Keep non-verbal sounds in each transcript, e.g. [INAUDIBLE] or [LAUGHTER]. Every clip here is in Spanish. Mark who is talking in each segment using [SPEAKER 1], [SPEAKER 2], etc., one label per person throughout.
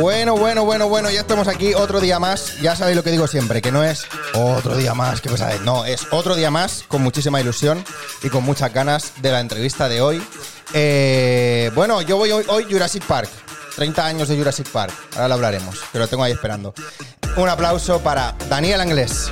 [SPEAKER 1] Bueno, bueno, bueno, bueno, ya estamos aquí otro día más. Ya sabéis lo que digo siempre, que no es otro día más, que pesadez. No, es otro día más con muchísima ilusión y con muchas ganas de la entrevista de hoy. Eh, bueno, yo voy hoy, hoy Jurassic Park. 30 años de Jurassic Park. Ahora lo hablaremos, que lo tengo ahí esperando. Un aplauso para Daniel Anglés.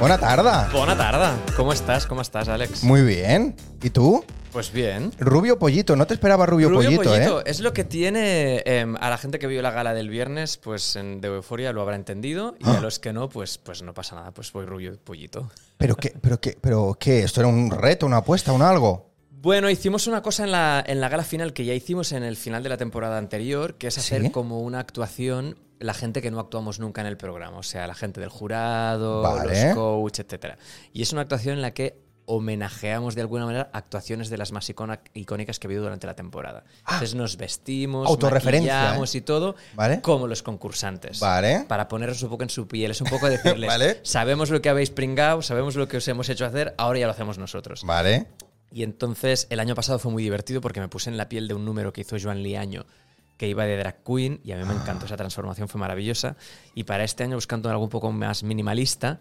[SPEAKER 1] Buena tarde.
[SPEAKER 2] Buena tarda. ¿Cómo estás? ¿Cómo estás, Alex?
[SPEAKER 1] Muy bien. ¿Y tú?
[SPEAKER 2] Pues bien.
[SPEAKER 1] Rubio Pollito, no te esperaba Rubio, pollito, ¿eh?
[SPEAKER 2] es lo que tiene em, a la gente que vio la gala del viernes, pues en- de euforia lo habrá entendido
[SPEAKER 1] [GASPS]
[SPEAKER 2] y a los que no, pues, pues no pasa nada, pues voy Rubio Pollito.
[SPEAKER 1] Pero qué, pero qué, pero qué, esto era un reto, una apuesta, un algo.
[SPEAKER 2] Bueno, hicimos una cosa en la, en la gala final que ya hicimos en el final de la temporada anterior, que es hacer
[SPEAKER 1] ¿Sí?
[SPEAKER 2] como una actuación la gente que no actuamos nunca en el programa, o sea, la gente del jurado,
[SPEAKER 1] Vale.
[SPEAKER 2] los coach, etcétera. Y es una actuación en la que homenajeamos de alguna manera actuaciones de las más icona- icónicas que ha habido durante la temporada. Entonces nos vestimos,
[SPEAKER 1] Ah. Autorreferencia, ¿eh?
[SPEAKER 2] maquillamos y todo,
[SPEAKER 1] Vale.
[SPEAKER 2] como los concursantes.
[SPEAKER 1] Vale.
[SPEAKER 2] Para ponernos un poco en su piel, es un poco decirles,
[SPEAKER 1] [LAUGHS] Vale.
[SPEAKER 2] sabemos lo que habéis pringado, sabemos lo que os hemos hecho hacer, ahora ya lo hacemos nosotros.
[SPEAKER 1] Vale.
[SPEAKER 2] Y entonces el año pasado fue muy divertido porque me puse en la piel de un número que hizo Joan Liaño, que iba de drag queen, y a
[SPEAKER 1] Ah.
[SPEAKER 2] mí me encantó esa transformación, fue maravillosa. Y para este año, buscando algo un poco más minimalista,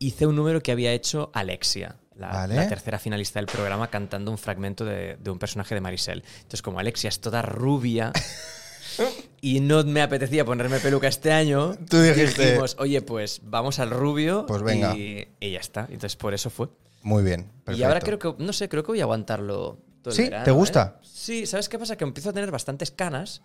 [SPEAKER 2] hice un número que había hecho Alexia. La,
[SPEAKER 1] Vale.
[SPEAKER 2] la tercera finalista del programa cantando un fragmento de, de un personaje de Marisel. Entonces, como Alexia es
[SPEAKER 1] [LAUGHS]
[SPEAKER 2] toda rubia y no me apetecía ponerme peluca este año,
[SPEAKER 1] Tú dijiste-
[SPEAKER 2] dijimos, oye, pues vamos al rubio
[SPEAKER 1] Pues venga.
[SPEAKER 2] Y, y ya está. Entonces, por eso fue.
[SPEAKER 1] Muy bien.
[SPEAKER 2] Y ahora creo que, no sé, creo que voy a aguantarlo todo el
[SPEAKER 1] Sí,
[SPEAKER 2] verano,
[SPEAKER 1] ¿te gusta?
[SPEAKER 2] ¿eh? Sí, ¿sabes qué pasa? Que empiezo a tener bastantes canas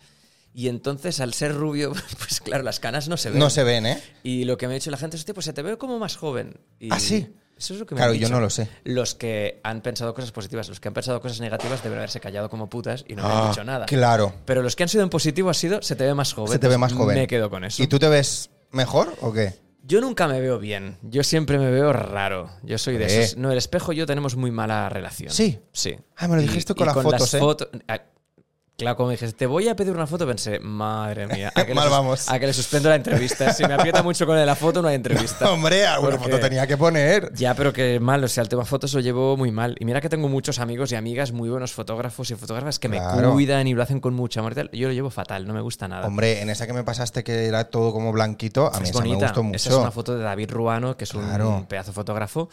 [SPEAKER 2] y entonces al ser rubio, [LAUGHS] pues claro, las canas no se ven.
[SPEAKER 1] No se ven, ¿eh?
[SPEAKER 2] Y lo que me ha dicho la gente es, hostia, pues se te veo como más joven. Y
[SPEAKER 1] ¿Ah, sí?
[SPEAKER 2] Eso es lo que me
[SPEAKER 1] Claro,
[SPEAKER 2] han
[SPEAKER 1] yo
[SPEAKER 2] dicho.
[SPEAKER 1] no lo sé.
[SPEAKER 2] Los que han pensado cosas positivas, los que han pensado cosas negativas deben haberse callado como putas y no me han dicho nada.
[SPEAKER 1] Claro.
[SPEAKER 2] Pero los que han sido en positivo ha sido, se te ve más joven.
[SPEAKER 1] Ah, Se te ve más joven.
[SPEAKER 2] Me quedo con eso.
[SPEAKER 1] ¿Y tú te ves mejor o qué?
[SPEAKER 2] Yo nunca me veo bien. Yo siempre me veo raro. Yo soy de
[SPEAKER 1] Eh.
[SPEAKER 2] esos. No, el espejo y yo tenemos muy mala relación.
[SPEAKER 1] Sí.
[SPEAKER 2] Sí.
[SPEAKER 1] Ah, me lo dijiste con las fotos,
[SPEAKER 2] las
[SPEAKER 1] ¿eh?
[SPEAKER 2] foto- ah, Claro, como me dijiste, te voy a pedir una foto, pensé, madre mía,
[SPEAKER 1] [LAUGHS]
[SPEAKER 2] a que, le
[SPEAKER 1] Mal
[SPEAKER 2] sus-
[SPEAKER 1] vamos.
[SPEAKER 2] a que le suspendo la entrevista. Si me aprieta mucho con la foto, no
[SPEAKER 1] [LAUGHS]
[SPEAKER 2] hay entrevista.
[SPEAKER 1] Hombre, alguna
[SPEAKER 2] Porque-
[SPEAKER 1] foto tenía que poner.
[SPEAKER 2] Ya, pero que mal, o sea, el tema fotos lo llevo muy mal. Y mira que tengo muchos amigos y amigas, muy buenos fotógrafos y fotógrafas que
[SPEAKER 1] Claro.
[SPEAKER 2] me cuidan y lo hacen con mucho amor. y tal. Yo lo llevo fatal, no me gusta nada.
[SPEAKER 1] Hombre, en esa que me pasaste que era todo como blanquito, a mí
[SPEAKER 2] es
[SPEAKER 1] esa
[SPEAKER 2] bonita.
[SPEAKER 1] me gustó mucho.
[SPEAKER 2] Esa es una foto de David Ruano, que es un
[SPEAKER 1] Claro.
[SPEAKER 2] pedazo fotógrafo.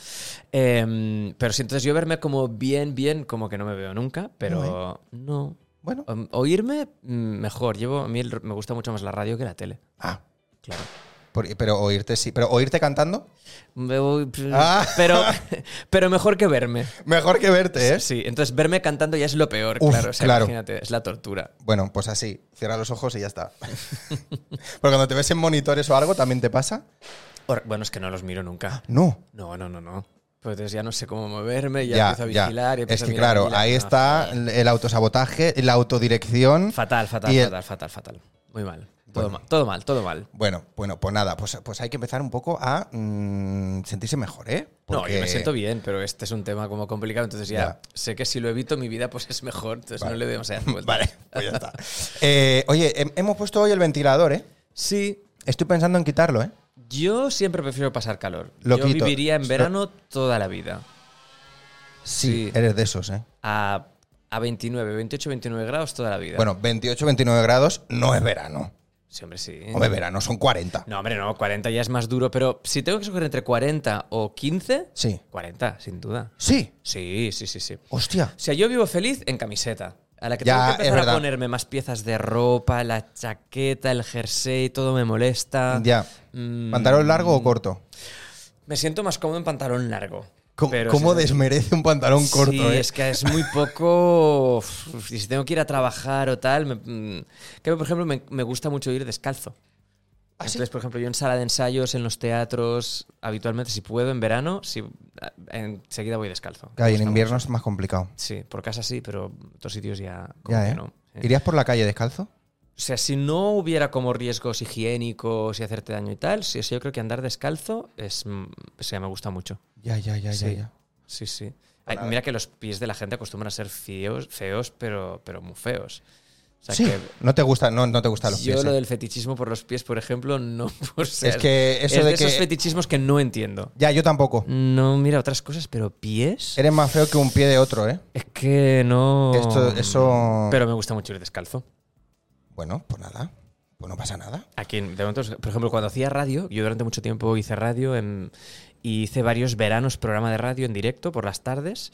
[SPEAKER 2] Eh, pero si entonces yo verme como bien, bien, como que no me veo nunca, pero no.
[SPEAKER 1] Bueno.
[SPEAKER 2] Em, Oírme mm, mejor. Llevo, a mí el- me gusta mucho más la radio que la tele.
[SPEAKER 1] Ah,
[SPEAKER 2] Claro.
[SPEAKER 1] por- pero oírte sí. ¿Pero oírte cantando?
[SPEAKER 2] Me voy-
[SPEAKER 1] Ah.
[SPEAKER 2] Pero, [LAUGHS] pero mejor que verme.
[SPEAKER 1] Mejor que verte, ¿eh?
[SPEAKER 2] Sí, entonces verme cantando ya es lo peor,
[SPEAKER 1] Uf,
[SPEAKER 2] claro. O sea,
[SPEAKER 1] claro.
[SPEAKER 2] imagínate, es la tortura.
[SPEAKER 1] Bueno, pues así, cierra los ojos y ya está. [LAUGHS] Pero cuando te ves en monitores o algo, ¿también te pasa?
[SPEAKER 2] Or- Bueno, es que no los miro nunca.
[SPEAKER 1] No.
[SPEAKER 2] No, no, no, no. Pues entonces ya no sé cómo moverme, ya,
[SPEAKER 1] ya,
[SPEAKER 2] empiezo a
[SPEAKER 1] ya.
[SPEAKER 2] vigilar.
[SPEAKER 1] Es
[SPEAKER 2] y empiezo a
[SPEAKER 1] que
[SPEAKER 2] mirar,
[SPEAKER 1] claro,
[SPEAKER 2] mirar.
[SPEAKER 1] ahí
[SPEAKER 2] No,
[SPEAKER 1] está el el autosabotaje, la autodirección.
[SPEAKER 2] Fatal, fatal,
[SPEAKER 1] Y el-
[SPEAKER 2] fatal, fatal, fatal. Muy mal. Todo, mal. todo mal, todo mal.
[SPEAKER 1] Bueno, bueno, pues nada, pues, pues hay que empezar un poco a mm, sentirse mejor, ¿eh?
[SPEAKER 2] No, yo
[SPEAKER 1] Porque-
[SPEAKER 2] me siento bien, pero este es un tema como complicado, entonces ya,
[SPEAKER 1] Ya.
[SPEAKER 2] sé que si lo evito mi vida pues es mejor, entonces
[SPEAKER 1] Vale.
[SPEAKER 2] no le debemos dar
[SPEAKER 1] [LAUGHS]
[SPEAKER 2] vuelta.
[SPEAKER 1] Vale, pues ya está. Eh, oye, hem- hemos puesto hoy el ventilador, ¿eh?
[SPEAKER 2] Sí,
[SPEAKER 1] Estoy pensando en quitarlo, ¿eh?
[SPEAKER 2] yo siempre prefiero pasar calor.
[SPEAKER 1] Lo
[SPEAKER 2] yo
[SPEAKER 1] quito.
[SPEAKER 2] viviría en
[SPEAKER 1] Lo-
[SPEAKER 2] verano toda la vida. Sí.
[SPEAKER 1] Eres de esos, ¿eh?
[SPEAKER 2] A, a 29, 28, 29 grados toda la vida.
[SPEAKER 1] Bueno, 28, 29 grados no es verano.
[SPEAKER 2] Sí, hombre, sí.
[SPEAKER 1] Hombre, verano son 40.
[SPEAKER 2] No, hombre, no, 40 ya es más duro, pero si tengo que escoger entre 40 o 15,
[SPEAKER 1] Sí.
[SPEAKER 2] 40, sin duda.
[SPEAKER 1] Sí.
[SPEAKER 2] Sí, sí, sí, sí.
[SPEAKER 1] Hostia.
[SPEAKER 2] O sea, yo vivo feliz en camiseta. A la que
[SPEAKER 1] Ya,
[SPEAKER 2] tengo que
[SPEAKER 1] es
[SPEAKER 2] empezar a
[SPEAKER 1] verdad.
[SPEAKER 2] ponerme más piezas de ropa, la chaqueta, el jersey, todo me molesta.
[SPEAKER 1] Ya.
[SPEAKER 2] Mm,
[SPEAKER 1] ¿Pantalón largo o corto?
[SPEAKER 2] Me siento más cómodo en pantalón largo.
[SPEAKER 1] ¿Cómo,
[SPEAKER 2] Pero
[SPEAKER 1] cómo
[SPEAKER 2] sí,
[SPEAKER 1] desmerece un pantalón corto,
[SPEAKER 2] sí,
[SPEAKER 1] eh?
[SPEAKER 2] es que es muy poco. Uf, y si tengo que ir a trabajar o tal. me- mm, que, por ejemplo, me, me gusta mucho ir descalzo.
[SPEAKER 1] ¿Ah, sí?
[SPEAKER 2] Entonces, por ejemplo, yo en sala de ensayos, en los teatros, habitualmente, si puedo, en verano, si, enseguida voy descalzo.
[SPEAKER 1] Claro, y
[SPEAKER 2] Me
[SPEAKER 1] en
[SPEAKER 2] gusta
[SPEAKER 1] invierno es más complicado.
[SPEAKER 2] mucho. Sí, por casa sí, pero otros sitios ya. como
[SPEAKER 1] Ya,
[SPEAKER 2] que
[SPEAKER 1] ¿eh?
[SPEAKER 2] no. Sí.
[SPEAKER 1] ¿Irías por la calle descalzo?
[SPEAKER 2] O sea, si no hubiera como riesgos higiénicos y hacerte daño y tal, sí, sí, yo creo que andar descalzo es, mm, o sea, me gusta mucho.
[SPEAKER 1] Ya, ya, ya,
[SPEAKER 2] sí, sí, sí. Ay, mira que los pies de la gente acostumbran a ser feos, feos pero, pero muy feos. O O sea,
[SPEAKER 1] sí,
[SPEAKER 2] que
[SPEAKER 1] no te gusta, no, no te gustan los
[SPEAKER 2] yo
[SPEAKER 1] pies.
[SPEAKER 2] lo
[SPEAKER 1] ¿eh?
[SPEAKER 2] del fetichismo por los pies, por ejemplo, no [LAUGHS] por ser.
[SPEAKER 1] que eso
[SPEAKER 2] es
[SPEAKER 1] de que-
[SPEAKER 2] esos fetichismos que no entiendo.
[SPEAKER 1] Ya, yo tampoco.
[SPEAKER 2] No, mira, otras cosas, pero pies.
[SPEAKER 1] Eres más feo que un pie de otro, ¿eh?
[SPEAKER 2] Es que no.
[SPEAKER 1] Esto- eso-
[SPEAKER 2] Pero me gusta mucho ir descalzo.
[SPEAKER 1] Bueno, pues nada. Pues no pasa nada.
[SPEAKER 2] Aquí, de momento, por ejemplo, cuando hacía radio, yo durante mucho tiempo hice radio en- y hice varios veranos programa de radio en directo por las tardes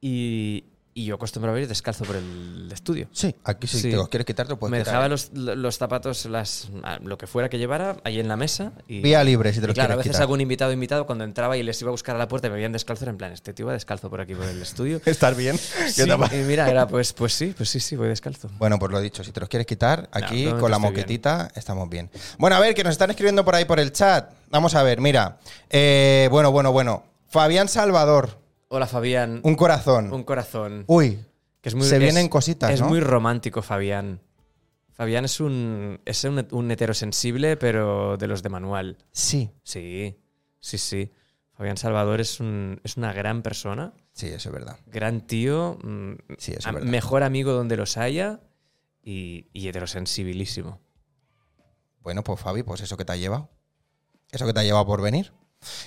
[SPEAKER 2] y, y yo acostumbraba ir descalzo por el estudio.
[SPEAKER 1] Sí, aquí si
[SPEAKER 2] Sí.
[SPEAKER 1] te los quieres quitar, Pues te los puedes
[SPEAKER 2] me
[SPEAKER 1] quitar.
[SPEAKER 2] dejaba los, los zapatos, las, ah, lo que fuera que llevara, ahí en la mesa. Y,
[SPEAKER 1] Vía libre, si te
[SPEAKER 2] y
[SPEAKER 1] los
[SPEAKER 2] claro, a
[SPEAKER 1] quieres
[SPEAKER 2] veces
[SPEAKER 1] quitar.
[SPEAKER 2] algún invitado invitado cuando entraba y les iba a buscar a la puerta y me veían descalzo, era en plan, este tío va descalzo por aquí por el estudio.
[SPEAKER 1] ¿Estás bien?
[SPEAKER 2] Sí,
[SPEAKER 1] [LAUGHS] ¿Qué te pasa?
[SPEAKER 2] y mira, era pues, pues sí, pues sí, sí, voy descalzo.
[SPEAKER 1] Bueno, pues lo dicho, si te los quieres quitar, aquí
[SPEAKER 2] probablemente
[SPEAKER 1] con la
[SPEAKER 2] estoy
[SPEAKER 1] moquetita estamos bien. Bueno, a ver, que nos están escribiendo por ahí por el chat. Vamos a ver, mira. Eh, bueno, bueno, bueno. Fabián Salvador,
[SPEAKER 2] Hola Fabián, un,
[SPEAKER 1] un corazón.
[SPEAKER 2] corazón.
[SPEAKER 1] Uy,
[SPEAKER 2] Que es
[SPEAKER 1] se
[SPEAKER 2] es-
[SPEAKER 1] vienen cositas,
[SPEAKER 2] Es
[SPEAKER 1] ¿no?
[SPEAKER 2] muy romántico, Fabián. Fabián es un, es un, un heterosensible, pero de los de manual.
[SPEAKER 1] sí.
[SPEAKER 2] Sí, sí, sí. Fabián Salvador es, un, es una gran persona,
[SPEAKER 1] Sí, eso es verdad.
[SPEAKER 2] gran tío, mm,
[SPEAKER 1] Sí, eso
[SPEAKER 2] a-
[SPEAKER 1] es verdad.
[SPEAKER 2] mejor amigo donde los haya y, y heterosensibilísimo.
[SPEAKER 1] Bueno, pues Fabi, pues eso que te ha llevado. Eso que te ha llevado por venir.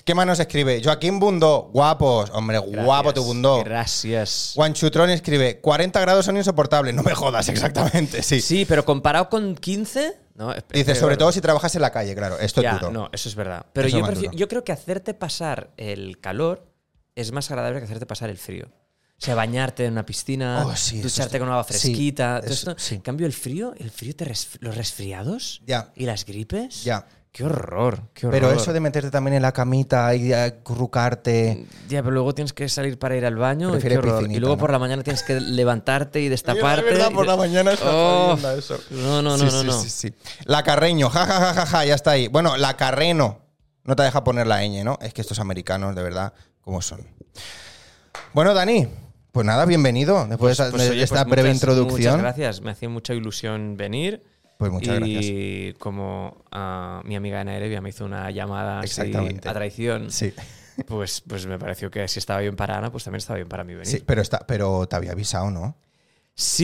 [SPEAKER 1] ¿Qué más nos escribe? Joaquín Bundó, guapos. Hombre, guapo
[SPEAKER 2] Gracias,
[SPEAKER 1] tu Bundó.
[SPEAKER 2] Gracias.
[SPEAKER 1] Juanchutrón escribe, 40 grados son insoportables. No me jodas, [LAUGHS] exactamente, sí.
[SPEAKER 2] Sí, pero comparado con 15... No, es- es
[SPEAKER 1] Dice,
[SPEAKER 2] peor.
[SPEAKER 1] sobre todo si trabajas en la calle, claro. Esto
[SPEAKER 2] Ya,
[SPEAKER 1] es duro.
[SPEAKER 2] No, eso es verdad. Pero
[SPEAKER 1] Eso
[SPEAKER 2] yo,
[SPEAKER 1] más
[SPEAKER 2] prefiero-
[SPEAKER 1] duro.
[SPEAKER 2] yo creo que hacerte pasar el calor es más agradable que hacerte pasar el frío. O sea, bañarte en una piscina,
[SPEAKER 1] Oh, sí, eso
[SPEAKER 2] ducharte
[SPEAKER 1] está-
[SPEAKER 2] con agua
[SPEAKER 1] sí,
[SPEAKER 2] fresquita. todo
[SPEAKER 1] eso,
[SPEAKER 2] esto.
[SPEAKER 1] sí.
[SPEAKER 2] En cambio, el frío, el frío te resf- los resfriados
[SPEAKER 1] Ya.
[SPEAKER 2] y las gripes.
[SPEAKER 1] Ya.
[SPEAKER 2] Qué horror, qué horror. Mm.
[SPEAKER 1] Pero eso de meterte también en la camita y eh, acurrucarte.
[SPEAKER 2] Ya, pero luego tienes que salir para ir al baño. y,
[SPEAKER 1] Prefiero
[SPEAKER 2] qué horror.
[SPEAKER 1] piscinita,
[SPEAKER 2] y luego
[SPEAKER 1] ¿no?
[SPEAKER 2] por la mañana tienes que levantarte y destaparte. y- Oh, No, no, no,
[SPEAKER 1] Sí,
[SPEAKER 2] no.
[SPEAKER 1] sí,
[SPEAKER 2] no.
[SPEAKER 1] sí, sí. La Carreño, ja, ja, ja, ja, ja, ya está ahí. Bueno, la Carreno. No te deja poner la ñ, ¿no? Es que estos americanos, de verdad, ¿cómo son? Bueno, Dani, pues nada, bienvenido. Después de esa-
[SPEAKER 2] Pues,
[SPEAKER 1] de
[SPEAKER 2] oye,
[SPEAKER 1] esta
[SPEAKER 2] pues,
[SPEAKER 1] breve
[SPEAKER 2] muchas-
[SPEAKER 1] introducción.
[SPEAKER 2] Muchas gracias, me hacía mucha ilusión venir.
[SPEAKER 1] Pues muchas gracias.
[SPEAKER 2] y como ah, mi amiga Ana Erevia me hizo una llamada así
[SPEAKER 1] Exactamente.
[SPEAKER 2] a traición,
[SPEAKER 1] Sí,
[SPEAKER 2] pues, pues me pareció que si estaba bien para Ana, pues también estaba bien para mí venir.
[SPEAKER 1] sí
[SPEAKER 2] Sí,
[SPEAKER 1] pero, está, pero te había avisado, ¿no?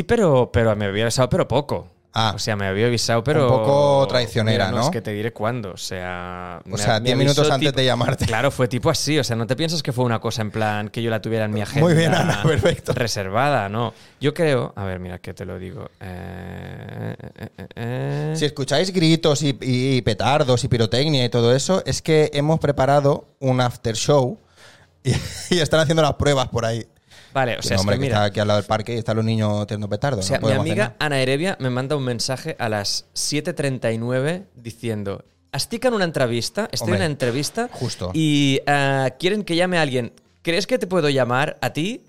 [SPEAKER 2] pero, pero me había avisado, pero poco.
[SPEAKER 1] Ah.
[SPEAKER 2] o sea, me había avisado, pero.
[SPEAKER 1] Un poco traicionera,
[SPEAKER 2] Mira,
[SPEAKER 1] ¿no?
[SPEAKER 2] Es que te diré cuándo. O sea.
[SPEAKER 1] O sea, 10 minutos antes de llamarte.
[SPEAKER 2] Claro, fue tipo así. O sea, no te piensas que fue una cosa en plan que yo la tuviera en mi agenda.
[SPEAKER 1] Muy bien, Ana, [LAUGHS] perfecto.
[SPEAKER 2] Reservada, no. Yo creo. A ver, mira, que te lo digo. Eh, eh, eh, eh.
[SPEAKER 1] Si escucháis gritos y, y petardos y pirotecnia y todo eso, es que hemos preparado un after show y, [LAUGHS] y están haciendo las pruebas por ahí.
[SPEAKER 2] Vale, o
[SPEAKER 1] O
[SPEAKER 2] sea, es
[SPEAKER 1] hombre,
[SPEAKER 2] que
[SPEAKER 1] que
[SPEAKER 2] mira.
[SPEAKER 1] está aquí al lado del parque y están los niños tirando petardos.
[SPEAKER 2] O sea,
[SPEAKER 1] no
[SPEAKER 2] mi
[SPEAKER 1] podemos hacer
[SPEAKER 2] amiga
[SPEAKER 1] nada.
[SPEAKER 2] Ana Erevia me manda un mensaje a las 7.39 diciendo, en una entrevista, estoy
[SPEAKER 1] Hombre,
[SPEAKER 2] en una entrevista
[SPEAKER 1] justo.
[SPEAKER 2] y ah, quieren que llame a alguien. ¿Crees que te puedo llamar a ti?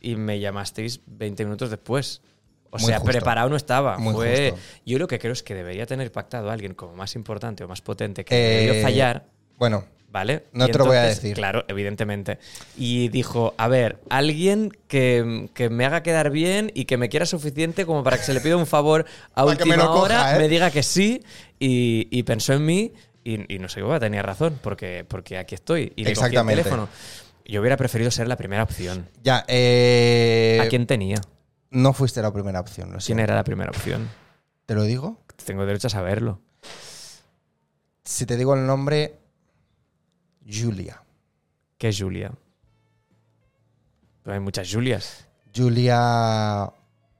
[SPEAKER 2] Y me llamasteis 20 minutos después. O
[SPEAKER 1] Muy
[SPEAKER 2] sea,
[SPEAKER 1] justo.
[SPEAKER 2] preparado no estaba.
[SPEAKER 1] Muy
[SPEAKER 2] Fue-
[SPEAKER 1] justo.
[SPEAKER 2] Yo lo que creo es que debería tener pactado a alguien como más importante o más potente que debió
[SPEAKER 1] Eh,
[SPEAKER 2] fallar.
[SPEAKER 1] Bueno,
[SPEAKER 2] ¿Vale?
[SPEAKER 1] No
[SPEAKER 2] Y
[SPEAKER 1] te lo voy a decir.
[SPEAKER 2] Claro, evidentemente. Y dijo, a ver, alguien que, que me haga quedar bien y que me quiera suficiente como para que se le pida un favor
[SPEAKER 1] [LAUGHS]
[SPEAKER 2] a
[SPEAKER 1] Para que me
[SPEAKER 2] última
[SPEAKER 1] lo coja,
[SPEAKER 2] hora,
[SPEAKER 1] ¿eh?
[SPEAKER 2] me diga que sí y, y pensó en mí y, y no se equivoca, tenía razón, porque, porque aquí estoy y le cogí el
[SPEAKER 1] Exactamente.
[SPEAKER 2] teléfono. Yo hubiera preferido ser la primera opción.
[SPEAKER 1] ya, eh,
[SPEAKER 2] ¿A quién tenía?
[SPEAKER 1] no fuiste la primera opción, lo
[SPEAKER 2] ¿Quién
[SPEAKER 1] siento.
[SPEAKER 2] era la primera opción?
[SPEAKER 1] ¿Te lo digo?
[SPEAKER 2] Tengo derecho a saberlo.
[SPEAKER 1] Si te digo el nombre, Julia.
[SPEAKER 2] ¿Qué es Julia? Pero hay muchas Julias.
[SPEAKER 1] Julia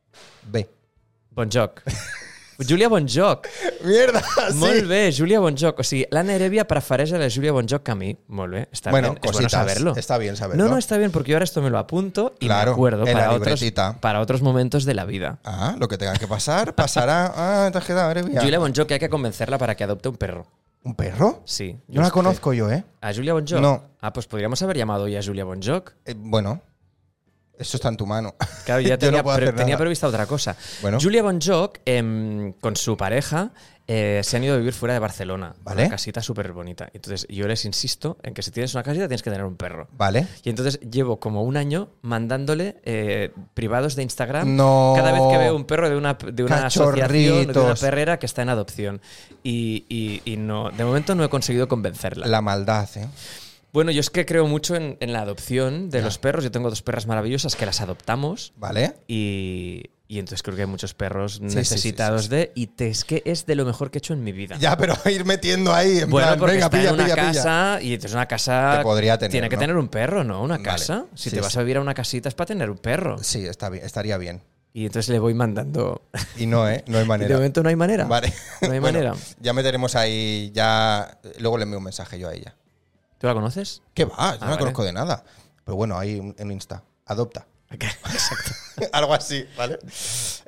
[SPEAKER 2] [LAUGHS]
[SPEAKER 1] B. [LAUGHS]
[SPEAKER 2] Bonjoc. Julia Bonjoc.
[SPEAKER 1] ¡Mierda! sí.
[SPEAKER 2] Molt bé, Júlia Bonjoc. O sigui, l'Anna Erevia prefereix a la Júlia Bonjoc que a mi. Molt bé, està
[SPEAKER 1] Bueno,
[SPEAKER 2] bien. Es bueno
[SPEAKER 1] cositas.
[SPEAKER 2] saberlo.
[SPEAKER 1] Está bien saberlo.
[SPEAKER 2] No, no, está bien, porque yo ahora esto me lo apunto y
[SPEAKER 1] Claro,
[SPEAKER 2] me acuerdo
[SPEAKER 1] en la
[SPEAKER 2] para otros,
[SPEAKER 1] libretita.
[SPEAKER 2] para otros momentos de la vida.
[SPEAKER 1] Ah, lo que tenga que pasar, pasará.
[SPEAKER 2] [LAUGHS]
[SPEAKER 1] Ah, te has quedado, Erevia.
[SPEAKER 2] Julia Bonjoc hay que convencerla para que adopte un perro.
[SPEAKER 1] ¿Un perro?
[SPEAKER 2] Sí.
[SPEAKER 1] No la
[SPEAKER 2] Just-
[SPEAKER 1] conozco yo, ¿eh?
[SPEAKER 2] ¿A Julia Bonjoc?
[SPEAKER 1] No.
[SPEAKER 2] Ah, pues podríamos haber llamado hoy a Julia Bonjoc.
[SPEAKER 1] Eh, Bueno, eso está en tu
[SPEAKER 2] [LAUGHS]
[SPEAKER 1] mano.
[SPEAKER 2] Claro,
[SPEAKER 1] [LAUGHS]
[SPEAKER 2] ya
[SPEAKER 1] Yo
[SPEAKER 2] tenía,
[SPEAKER 1] no puedo
[SPEAKER 2] pre-
[SPEAKER 1] hacer nada.
[SPEAKER 2] tenía prevista otra cosa.
[SPEAKER 1] Bueno.
[SPEAKER 2] Julia Bonjoc, em, con su pareja, eh, se han ido a vivir fuera de Barcelona. a
[SPEAKER 1] Vale.
[SPEAKER 2] Una casita súper bonita. Entonces, yo les insisto en que si tienes una casita tienes que tener un perro.
[SPEAKER 1] Vale.
[SPEAKER 2] Y entonces llevo como un año mandándole eh, privados de Instagram
[SPEAKER 1] No.
[SPEAKER 2] cada vez que veo un perro de una, de una asociación, de una
[SPEAKER 1] Cachorritos.
[SPEAKER 2] perrera que está en adopción. Y, y- y no, de momento no he conseguido convencerla.
[SPEAKER 1] La maldad, ¿eh?
[SPEAKER 2] Bueno, yo es que creo mucho en, en la adopción de los perros. Yo tengo dos perras maravillosas que las adoptamos
[SPEAKER 1] Vale.
[SPEAKER 2] y, y Y entonces creo que hay muchos perros
[SPEAKER 1] sí,
[SPEAKER 2] necesitados
[SPEAKER 1] sí,
[SPEAKER 2] de. Y te- es que es de lo mejor que he hecho en mi vida.
[SPEAKER 1] Ya, pero [LAUGHS] ir metiendo ahí. En
[SPEAKER 2] bueno,
[SPEAKER 1] plan,
[SPEAKER 2] porque
[SPEAKER 1] venga,
[SPEAKER 2] está
[SPEAKER 1] pilla,
[SPEAKER 2] en una
[SPEAKER 1] pilla, pilla.
[SPEAKER 2] casa y entonces una casa.
[SPEAKER 1] Te podría tener,
[SPEAKER 2] Tiene que
[SPEAKER 1] ¿no?
[SPEAKER 2] tener un perro, ¿no? Una
[SPEAKER 1] Vale.
[SPEAKER 2] casa. Si
[SPEAKER 1] Sí,
[SPEAKER 2] te vas
[SPEAKER 1] sí.
[SPEAKER 2] a vivir a una casita es para tener un perro.
[SPEAKER 1] Sí, está bien, estaría bien.
[SPEAKER 2] Y entonces le voy mandando. [LAUGHS]
[SPEAKER 1] Y no, ¿eh? No hay
[SPEAKER 2] Y
[SPEAKER 1] manera.
[SPEAKER 2] de momento no hay manera.
[SPEAKER 1] Vale.
[SPEAKER 2] No
[SPEAKER 1] [LAUGHS]
[SPEAKER 2] hay
[SPEAKER 1] Bueno,
[SPEAKER 2] manera.
[SPEAKER 1] Ya meteremos ahí, ya. eh, Luego le envío un mensaje yo a ella.
[SPEAKER 2] ¿Tú la conoces?
[SPEAKER 1] ¿Qué va? Yo no la
[SPEAKER 2] Ah, vale.
[SPEAKER 1] conozco de nada. Pero bueno, ahí un- en Insta. Adopta. [LAUGHS]
[SPEAKER 2] Exacto.
[SPEAKER 1] Algo así, ¿vale?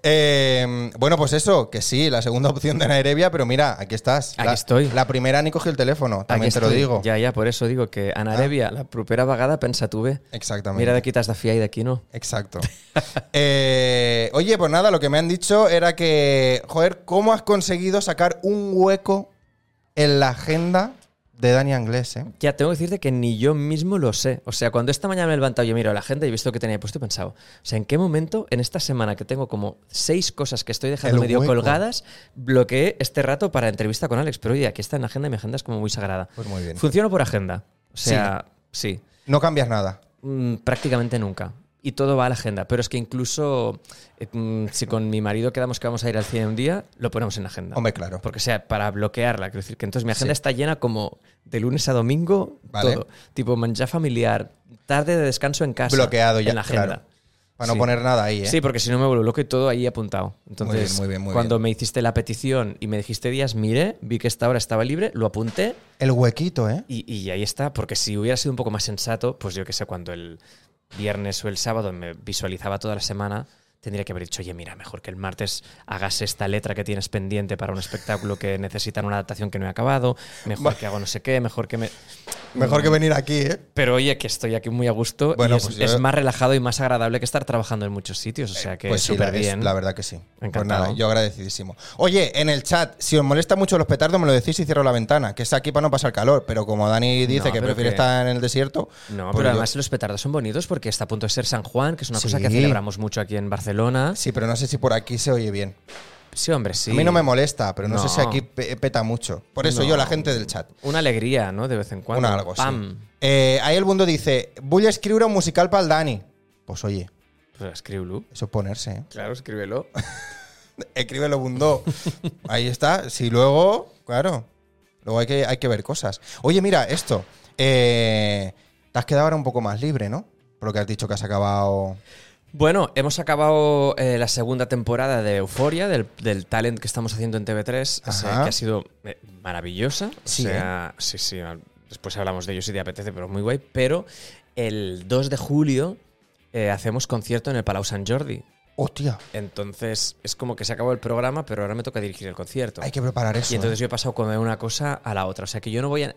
[SPEAKER 1] Eh, bueno, pues eso, que sí, la segunda opción de Ana Erevia, pero mira, aquí estás.
[SPEAKER 2] Aquí
[SPEAKER 1] la,
[SPEAKER 2] estoy.
[SPEAKER 1] La primera ni cogió el teléfono,
[SPEAKER 2] Aquí
[SPEAKER 1] también te lo
[SPEAKER 2] estoy.
[SPEAKER 1] digo. Ah.
[SPEAKER 2] Ja, ja, per això digo que en Arèbia, la propera vegada, pensa tu bé.
[SPEAKER 1] Exactamente.
[SPEAKER 2] Mira de qui t'has de fiar i de qui no.
[SPEAKER 1] Exacto. [LAUGHS] Eh, oye, pues nada, lo que me han dicho era que, joder, ¿cómo has conseguido sacar un hueco en la agenda de Dani Anglés, eh?
[SPEAKER 2] Ya, tengo que decirte que ni yo mismo lo sé. O sea, cuando esta mañana me he levantado, yo miro a la agenda y he visto que tenía puesto y he pensado, o sea, ¿en qué momento, en esta semana que tengo como seis cosas que estoy dejando
[SPEAKER 1] El
[SPEAKER 2] medio
[SPEAKER 1] hueco.
[SPEAKER 2] colgadas, bloqueé este rato para entrevista con Alex? Pero oye, aquí está en la agenda y mi agenda es como muy sagrada.
[SPEAKER 1] Pues muy bien.
[SPEAKER 2] Funciono por agenda. O
[SPEAKER 1] Sí.
[SPEAKER 2] sea, sí.
[SPEAKER 1] No cambias nada.
[SPEAKER 2] Mm, prácticamente nunca. Y todo va a la agenda. Pero es que incluso eh, mm, si con mi marido quedamos que vamos a ir al cine un día, lo ponemos en la agenda.
[SPEAKER 1] Hombre, claro.
[SPEAKER 2] Porque sea para bloquearla. Quiero decir que entonces mi agenda
[SPEAKER 1] Sí.
[SPEAKER 2] está llena como de lunes a domingo,
[SPEAKER 1] Vale.
[SPEAKER 2] todo. Tipo manjar familiar, tarde de descanso en casa.
[SPEAKER 1] Bloqueado ya,
[SPEAKER 2] En la agenda.
[SPEAKER 1] claro. Para no
[SPEAKER 2] Sí.
[SPEAKER 1] poner nada ahí, ¿eh?
[SPEAKER 2] Sí, porque si no me vuelvo loco y todo ahí apuntado. Entonces,
[SPEAKER 1] bien, muy bien, muy
[SPEAKER 2] cuando
[SPEAKER 1] bien.
[SPEAKER 2] me hiciste la petición y me dijiste días, miré, vi que esta hora estaba libre, lo apunté
[SPEAKER 1] El huequito, ¿eh?
[SPEAKER 2] y, y ahí está, porque si hubiera sido un poco más sensato, pues yo que sé, cuando el viernes o el sábado me visualizaba toda la semana, tendría que haber dicho, oye, mira, mejor que el martes hagas esta letra que tienes pendiente para un espectáculo que necesitan una adaptación que no he acabado, mejor que hago no sé qué, mejor que me...
[SPEAKER 1] Mejor que venir aquí, ¿eh?
[SPEAKER 2] Pero oye, que estoy aquí muy a gusto
[SPEAKER 1] Bueno,
[SPEAKER 2] y es,
[SPEAKER 1] pues yo-
[SPEAKER 2] es más relajado y más agradable que estar trabajando en muchos sitios, o sea que
[SPEAKER 1] Pues sí, la,
[SPEAKER 2] súper bien.
[SPEAKER 1] es- la verdad que sí. Pues
[SPEAKER 2] Encantado.
[SPEAKER 1] nada, yo agradecidísimo. Oye, en el chat, si os molesta mucho los petardos, me lo decís y cierro la ventana, que es aquí para no pasar calor. Pero como Dani dice
[SPEAKER 2] No,
[SPEAKER 1] que
[SPEAKER 2] pero
[SPEAKER 1] prefiere
[SPEAKER 2] que-
[SPEAKER 1] estar en el desierto.
[SPEAKER 2] No,
[SPEAKER 1] pues
[SPEAKER 2] pero
[SPEAKER 1] yo-
[SPEAKER 2] además los petardos son bonitos porque está a punto de ser San Juan, que es una cosa que
[SPEAKER 1] Sí.
[SPEAKER 2] celebramos mucho aquí en Barcelona.
[SPEAKER 1] Sí, pero no sé si por aquí se oye bien.
[SPEAKER 2] Sí, hombre, sí.
[SPEAKER 1] A mí no me molesta, pero no, sé si
[SPEAKER 2] No.
[SPEAKER 1] aquí pe- peta mucho. Por eso
[SPEAKER 2] No.
[SPEAKER 1] yo, la gente del chat.
[SPEAKER 2] Una alegría, ¿no? De vez en cuando.
[SPEAKER 1] Una algo, sí.
[SPEAKER 2] Pam.
[SPEAKER 1] Eh, ahí el mundo dice, voy a escribir un musical para el Dani. Pues oye,
[SPEAKER 2] Pues escríbelo.
[SPEAKER 1] eso es ponerse, ¿eh?
[SPEAKER 2] Claro, escríbelo.
[SPEAKER 1] Escríbelo, Bundo. [LAUGHS] Ahí está. Si luego, claro. Luego hay que, hay que ver cosas. Oye, mira, esto. Eh, te has quedado ahora un poco más libre, ¿no? Por lo que has dicho que has acabado.
[SPEAKER 2] Bueno, hemos acabado eh, la segunda temporada de Euforia, del, del talent que estamos haciendo en TV3, o sea,
[SPEAKER 1] Ajá.
[SPEAKER 2] que ha sido eh, maravillosa. O
[SPEAKER 1] Sí,
[SPEAKER 2] sea, sí, sí. al- Después hablamos de ello si te apetece, pero muy guay. Pero el 2 de julio eh, hacemos concierto en el Palau Sant Jordi.
[SPEAKER 1] ¡Hostia!
[SPEAKER 2] Entonces es como que se acabó el programa, pero ahora me toca dirigir el concierto.
[SPEAKER 1] Hay que preparar eso.
[SPEAKER 2] Y entonces
[SPEAKER 1] ¿eh?
[SPEAKER 2] yo he pasado con una cosa a la otra. O sea que yo no voy a,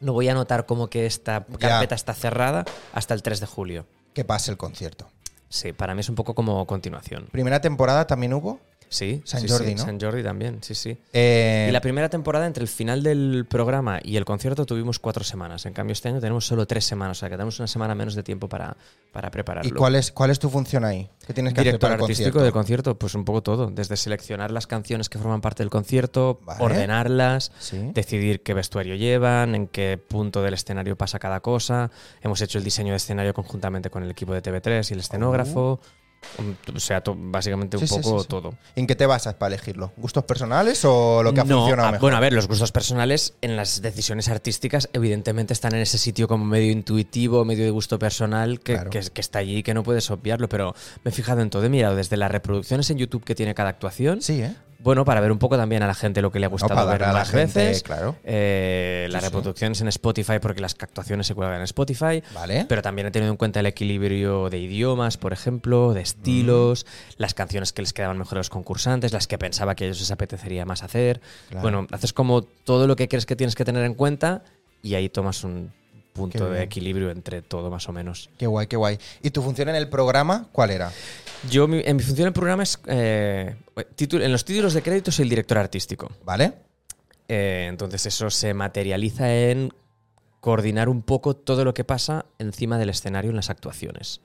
[SPEAKER 2] no voy a notar como que esta carpeta está cerrada hasta el 3 de julio.
[SPEAKER 1] Que pase el concierto.
[SPEAKER 2] Sí, para mí es un poco como continuación.
[SPEAKER 1] Primera temporada también hubo.
[SPEAKER 2] Sí,
[SPEAKER 1] San
[SPEAKER 2] sí,
[SPEAKER 1] Jordi,
[SPEAKER 2] sí,
[SPEAKER 1] ¿no?
[SPEAKER 2] San Jordi también, sí, sí.
[SPEAKER 1] Eh,
[SPEAKER 2] y la primera temporada, entre el final del programa y el concierto, tuvimos cuatro semanas. En cambio, este año tenemos solo tres semanas, o sea que tenemos una semana menos de tiempo para, para prepararlo.
[SPEAKER 1] ¿Y cuál es, cuál es tu función ahí? ¿Qué tienes que
[SPEAKER 2] Director
[SPEAKER 1] hacer para el
[SPEAKER 2] artístico
[SPEAKER 1] concierto?
[SPEAKER 2] del concierto, pues un poco todo. Desde seleccionar las canciones que forman parte del concierto,
[SPEAKER 1] Vale.
[SPEAKER 2] ordenarlas,
[SPEAKER 1] Sí.
[SPEAKER 2] decidir qué vestuario llevan, en qué punto del escenario pasa cada cosa. Hemos hecho el diseño de escenario conjuntamente con el equipo de TV3 y el escenógrafo. Un- O sea, to- básicamente un
[SPEAKER 1] Oh. Sí, sí,
[SPEAKER 2] poco
[SPEAKER 1] sí, sí.
[SPEAKER 2] todo.
[SPEAKER 1] ¿En qué te basas para elegirlo? ¿Gustos personales o lo que ha
[SPEAKER 2] No,
[SPEAKER 1] funcionado
[SPEAKER 2] a-
[SPEAKER 1] mejor?
[SPEAKER 2] Bueno, a ver, los gustos personales en las decisiones artísticas evidentemente están en ese sitio como medio intuitivo, medio de gusto personal que,
[SPEAKER 1] Claro.
[SPEAKER 2] que, que está allí y que no puedes obviarlo, pero me he fijado en todo, he mirado desde las reproducciones en YouTube que tiene cada actuación.
[SPEAKER 1] sí, ¿eh?
[SPEAKER 2] Bueno, para ver un poco también a la gente lo que le ha gustado
[SPEAKER 1] para
[SPEAKER 2] ver
[SPEAKER 1] darle a la
[SPEAKER 2] más
[SPEAKER 1] gente,
[SPEAKER 2] veces.
[SPEAKER 1] claro.
[SPEAKER 2] Eh, las
[SPEAKER 1] Sí, sí.
[SPEAKER 2] reproducciones en Spotify, porque las actuaciones se cuelgan en Spotify.
[SPEAKER 1] Vale.
[SPEAKER 2] Pero también he tenido en cuenta el equilibrio de idiomas, por ejemplo, de estilos,
[SPEAKER 1] Mm.
[SPEAKER 2] las canciones que les quedaban mejor a los concursantes, las que pensaba que a ellos les apetecería más hacer.
[SPEAKER 1] Claro.
[SPEAKER 2] Bueno, haces como todo lo que crees que tienes que tener en cuenta y ahí tomas un
[SPEAKER 1] Qué
[SPEAKER 2] punto de
[SPEAKER 1] bien.
[SPEAKER 2] equilibrio entre todo más o menos.
[SPEAKER 1] Qué guay, qué guay. ¿Y tu función en el programa cuál era?
[SPEAKER 2] Yo, mi- en mi función del programa es... eh, titul- en los títulos de crédito soy el director artístico.
[SPEAKER 1] ¿Vale?
[SPEAKER 2] Eh, entonces eso se materializa en coordinar un poco todo lo que pasa encima del escenario en las actuaciones.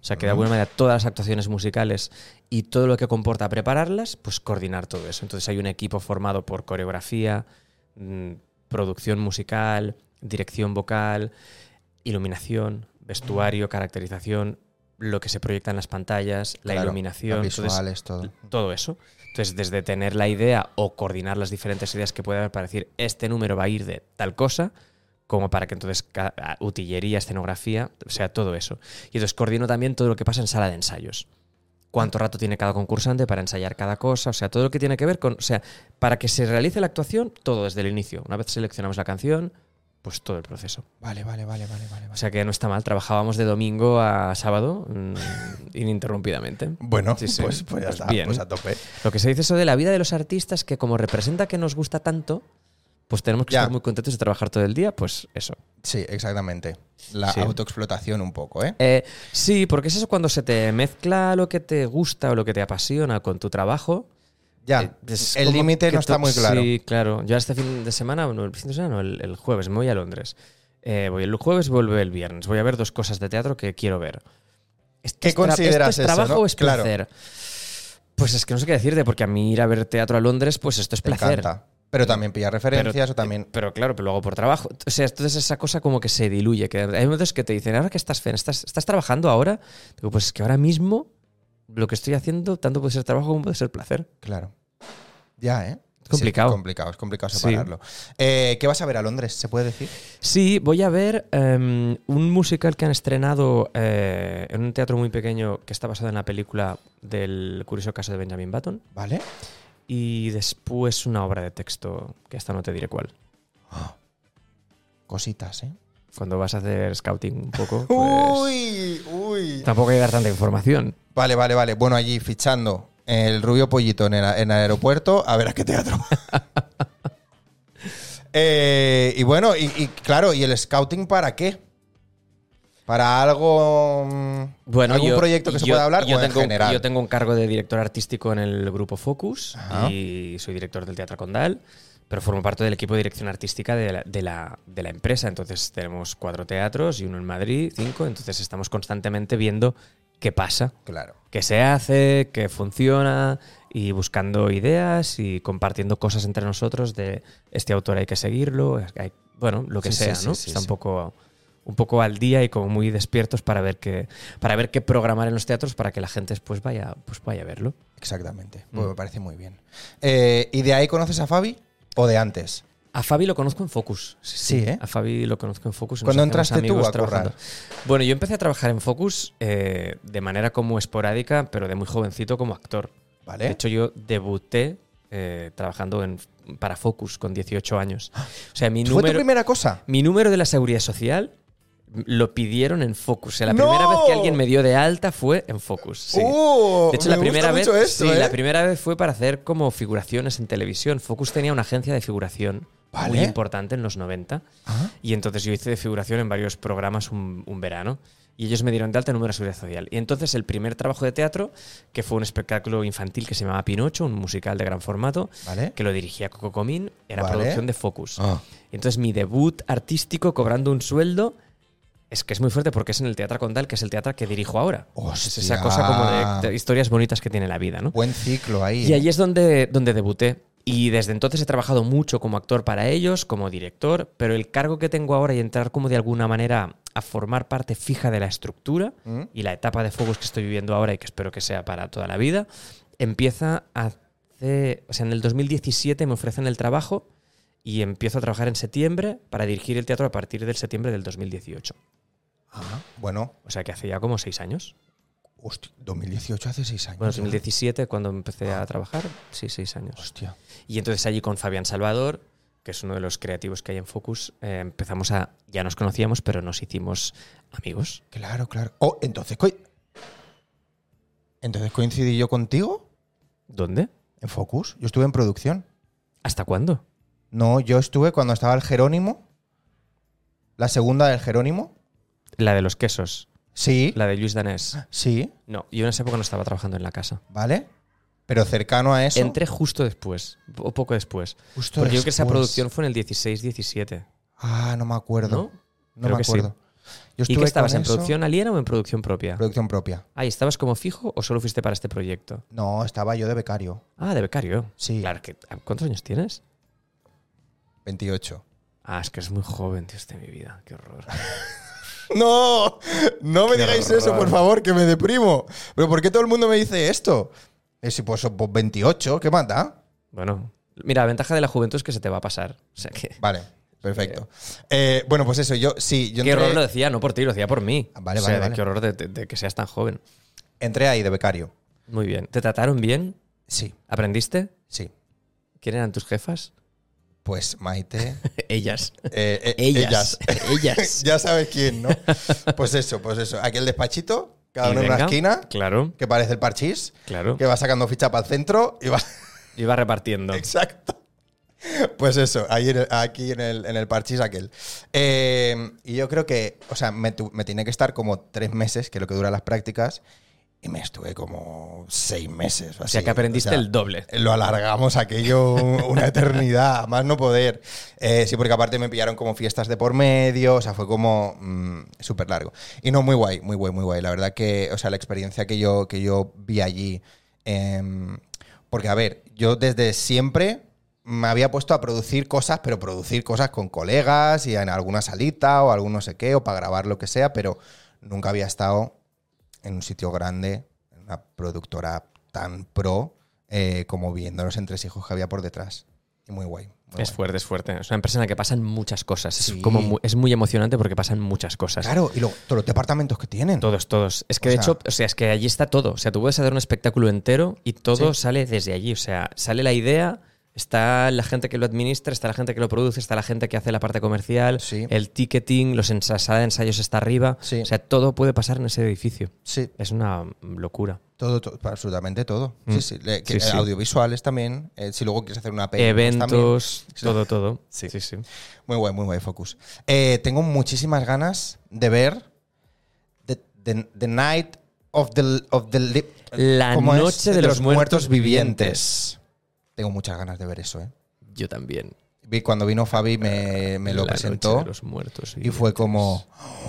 [SPEAKER 2] O sea, que de alguna manera todas las actuaciones musicales y todo lo que comporta prepararlas, pues coordinar todo eso. Entonces hay un equipo formado por coreografía, mm, producción musical, dirección vocal, iluminación, vestuario, caracterización, lo que se proyecta en las pantallas, la
[SPEAKER 1] Claro,
[SPEAKER 2] iluminación,
[SPEAKER 1] los
[SPEAKER 2] entonces,
[SPEAKER 1] visuales, todo.
[SPEAKER 2] todo eso. Entonces, desde tener la idea o coordinar las diferentes ideas que puede haber para decir este número va a ir de tal cosa, como para que entonces ca- a- utillería, escenografía, o sea, todo eso. Y entonces coordino también todo lo que pasa en sala de ensayos. Cuánto rato tiene cada concursante para ensayar cada cosa, o sea, todo lo que tiene que ver con, o sea, para que se realice la actuación, todo desde el inicio. Una vez seleccionamos la canción, pues todo el proceso.
[SPEAKER 1] Vale, vale, vale, vale, vale.
[SPEAKER 2] O sea que no está mal, trabajábamos de domingo a sábado mm, [LAUGHS] ininterrumpidamente.
[SPEAKER 1] Bueno,
[SPEAKER 2] Sí, sí.
[SPEAKER 1] Pues, pues ya está,
[SPEAKER 2] Bien.
[SPEAKER 1] pues a tope.
[SPEAKER 2] Lo que se dice eso de la vida de los artistas, que como representa que nos gusta tanto, pues tenemos que
[SPEAKER 1] Ya.
[SPEAKER 2] estar muy contentos de trabajar todo el día, pues eso.
[SPEAKER 1] Sí, exactamente. La
[SPEAKER 2] Sí.
[SPEAKER 1] autoexplotación un poco, ¿eh?
[SPEAKER 2] Eh, sí, porque es eso cuando se te mezcla lo que te gusta o lo que te apasiona con tu trabajo. eh,
[SPEAKER 1] Ya,
[SPEAKER 2] es
[SPEAKER 1] el
[SPEAKER 2] como
[SPEAKER 1] límite
[SPEAKER 2] que
[SPEAKER 1] no está
[SPEAKER 2] to-
[SPEAKER 1] muy claro.
[SPEAKER 2] Sí, claro. Yo este fin de semana, bueno, el fin de semana no, el, el jueves, me voy a Londres. Eh, voy el jueves, vuelvo el viernes. Voy a ver dos cosas de teatro que quiero ver. Esto
[SPEAKER 1] ¿Qué
[SPEAKER 2] es tra-
[SPEAKER 1] consideras
[SPEAKER 2] esto es
[SPEAKER 1] eso,
[SPEAKER 2] trabajo
[SPEAKER 1] no?
[SPEAKER 2] o es
[SPEAKER 1] Claro.
[SPEAKER 2] placer? Pues es que no sé qué decirte, porque a mí ir a ver teatro a Londres, pues esto es
[SPEAKER 1] Te
[SPEAKER 2] placer.
[SPEAKER 1] encanta. Pero también pillar referencias o también.
[SPEAKER 2] Pero claro, pero lo hago por trabajo. O sea, entonces esa cosa como que se diluye. Que hay momentos que te dicen, ahora que estás, Fen, ¿estás, estás trabajando ahora? Digo, pues es que ahora mismo lo que estoy haciendo tanto puede ser trabajo como puede ser placer.
[SPEAKER 1] Claro. Ya, ¿eh? Sí,
[SPEAKER 2] complicado.
[SPEAKER 1] es complicado, es complicado
[SPEAKER 2] Sí.
[SPEAKER 1] separarlo. Eh, ¿Qué vas a ver a Londres? ¿Se puede decir?
[SPEAKER 2] Sí, voy a ver em, un musical que han estrenado eh, en un teatro muy pequeño que está basado en la película del curioso caso de Benjamin Button.
[SPEAKER 1] ¿Vale?
[SPEAKER 2] Y después una obra de texto, que hasta no te diré cuál.
[SPEAKER 1] Cositas, ¿eh?
[SPEAKER 2] Cuando vas a hacer scouting un poco, pues,
[SPEAKER 1] [LAUGHS] Uy, uy.
[SPEAKER 2] tampoco hay que dar tanta información.
[SPEAKER 1] Vale, vale, vale. Bueno, allí fichando el rubio pollito en el, en el aeropuerto, a ver a qué teatro.
[SPEAKER 2] [LAUGHS]
[SPEAKER 1] Eh, y bueno, y, y claro, ¿y el scouting para qué? ¿Para algo. mm,
[SPEAKER 2] Bueno,
[SPEAKER 1] algún
[SPEAKER 2] yo-
[SPEAKER 1] proyecto que se
[SPEAKER 2] yo-
[SPEAKER 1] pueda hablar
[SPEAKER 2] yo
[SPEAKER 1] o en
[SPEAKER 2] tengo, un-
[SPEAKER 1] general?
[SPEAKER 2] Yo tengo un cargo de director artístico en el grupo Focus
[SPEAKER 1] Ajá.
[SPEAKER 2] y soy director del Teatro Condal, pero formo parte del equipo de dirección artística de la, de la- de la empresa. Entonces tenemos cuatro teatros y uno en Madrid, cinco. Entonces estamos constantemente viendo qué pasa,
[SPEAKER 1] Claro.
[SPEAKER 2] qué se hace, qué funciona y buscando ideas y compartiendo cosas entre nosotros de este autor hay que seguirlo, hay- bueno, lo que
[SPEAKER 1] Sí, sí,
[SPEAKER 2] sea,
[SPEAKER 1] sí,
[SPEAKER 2] ¿no?
[SPEAKER 1] sí,
[SPEAKER 2] Está un
[SPEAKER 1] sí.
[SPEAKER 2] poco un poco al día y como muy despiertos para ver qué para ver qué programar en los teatros para que la gente pues vaya pues vaya a verlo.
[SPEAKER 1] Exactamente.
[SPEAKER 2] Mm.
[SPEAKER 1] Pues me parece muy bien. Eh, ¿Y de ahí conoces a Fabi? ¿O de antes?
[SPEAKER 2] A Fabi lo conozco en Focus.
[SPEAKER 1] Sí, ¿eh?
[SPEAKER 2] A Fabi lo conozco en Focus. y nos
[SPEAKER 1] ¿Cuándo
[SPEAKER 2] hacemos
[SPEAKER 1] entraste tú
[SPEAKER 2] amigos
[SPEAKER 1] a currar?
[SPEAKER 2] trabajando. Bueno, yo empecé a trabajar en Focus eh, de manera como esporádica, pero de muy jovencito como actor.
[SPEAKER 1] ¿Vale?
[SPEAKER 2] De hecho, yo debuté eh, trabajando en, para Focus con
[SPEAKER 1] [GASPS]
[SPEAKER 2] 18 años. O sea, mi
[SPEAKER 1] ¿Fue tu
[SPEAKER 2] número,
[SPEAKER 1] primera cosa?
[SPEAKER 2] mi número de la seguridad social lo pidieron en Focus. O sea, la
[SPEAKER 1] ¡No!
[SPEAKER 2] primera vez que alguien me dio de alta fue en Focus. sí.
[SPEAKER 1] ¡Uh!
[SPEAKER 2] de hecho,
[SPEAKER 1] me
[SPEAKER 2] la
[SPEAKER 1] gusta
[SPEAKER 2] primera, vez,
[SPEAKER 1] mucho esto,
[SPEAKER 2] sí,
[SPEAKER 1] ¿eh?
[SPEAKER 2] la primera vez fue para hacer como figuraciones en televisión. Focus tenía una agencia de figuración
[SPEAKER 1] Vale.
[SPEAKER 2] muy importante en los 90.
[SPEAKER 1] Ah,
[SPEAKER 2] Y entonces yo hice de figuración en varios programas un, un verano. Y ellos me dieron de alta el número de seguridad social. Y entonces el primer trabajo de teatro, que fue un espectáculo infantil que se llamaba Pinocho, un musical de gran formato,
[SPEAKER 1] ¿Vale?
[SPEAKER 2] que lo dirigía Coco Comín, era
[SPEAKER 1] Vale.
[SPEAKER 2] producción de Focus.
[SPEAKER 1] Ah.
[SPEAKER 2] Y entonces mi debut artístico cobrando un sueldo es que es muy fuerte porque es en el Teatro Condal, que es el teatro que dirijo ahora. Es esa
[SPEAKER 1] Hostia.
[SPEAKER 2] cosa como de- de historias bonitas que tiene la vida, ¿no?
[SPEAKER 1] Buen ciclo ahí.
[SPEAKER 2] Y
[SPEAKER 1] ¿eh?
[SPEAKER 2] ahí es donde, donde debuté. Y desde entonces he trabajado mucho como actor para ellos, como director, pero el cargo que tengo ahora y entrar como de alguna manera a formar parte fija de la estructura
[SPEAKER 1] ¿Mm?
[SPEAKER 2] y la etapa de Focus que estoy viviendo ahora y que espero que sea para toda la vida, empieza hace, o sea, en el 2017 me ofrecen el trabajo y empiezo a trabajar en septiembre para dirigir el teatro a partir del septiembre del 2018.
[SPEAKER 1] Ah, bueno,
[SPEAKER 2] O sea que hace ya como seis años.
[SPEAKER 1] hostia, 2018 hace seis años.
[SPEAKER 2] Bueno,
[SPEAKER 1] ¿eh?
[SPEAKER 2] 2017 cuando empecé a trabajar, sí, seis años.
[SPEAKER 1] Hostia.
[SPEAKER 2] Y entonces allí con Fabián Salvador, que es uno de los creativos que hay en Focus, eh, empezamos a... Ya nos conocíamos, pero nos hicimos amigos.
[SPEAKER 1] Claro, claro. Oh, entonces, coi- entonces coincidí yo contigo
[SPEAKER 2] ¿Dónde?
[SPEAKER 1] en Focus. Yo estuve en producción.
[SPEAKER 2] ¿Hasta cuándo?
[SPEAKER 1] No, yo estuve cuando estaba el Jerónimo. La segunda del Jerónimo.
[SPEAKER 2] La de los quesos,
[SPEAKER 1] Sí,
[SPEAKER 2] la de Luis Danés.
[SPEAKER 1] sí,
[SPEAKER 2] No, yo en esa época no estaba trabajando en la casa.
[SPEAKER 1] ¿vale? Pero cercano a eso.
[SPEAKER 2] Entré justo después, o poco después.
[SPEAKER 1] justo
[SPEAKER 2] Porque yo creo que esa
[SPEAKER 1] después.
[SPEAKER 2] producción fue en el 16-17.
[SPEAKER 1] Ah, no me acuerdo.
[SPEAKER 2] ¿No?
[SPEAKER 1] No,
[SPEAKER 2] Creo
[SPEAKER 1] me
[SPEAKER 2] que sí.
[SPEAKER 1] acuerdo. Yo
[SPEAKER 2] ¿Y qué estabas?
[SPEAKER 1] con
[SPEAKER 2] ¿En
[SPEAKER 1] eso-
[SPEAKER 2] producción aliena o en producción propia?
[SPEAKER 1] Producción propia.
[SPEAKER 2] Ah, ¿y ¿estabas como fijo o solo fuiste para este proyecto?
[SPEAKER 1] No, estaba yo de becario.
[SPEAKER 2] Ah, de becario.
[SPEAKER 1] Sí.
[SPEAKER 2] Claro, que, ah, ¿cuántos años tienes?
[SPEAKER 1] 28.
[SPEAKER 2] este Ah, es que es muy joven, Dios de mi vida, qué horror.
[SPEAKER 1] [LAUGHS] No, no me
[SPEAKER 2] Qué
[SPEAKER 1] digáis eso, por
[SPEAKER 2] horror.
[SPEAKER 1] favor, que me deprimo. Pero ¿por qué todo el mundo me dice esto? Eh, si pues, pues 28, ¿qué más da?
[SPEAKER 2] Bueno, mira, la ventaja de la juventud es que se te va a pasar. O sea que.
[SPEAKER 1] Vale, perfecto. Eh, bueno, pues eso, yo sí, yo
[SPEAKER 2] Qué horror lo
[SPEAKER 1] entré,
[SPEAKER 2] decía, no por ti, lo decía por mí.
[SPEAKER 1] Ah, vale,
[SPEAKER 2] O sea,
[SPEAKER 1] vale, vale.
[SPEAKER 2] Qué horror de, de- de que seas tan joven.
[SPEAKER 1] entré ahí de becario.
[SPEAKER 2] Muy bien. ¿Te trataron bien?
[SPEAKER 1] Sí,
[SPEAKER 2] ¿Aprendiste?
[SPEAKER 1] sí.
[SPEAKER 2] ¿Quién eran tus jefas? [LAUGHS]
[SPEAKER 1] Pues Maite,
[SPEAKER 2] Ellas.
[SPEAKER 1] eh, eh,
[SPEAKER 2] Ellas. [LAUGHS] Ellas.
[SPEAKER 1] ya sabes quién, ¿no? Pues eso, pues eso. Aquel despachito, cada
[SPEAKER 2] Y
[SPEAKER 1] uno en una
[SPEAKER 2] venga,
[SPEAKER 1] esquina,
[SPEAKER 2] Claro,
[SPEAKER 1] que parece el parchís,
[SPEAKER 2] claro.
[SPEAKER 1] que va sacando ficha para el centro y va. [LAUGHS]
[SPEAKER 2] Yo iba repartiendo.
[SPEAKER 1] Exacto. Pues eso, ahí en el- aquí en el, en el parchís aquel. Eh, y yo creo que, o sea, me, tu- me tenía que estar como tres meses, que es lo que duran las prácticas, y me estuve como seis meses.
[SPEAKER 2] O sea que aprendiste el doble.
[SPEAKER 1] Lo alargamos aquello un- una eternidad, a más no poder. Eh, sí, porque aparte me pillaron como fiestas de por medio, o sea, fue como mm, súper largo. Y no, muy guay, muy guay, muy guay. La verdad que, o sea, la experiencia que yo, que yo vi allí. em, porque, a ver, yo desde siempre me había puesto a producir cosas, pero producir cosas con colegas y en alguna salita o algún no sé qué, o para grabar lo que sea, pero nunca había estado en un sitio grande, en una productora tan pro, eh, como viendo los entresijos que había por detrás. Y muy guay. muy
[SPEAKER 2] Es
[SPEAKER 1] guay.
[SPEAKER 2] fuerte, es fuerte. Es una empresa en la que pasan muchas cosas.
[SPEAKER 1] Sí.
[SPEAKER 2] Es, como mu- es muy emocionante porque pasan muchas cosas.
[SPEAKER 1] Claro, y luego, todos los departamentos que tienen.
[SPEAKER 2] Todos, todos. Es que
[SPEAKER 1] O
[SPEAKER 2] de
[SPEAKER 1] sea-
[SPEAKER 2] hecho, o sea, es que allí está todo. O sea, tú puedes hacer un espectáculo entero y todo sale desde allí. O sea, sale la idea, está la gente que lo administra, está la gente que lo produce, está la gente que hace la parte comercial,
[SPEAKER 1] Sí.
[SPEAKER 2] el ticketing, los ensa- sala de ensayos está arriba.
[SPEAKER 1] Sí.
[SPEAKER 2] O sea, todo puede pasar en ese edificio.
[SPEAKER 1] Sí,
[SPEAKER 2] Es una locura.
[SPEAKER 1] todo, todo, absolutamente todo.
[SPEAKER 2] Mm.
[SPEAKER 1] Sí, sí, le- que-
[SPEAKER 2] Sí, sí.
[SPEAKER 1] Audiovisuales también. eh, si luego quieres hacer una peli, pues también.
[SPEAKER 2] Eventos, todo, todo.
[SPEAKER 1] Sí.
[SPEAKER 2] sí. sí.
[SPEAKER 1] Muy guay, muy guay, Focus. Eh, tengo muchísimas ganas de ver The, the- the Night of the, of the Li-
[SPEAKER 2] La
[SPEAKER 1] ¿cómo es?
[SPEAKER 2] noche de, los, muertos, vivientes.
[SPEAKER 1] Tengo muchas ganas de ver eso, ¿eh?
[SPEAKER 2] Yo también.
[SPEAKER 1] Vi- Cuando vino Fabi me, me lo
[SPEAKER 2] La noche
[SPEAKER 1] presentó
[SPEAKER 2] de los muertos
[SPEAKER 1] y fue como,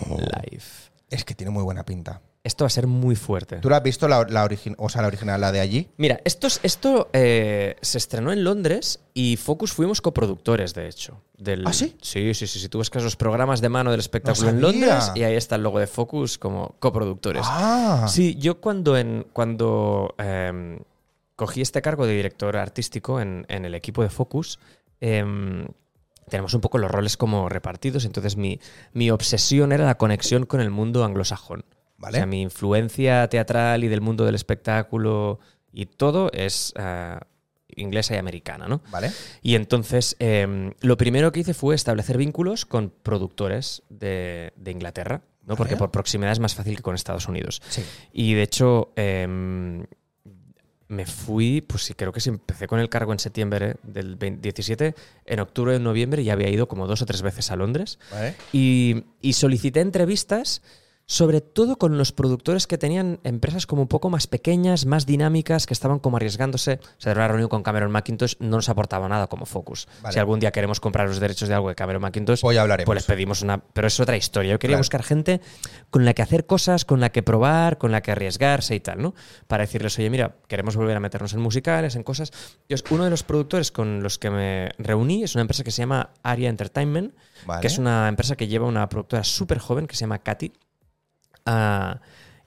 [SPEAKER 2] vivientes. Live.
[SPEAKER 1] es que tiene muy buena pinta.
[SPEAKER 2] Esto va a ser muy fuerte.
[SPEAKER 1] ¿Tú la has visto la, la origi- o sea, la original, la de allí?
[SPEAKER 2] Mira, esto, es- esto eh, se estrenó en Londres y Focus fuimos coproductores, de hecho. Del,
[SPEAKER 1] ¿Ah, sí?
[SPEAKER 2] Sí, sí, sí. sí. Tú buscas los programas de mano del espectáculo en
[SPEAKER 1] sabía.
[SPEAKER 2] Londres y ahí está el logo de Focus como coproductores.
[SPEAKER 1] Ah,
[SPEAKER 2] Pues, Sí, yo cuando, en, cuando em, cogí este cargo de director artístico en, en el equipo de Focus, em, tenemos un poco los roles como repartidos, entonces mi, mi obsesión era la conexión con el mundo anglosajón.
[SPEAKER 1] Vale.
[SPEAKER 2] O sea, mi influencia teatral y del mundo del espectáculo y todo es ah, inglesa y americana, ¿no?
[SPEAKER 1] vale.
[SPEAKER 2] Y entonces em, lo primero que hice fue establecer vínculos con productores de, de Inglaterra, ¿no? Porque
[SPEAKER 1] Vale.
[SPEAKER 2] por proximidad es más fácil que con Estados Unidos.
[SPEAKER 1] Sí.
[SPEAKER 2] Y de hecho, em, me fui, pues sí, creo que sí, empecé con el cargo en septiembre del 20 17, en octubre en noviembre ya había ido como dos o tres veces a Londres
[SPEAKER 1] Vale.
[SPEAKER 2] y, y solicité entrevistas. Sobre todo con los productores que tenían empresas como un poco más pequeñas, más dinámicas, que estaban como arriesgándose. O sea, en una reunión con Cameron McIntosh no nos aportaba nada como Focus.
[SPEAKER 1] Vale.
[SPEAKER 2] Si algún día queremos comprar los derechos de algo de Cameron McIntosh,
[SPEAKER 1] Pues ya hablaremos.
[SPEAKER 2] pues les pedimos una. Pero es otra historia. Yo quería
[SPEAKER 1] Claro.
[SPEAKER 2] buscar gente con la que hacer cosas, con la que probar, con la que arriesgarse y tal, ¿no? Para decirles, oye, mira, queremos volver a meternos en musicales, en cosas. Y es uno de los productores con los que me reuní es una empresa que se llama Aria Entertainment,
[SPEAKER 1] Vale.
[SPEAKER 2] que es una empresa que lleva una productora súper joven que se llama Katy. Ah,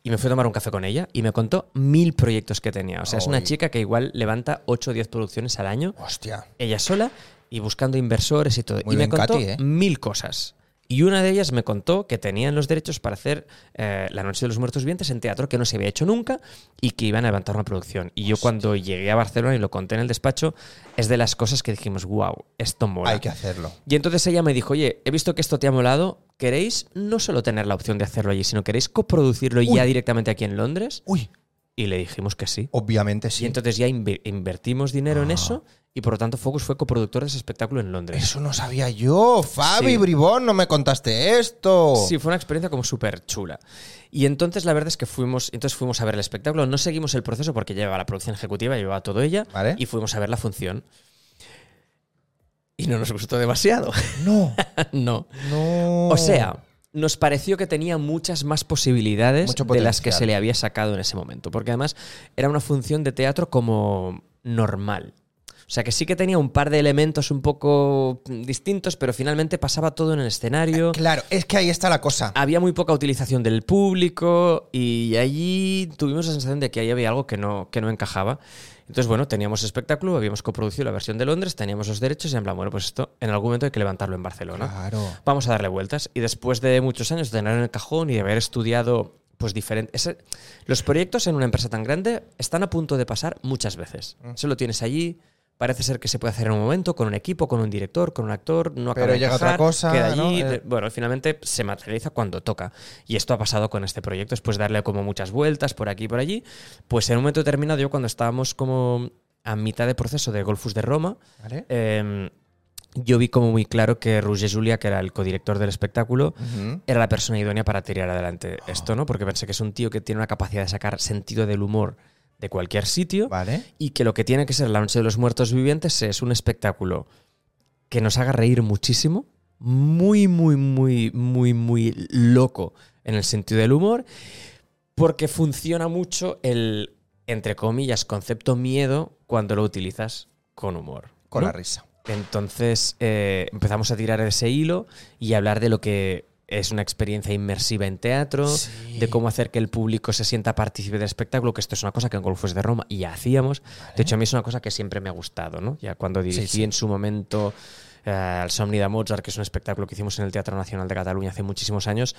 [SPEAKER 2] y me fui a tomar un café con ella y me contó mil proyectos que tenía. O sea, es una
[SPEAKER 1] Ay.
[SPEAKER 2] chica que igual levanta 8 o 10 producciones al año
[SPEAKER 1] Hostia.
[SPEAKER 2] ella sola y buscando inversores y todo.
[SPEAKER 1] Muy
[SPEAKER 2] y me
[SPEAKER 1] bien,
[SPEAKER 2] contó
[SPEAKER 1] Katy, ¿eh?
[SPEAKER 2] mil cosas. Y una de ellas me contó que tenían los derechos para hacer eh, La Noche de los Muertos Vivientes en teatro que no se había hecho nunca y que iban a levantar una producción. Y yo cuando llegué a Barcelona y lo conté en el despacho, es de las cosas que dijimos, wow, esto mola.
[SPEAKER 1] Hay que hacerlo.
[SPEAKER 2] Y entonces ella me dijo, oye, he visto que esto te ha molado, ¿queréis no solo tener la opción de hacerlo allí, sino queréis coproducirlo
[SPEAKER 1] Uy.
[SPEAKER 2] ya directamente aquí en Londres?
[SPEAKER 1] Uy,
[SPEAKER 2] Y le dijimos que sí.
[SPEAKER 1] obviamente sí.
[SPEAKER 2] Y entonces ya inve- invertimos dinero en
[SPEAKER 1] Ah.
[SPEAKER 2] eso y por lo tanto Focus fue coproductor de ese espectáculo en Londres.
[SPEAKER 1] Eso no sabía yo. Fabi
[SPEAKER 2] Sí.
[SPEAKER 1] Bribón, no me contaste esto.
[SPEAKER 2] Sí, fue una experiencia como súper chula. Y entonces la verdad es que fuimos, entonces fuimos a ver el espectáculo, no seguimos el proceso porque llevaba la producción ejecutiva, llevaba todo ella,
[SPEAKER 1] Vale.
[SPEAKER 2] y fuimos a ver la función. Y no nos gustó demasiado, [LAUGHS]
[SPEAKER 1] No,
[SPEAKER 2] no.
[SPEAKER 1] no.
[SPEAKER 2] O sea, nos pareció que tenía muchas más
[SPEAKER 1] Mm.
[SPEAKER 2] posibilidades
[SPEAKER 1] Mucho
[SPEAKER 2] de las que
[SPEAKER 1] potencial.
[SPEAKER 2] se le había sacado en ese momento, porque además era una función de teatro como normal. O sea que sí que tenía un par de elementos un poco mm, distintos, pero finalmente pasaba todo en el escenario.
[SPEAKER 1] Claro, es que ahí está la cosa.
[SPEAKER 2] Había muy poca utilización del público y allí tuvimos la sensación de que ahí había algo que no, que no encajaba. Entonces, bueno, teníamos espectáculo, habíamos coproducido la versión de Londres, teníamos los derechos y en plan, bueno, pues esto en algún momento hay que levantarlo en Barcelona.
[SPEAKER 1] Claro.
[SPEAKER 2] Vamos a darle vueltas. Y después de muchos años de tenerlo en el cajón y de haber estudiado pues diferente. ese- los proyectos en una empresa tan grande están a punto de pasar muchas veces.
[SPEAKER 1] Mm.
[SPEAKER 2] Se lo tienes allí, parece ser que se puede hacer en un momento, con un equipo, con un director, con un actor, no acaba
[SPEAKER 1] Pero
[SPEAKER 2] de
[SPEAKER 1] llega otra
[SPEAKER 2] encajar,
[SPEAKER 1] cosa,
[SPEAKER 2] queda
[SPEAKER 1] ¿no?
[SPEAKER 2] allí,
[SPEAKER 1] Eh.
[SPEAKER 2] de- bueno, finalmente se materializa cuando toca. Y esto ha pasado con este proyecto, después de darle como muchas vueltas por aquí y por allí. Pues en un momento determinado, yo cuando estábamos como a mitad de proceso de Golfus de Roma,
[SPEAKER 1] ¿Vale?
[SPEAKER 2] eh, yo vi como muy claro que Roger Julia, que era el codirector del espectáculo,
[SPEAKER 1] Ujú.
[SPEAKER 2] era la persona idónea para tirar adelante esto, ¿no? Porque pensé que es un tío que tiene una capacidad de sacar sentido del humor de cualquier sitio
[SPEAKER 1] Vale.
[SPEAKER 2] y que lo que tiene que ser la noche de los muertos vivientes es un espectáculo que nos haga reír muchísimo, muy, muy, muy, muy, muy loco en el sentido del humor, porque funciona mucho el, entre comillas, concepto miedo cuando lo utilizas con humor.
[SPEAKER 1] Con
[SPEAKER 2] ¿no?
[SPEAKER 1] la risa.
[SPEAKER 2] Entonces eh, empezamos a tirar de ese hilo y a hablar de lo que es una experiencia inmersiva en teatro,
[SPEAKER 1] Sí.
[SPEAKER 2] de cómo hacer que el público se sienta partícipe del espectáculo, que esto es una cosa que en Golfos de Roma ya hacíamos. De hecho, a mí es una cosa que siempre me ha gustado, ¿no? Ya cuando dirigí
[SPEAKER 1] sí.
[SPEAKER 2] en su momento eh, al Somni de Mozart, que es un espectáculo que hicimos en el Teatro Nacional de Cataluña hace muchísimos años,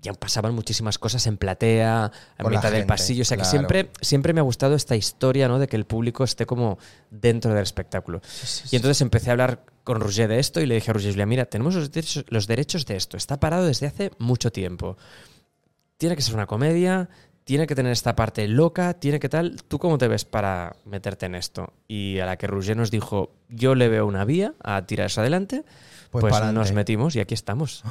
[SPEAKER 2] ya pasaban muchísimas cosas en platea, en
[SPEAKER 1] Con la
[SPEAKER 2] mitad del
[SPEAKER 1] gente,
[SPEAKER 2] pasillo. O sea
[SPEAKER 1] claro.
[SPEAKER 2] que siempre, siempre me ha gustado esta historia, ¿no? De que el público esté como dentro del espectáculo. Y entonces empecé a hablar con Roger de esto y le dije a Roger, Julia, mira, tenemos los derechos, los derechos de esto. Está parado desde hace mucho tiempo. Tiene que ser una comedia, tiene que tener esta parte loca, tiene que tal. ¿Tú cómo te ves para meterte en esto? Y a la que Roger nos dijo, yo le veo una vía a tirar eso adelante,
[SPEAKER 1] Pues
[SPEAKER 2] pues,
[SPEAKER 1] pa'lante.
[SPEAKER 2] nos metimos y aquí estamos.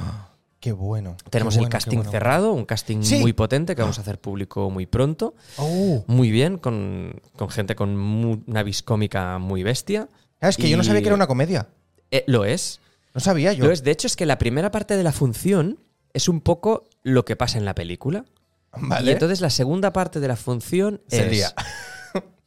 [SPEAKER 1] Qué bueno.
[SPEAKER 2] Tenemos
[SPEAKER 1] qué
[SPEAKER 2] el
[SPEAKER 1] bueno, qué
[SPEAKER 2] casting
[SPEAKER 1] bueno.
[SPEAKER 2] cerrado, un casting
[SPEAKER 1] Sí. Ah.
[SPEAKER 2] muy potente que vamos a hacer público muy pronto
[SPEAKER 1] Oh.
[SPEAKER 2] muy bien, con, con gente con mu- una viscómica muy bestia.
[SPEAKER 1] Ah, Es que yo no
[SPEAKER 2] Y-
[SPEAKER 1] sabía que era una comedia.
[SPEAKER 2] Eh, lo es.
[SPEAKER 1] No sabía yo.
[SPEAKER 2] Lo es. De hecho, es que la primera parte de la función es un poco lo que pasa en la película.
[SPEAKER 1] Vale.
[SPEAKER 2] Y entonces la segunda parte de la función
[SPEAKER 1] Se
[SPEAKER 2] es.
[SPEAKER 1] lía.
[SPEAKER 2] [LAUGHS]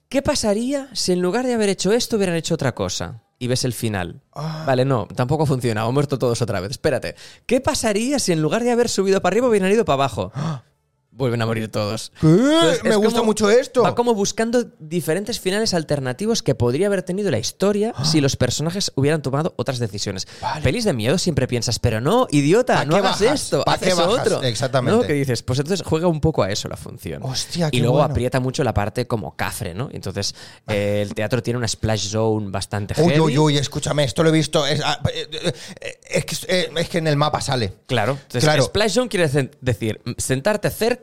[SPEAKER 2] ¿Qué pasaría si en lugar de haber hecho esto hubieran hecho otra cosa? Y ves el final.
[SPEAKER 1] Ah.
[SPEAKER 2] Vale, no, tampoco funciona. Han muerto todos otra vez. Espérate. ¿Qué pasaría si en lugar de haber subido para arriba hubieran ido para abajo?
[SPEAKER 1] Ah.
[SPEAKER 2] Vuelven a morir todos.
[SPEAKER 1] ¿Qué?
[SPEAKER 2] Entonces,
[SPEAKER 1] Me
[SPEAKER 2] es
[SPEAKER 1] gusta
[SPEAKER 2] como-
[SPEAKER 1] mucho esto.
[SPEAKER 2] Va como buscando diferentes finales alternativos que podría haber tenido la historia si los personajes hubieran tomado otras decisiones.
[SPEAKER 1] Ah. Vale.
[SPEAKER 2] Pelis de miedo siempre piensas, pero no, idiota,
[SPEAKER 1] ¿Pa'
[SPEAKER 2] no
[SPEAKER 1] qué
[SPEAKER 2] hagas
[SPEAKER 1] bajas?
[SPEAKER 2] esto,
[SPEAKER 1] ¿Pa'
[SPEAKER 2] haz
[SPEAKER 1] qué
[SPEAKER 2] eso
[SPEAKER 1] bajas?
[SPEAKER 2] otro.
[SPEAKER 1] Exactamente.
[SPEAKER 2] ¿No? Que dices, pues entonces juega un poco a eso la función.
[SPEAKER 1] Hostia, qué
[SPEAKER 2] y luego
[SPEAKER 1] bueno.
[SPEAKER 2] aprieta mucho la parte como cafre, ¿no?
[SPEAKER 1] [LAUGHS]
[SPEAKER 2] Entonces eh, el teatro tiene una splash zone bastante
[SPEAKER 1] Uy,
[SPEAKER 2] heavy.
[SPEAKER 1] uy, uy, escúchame, esto lo he visto. Es, ah, eh, eh, eh, es que, eh, es que en el mapa sale.
[SPEAKER 2] Claro. Entonces,
[SPEAKER 1] Claro.
[SPEAKER 2] splash zone quiere cen- decir sentarte cerca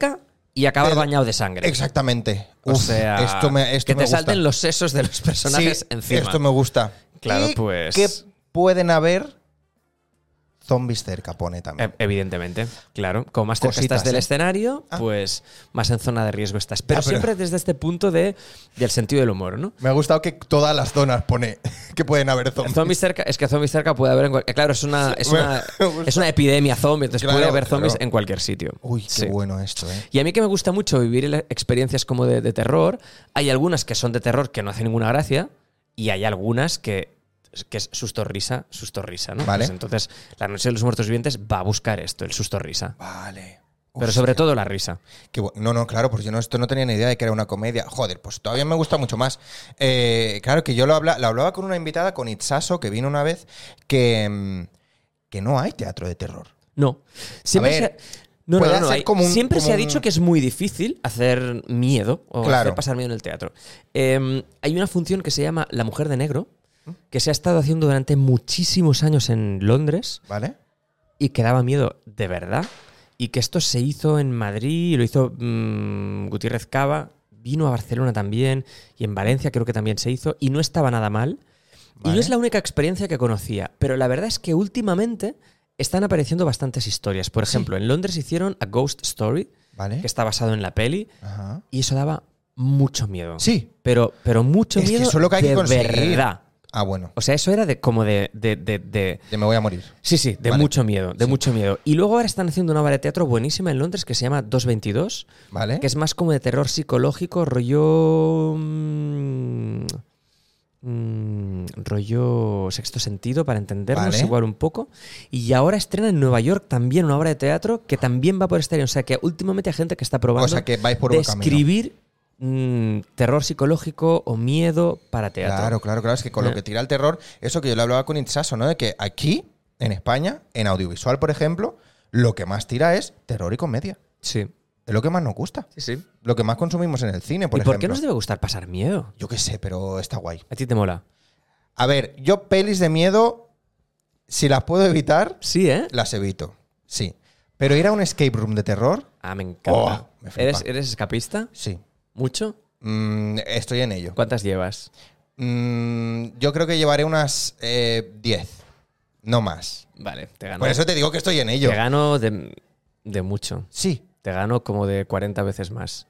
[SPEAKER 2] y acabar
[SPEAKER 1] Pero-
[SPEAKER 2] bañado de sangre.
[SPEAKER 1] Exactamente.
[SPEAKER 2] O
[SPEAKER 1] Uf,
[SPEAKER 2] sea,
[SPEAKER 1] esto me, esto
[SPEAKER 2] que
[SPEAKER 1] me
[SPEAKER 2] te
[SPEAKER 1] gusta.
[SPEAKER 2] salten los sesos de los personajes
[SPEAKER 1] Sí,
[SPEAKER 2] encima.
[SPEAKER 1] Esto me gusta.
[SPEAKER 2] Claro,
[SPEAKER 1] ¿Y
[SPEAKER 2] pues-
[SPEAKER 1] ¿Qué pueden haber? Zombies cerca, pone también.
[SPEAKER 2] E- Evidentemente, claro. Como más cerca
[SPEAKER 1] Cositas,
[SPEAKER 2] estás del
[SPEAKER 1] ¿eh?
[SPEAKER 2] escenario,
[SPEAKER 1] Ah.
[SPEAKER 2] pues más en zona de riesgo estás. Pero,
[SPEAKER 1] Ah, pero-
[SPEAKER 2] siempre desde este punto de, del sentido del humor, ¿no?
[SPEAKER 1] Me ha gustado que todas las zonas pone [LAUGHS] que pueden haber zombies.
[SPEAKER 2] Zombies cerca, es que zombies cerca puede haber en cual- Claro, es una,
[SPEAKER 1] [LAUGHS]
[SPEAKER 2] es
[SPEAKER 1] Me-
[SPEAKER 2] una,
[SPEAKER 1] me gusta.
[SPEAKER 2] es una epidemia zombie, entonces
[SPEAKER 1] Claro,
[SPEAKER 2] puede haber zombies
[SPEAKER 1] claro.
[SPEAKER 2] en cualquier sitio.
[SPEAKER 1] Uy, qué
[SPEAKER 2] Sí.
[SPEAKER 1] bueno esto, ¿eh?
[SPEAKER 2] Y a mí que me gusta mucho vivir el- experiencias como de, de terror, hay algunas que son de terror que no hacen ninguna gracia y hay algunas que, que es susto risa, susto risa, ¿no?
[SPEAKER 1] Vale.
[SPEAKER 2] Pues entonces, la noche de los muertos vivientes va a buscar esto, el susto risa.
[SPEAKER 1] Vale.
[SPEAKER 2] Pero sobre todo la risa.
[SPEAKER 1] Qué bu- no, no, claro, porque yo no, esto no tenía ni idea de que era una comedia. Joder, pues todavía me gusta mucho más. Eh, claro que yo lo, habla, lo hablaba con una invitada, con Itzaso, que vino una vez, que, mm, que no hay teatro de terror.
[SPEAKER 2] No. Siempre
[SPEAKER 1] ver,
[SPEAKER 2] se ha, no, no,
[SPEAKER 1] puede
[SPEAKER 2] no, no,
[SPEAKER 1] hacer
[SPEAKER 2] hay-
[SPEAKER 1] como un-
[SPEAKER 2] siempre
[SPEAKER 1] como
[SPEAKER 2] se ha
[SPEAKER 1] un-
[SPEAKER 2] dicho que es muy difícil hacer miedo o
[SPEAKER 1] Claro.
[SPEAKER 2] hacer pasar miedo en el teatro. Eh, hay una función que se llama La Mujer de Negro,
[SPEAKER 1] ¿Mm?
[SPEAKER 2] que se ha estado haciendo durante muchísimos años en Londres
[SPEAKER 1] ¿Vale?
[SPEAKER 2] y que daba miedo de verdad. Y que esto se hizo en Madrid, lo hizo mm, Gutiérrez Cava, vino a Barcelona también y en Valencia creo que también se hizo y no estaba nada mal. Y
[SPEAKER 1] Vale.
[SPEAKER 2] no es la única experiencia que conocía, pero la verdad es que últimamente están apareciendo bastantes historias. Por ejemplo, en Londres hicieron A Ghost Story,
[SPEAKER 1] ¿Vale?
[SPEAKER 2] que está basado en la peli,
[SPEAKER 1] Ajá.
[SPEAKER 2] y eso daba mucho miedo.
[SPEAKER 1] Sí.
[SPEAKER 2] Pero, pero mucho
[SPEAKER 1] Es que
[SPEAKER 2] miedo
[SPEAKER 1] eso es lo que hay que
[SPEAKER 2] de
[SPEAKER 1] conseguir.
[SPEAKER 2] verdad.
[SPEAKER 1] Ah, bueno.
[SPEAKER 2] O sea, eso era de, como de- de- de- de
[SPEAKER 1] Ya me voy a morir.
[SPEAKER 2] Sí, sí, de
[SPEAKER 1] Vale.
[SPEAKER 2] mucho miedo, de mucho miedo. Y luego ahora están haciendo una obra de teatro buenísima en Londres que se llama 222,
[SPEAKER 1] ¿Vale?
[SPEAKER 2] que es más como de terror psicológico, rollo... mm, mm, rollo sexto sentido para entendernos
[SPEAKER 1] Vale.
[SPEAKER 2] igual un poco. Y ahora estrena en Nueva York también una obra de teatro que también va por estéreo. O sea que últimamente hay gente que está probando
[SPEAKER 1] O sea, que vais por buen camino.
[SPEAKER 2] describir mm, terror psicológico o miedo para teatro.
[SPEAKER 1] Claro, claro, claro. Es que con lo
[SPEAKER 2] Eh.
[SPEAKER 1] que tira el terror, eso que yo le hablaba con Itzaso, ¿no? De que aquí, en España, en audiovisual, por ejemplo, lo que más tira es terror y comedia.
[SPEAKER 2] Sí.
[SPEAKER 1] Es lo que más nos gusta.
[SPEAKER 2] Sí, sí.
[SPEAKER 1] Lo que más consumimos en el cine, por
[SPEAKER 2] ¿Y
[SPEAKER 1] ejemplo.
[SPEAKER 2] por qué nos debe gustar pasar miedo?
[SPEAKER 1] Yo qué sé, pero está guay.
[SPEAKER 2] ¿A ti te mola?
[SPEAKER 1] A ver, yo pelis de miedo, si las puedo evitar,
[SPEAKER 2] Sí, ¿eh?
[SPEAKER 1] las evito. Sí. Pero ir a un escape room de terror,
[SPEAKER 2] Ah, me encanta.
[SPEAKER 1] Oh, me flipa.
[SPEAKER 2] ¿Eres, ¿Eres escapista?
[SPEAKER 1] sí.
[SPEAKER 2] ¿Mucho?
[SPEAKER 1] Mm, estoy en ello.
[SPEAKER 2] ¿Cuántas llevas?
[SPEAKER 1] Mm, yo creo que llevaré unas eh, 10. no más.
[SPEAKER 2] Vale, te gano.
[SPEAKER 1] Por Pues eso te digo que estoy en ello.
[SPEAKER 2] Te gano de, de mucho.
[SPEAKER 1] Sí.
[SPEAKER 2] Te gano como de 40 veces más.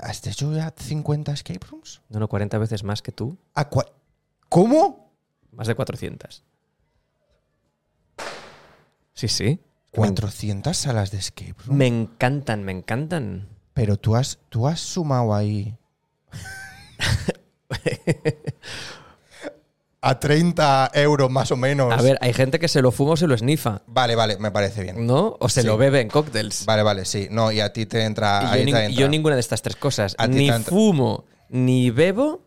[SPEAKER 1] ¿Has hecho ya 50 escape rooms?
[SPEAKER 2] No, no, 40 veces más que tú.
[SPEAKER 1] ¿A cua- ¿Cómo?
[SPEAKER 2] Más de 400. Sí, sí. Me,
[SPEAKER 1] 400 salas de escape room.
[SPEAKER 2] me encantan, me encantan.
[SPEAKER 1] Pero tú has, tú has sumado ahí. a 30 euros más o menos.
[SPEAKER 2] A ver, hay gente que se lo fuma o se lo esnifa,
[SPEAKER 1] Vale, vale, me parece bien.
[SPEAKER 2] ¿no? O se
[SPEAKER 1] Sí.
[SPEAKER 2] lo bebe en cócteles.
[SPEAKER 1] Vale, vale, sí. No, y a ti te entra.
[SPEAKER 2] Y
[SPEAKER 1] ahí
[SPEAKER 2] yo,
[SPEAKER 1] te
[SPEAKER 2] nin-
[SPEAKER 1] entra.
[SPEAKER 2] yo ninguna de estas tres cosas.
[SPEAKER 1] A ti
[SPEAKER 2] Ni
[SPEAKER 1] te entra.
[SPEAKER 2] fumo, ni bebo,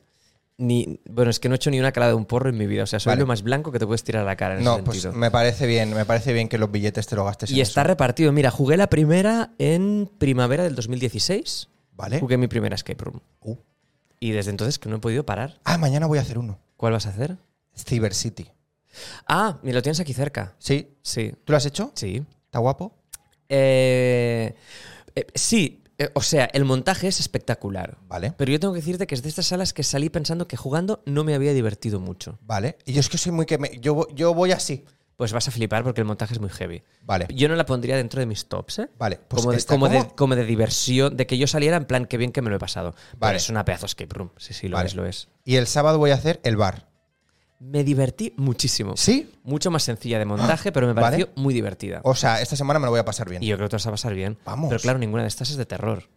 [SPEAKER 2] ni... Bueno, es que no he hecho ni una calada de un porro en mi vida. O sea, soy
[SPEAKER 1] Vale.
[SPEAKER 2] lo más blanco que te puedes tirar a la cara en
[SPEAKER 1] No,
[SPEAKER 2] ese
[SPEAKER 1] pues
[SPEAKER 2] sentido.
[SPEAKER 1] me parece bien, me parece bien que los billetes te los gastes en
[SPEAKER 2] Y está
[SPEAKER 1] eso.
[SPEAKER 2] repartido. Mira, jugué la primera en primavera del 2016.
[SPEAKER 1] Vale.
[SPEAKER 2] Jugué mi primera escape room.
[SPEAKER 1] Uh.
[SPEAKER 2] Y desde entonces que no he podido parar.
[SPEAKER 1] Ah, mañana voy a hacer uno.
[SPEAKER 2] ¿Cuál vas a hacer?
[SPEAKER 1] Cyber City.
[SPEAKER 2] Ah, me lo tienes aquí cerca.
[SPEAKER 1] ¿Sí?
[SPEAKER 2] Sí,
[SPEAKER 1] ¿Tú lo has hecho?
[SPEAKER 2] sí.
[SPEAKER 1] ¿Está guapo?
[SPEAKER 2] Eh, eh, sí, eh, o sea, el montaje es espectacular.
[SPEAKER 1] Vale.
[SPEAKER 2] Pero yo tengo que decirte que es de estas salas que salí pensando que jugando no me había divertido mucho.
[SPEAKER 1] Vale. Y yo es que soy muy que me- yo, vo- yo voy así.
[SPEAKER 2] Pues vas a flipar porque el montaje es muy heavy.
[SPEAKER 1] Vale.
[SPEAKER 2] Yo no la pondría dentro de mis tops, ¿eh?
[SPEAKER 1] Vale, pues
[SPEAKER 2] como, de,
[SPEAKER 1] está
[SPEAKER 2] como de-
[SPEAKER 1] como-
[SPEAKER 2] como de diversión, de que yo saliera en plan, qué bien que me lo he pasado. Pero
[SPEAKER 1] Vale.
[SPEAKER 2] es una pedazo escape room. Sí, sí, lo
[SPEAKER 1] Vale.
[SPEAKER 2] es, lo es.
[SPEAKER 1] Y el sábado voy a hacer el bar.
[SPEAKER 2] Me divertí muchísimo.
[SPEAKER 1] ¿Sí?
[SPEAKER 2] Mucho más sencilla de montaje, pero me
[SPEAKER 1] Vale.
[SPEAKER 2] pareció muy divertida.
[SPEAKER 1] O sea, esta semana me lo voy a pasar bien.
[SPEAKER 2] Y yo creo que te vas a pasar bien.
[SPEAKER 1] Vamos.
[SPEAKER 2] Pero claro, ninguna de estas es de terror.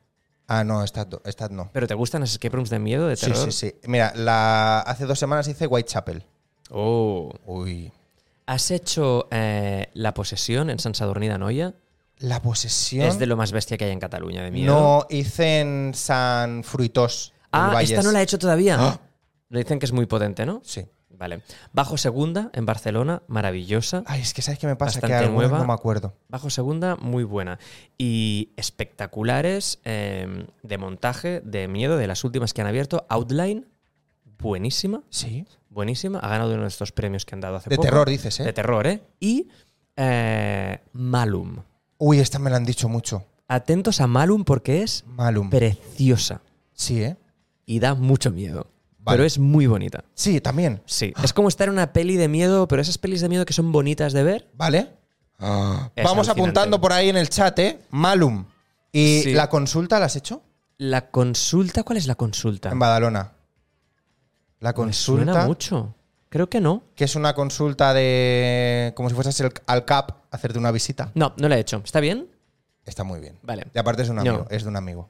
[SPEAKER 1] Ah, no, estas do- estas no.
[SPEAKER 2] ¿Pero te gustan las escape rooms de miedo, de
[SPEAKER 1] Sí,
[SPEAKER 2] terror?
[SPEAKER 1] sí, sí. Mira, la, hace dos semanas hice Whitechapel.
[SPEAKER 2] Oh.
[SPEAKER 1] Uy.
[SPEAKER 2] ¿Has hecho eh, La Posesión en San Sadurní d'Anoia?
[SPEAKER 1] La posesión.
[SPEAKER 2] Es de lo más bestia que hay en Cataluña de miedo.
[SPEAKER 1] no hice en San Fruitós. del
[SPEAKER 2] Ah,
[SPEAKER 1] Valles.
[SPEAKER 2] esta no la he hecho todavía.
[SPEAKER 1] ¡Ah!
[SPEAKER 2] Le dicen que es muy potente, ¿no?
[SPEAKER 1] Sí.
[SPEAKER 2] Vale. Bajo Segunda en Barcelona, maravillosa.
[SPEAKER 1] Ay, es que sabes qué me pasa, que
[SPEAKER 2] Bastante
[SPEAKER 1] algunas
[SPEAKER 2] nueva.
[SPEAKER 1] no me acuerdo.
[SPEAKER 2] Bajo segunda, muy buena. Y espectaculares eh, de montaje, de miedo, de las últimas que han abierto. Outline, buenísima,
[SPEAKER 1] Sí.
[SPEAKER 2] buenísima. Ha ganado uno de estos premios que han dado hace
[SPEAKER 1] De
[SPEAKER 2] poco.
[SPEAKER 1] terror, dices, ¿eh?
[SPEAKER 2] De terror, ¿eh? Y eh, Malum.
[SPEAKER 1] Uy, esta me la han dicho mucho.
[SPEAKER 2] Atentos a Malum porque es
[SPEAKER 1] Malum.
[SPEAKER 2] preciosa
[SPEAKER 1] Sí, ¿eh?
[SPEAKER 2] y da mucho miedo.
[SPEAKER 1] Vale.
[SPEAKER 2] Pero es muy bonita.
[SPEAKER 1] Sí, también.
[SPEAKER 2] Sí, es como estar en una peli de miedo, pero esas pelis de miedo que son bonitas de ver.
[SPEAKER 1] ¿Vale?
[SPEAKER 2] Ah. Es
[SPEAKER 1] Vamos
[SPEAKER 2] alucinante.
[SPEAKER 1] apuntando por ahí en el chat, ¿eh? Malum. ¿Y
[SPEAKER 2] Sí.
[SPEAKER 1] la consulta la has hecho?
[SPEAKER 2] La consulta, ¿cuál es la consulta?
[SPEAKER 1] En Badalona. La
[SPEAKER 2] Me suena
[SPEAKER 1] consulta.
[SPEAKER 2] mucho. Creo que no.
[SPEAKER 1] Que es una consulta de. como si fueras el- al CAP a hacerte una visita.
[SPEAKER 2] No, no la he hecho. ¿Está bien?
[SPEAKER 1] Está muy bien.
[SPEAKER 2] Vale.
[SPEAKER 1] Y aparte es de un amigo.
[SPEAKER 2] No.
[SPEAKER 1] Es de un amigo.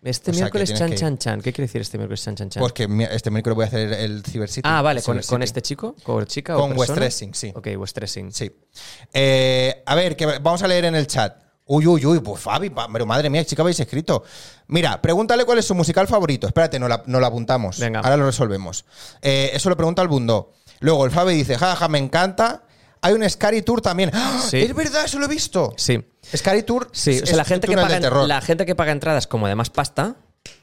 [SPEAKER 2] Este
[SPEAKER 1] O sea, que
[SPEAKER 2] miércoles
[SPEAKER 1] tienes
[SPEAKER 2] chan
[SPEAKER 1] que ir.
[SPEAKER 2] chan chan. ¿Qué quiere decir este miércoles chan chan chan?
[SPEAKER 1] Porque mi- este miércoles voy a hacer el Cyber City.
[SPEAKER 2] ah, vale,
[SPEAKER 1] Cyber
[SPEAKER 2] con,
[SPEAKER 1] City.
[SPEAKER 2] con este chico, con chica o
[SPEAKER 1] Con
[SPEAKER 2] persona?
[SPEAKER 1] Westdressing, sí.
[SPEAKER 2] Ok, Westdressing.
[SPEAKER 1] Sí. Eh, a ver, que vamos a leer en el chat. Uy, uy, uy, pues Fabi, pa- pero madre mía, chica, habéis escrito. Mira, pregúntale cuál es su musical favorito. Espérate, no la, no la apuntamos.
[SPEAKER 2] Venga.
[SPEAKER 1] Ahora lo resolvemos. Eh, eso lo pregunta el Bundó. Luego el Fabi dice, jaja, me encanta. Hay un Scary Tour también. ¡Ah!
[SPEAKER 2] Sí.
[SPEAKER 1] Es verdad, eso lo he visto.
[SPEAKER 2] Sí.
[SPEAKER 1] Scary Tour
[SPEAKER 2] Sí, o sea,
[SPEAKER 1] es
[SPEAKER 2] la gente,
[SPEAKER 1] un
[SPEAKER 2] que
[SPEAKER 1] túnel
[SPEAKER 2] paga,
[SPEAKER 1] de terror.
[SPEAKER 2] la gente que paga entradas como además pasta,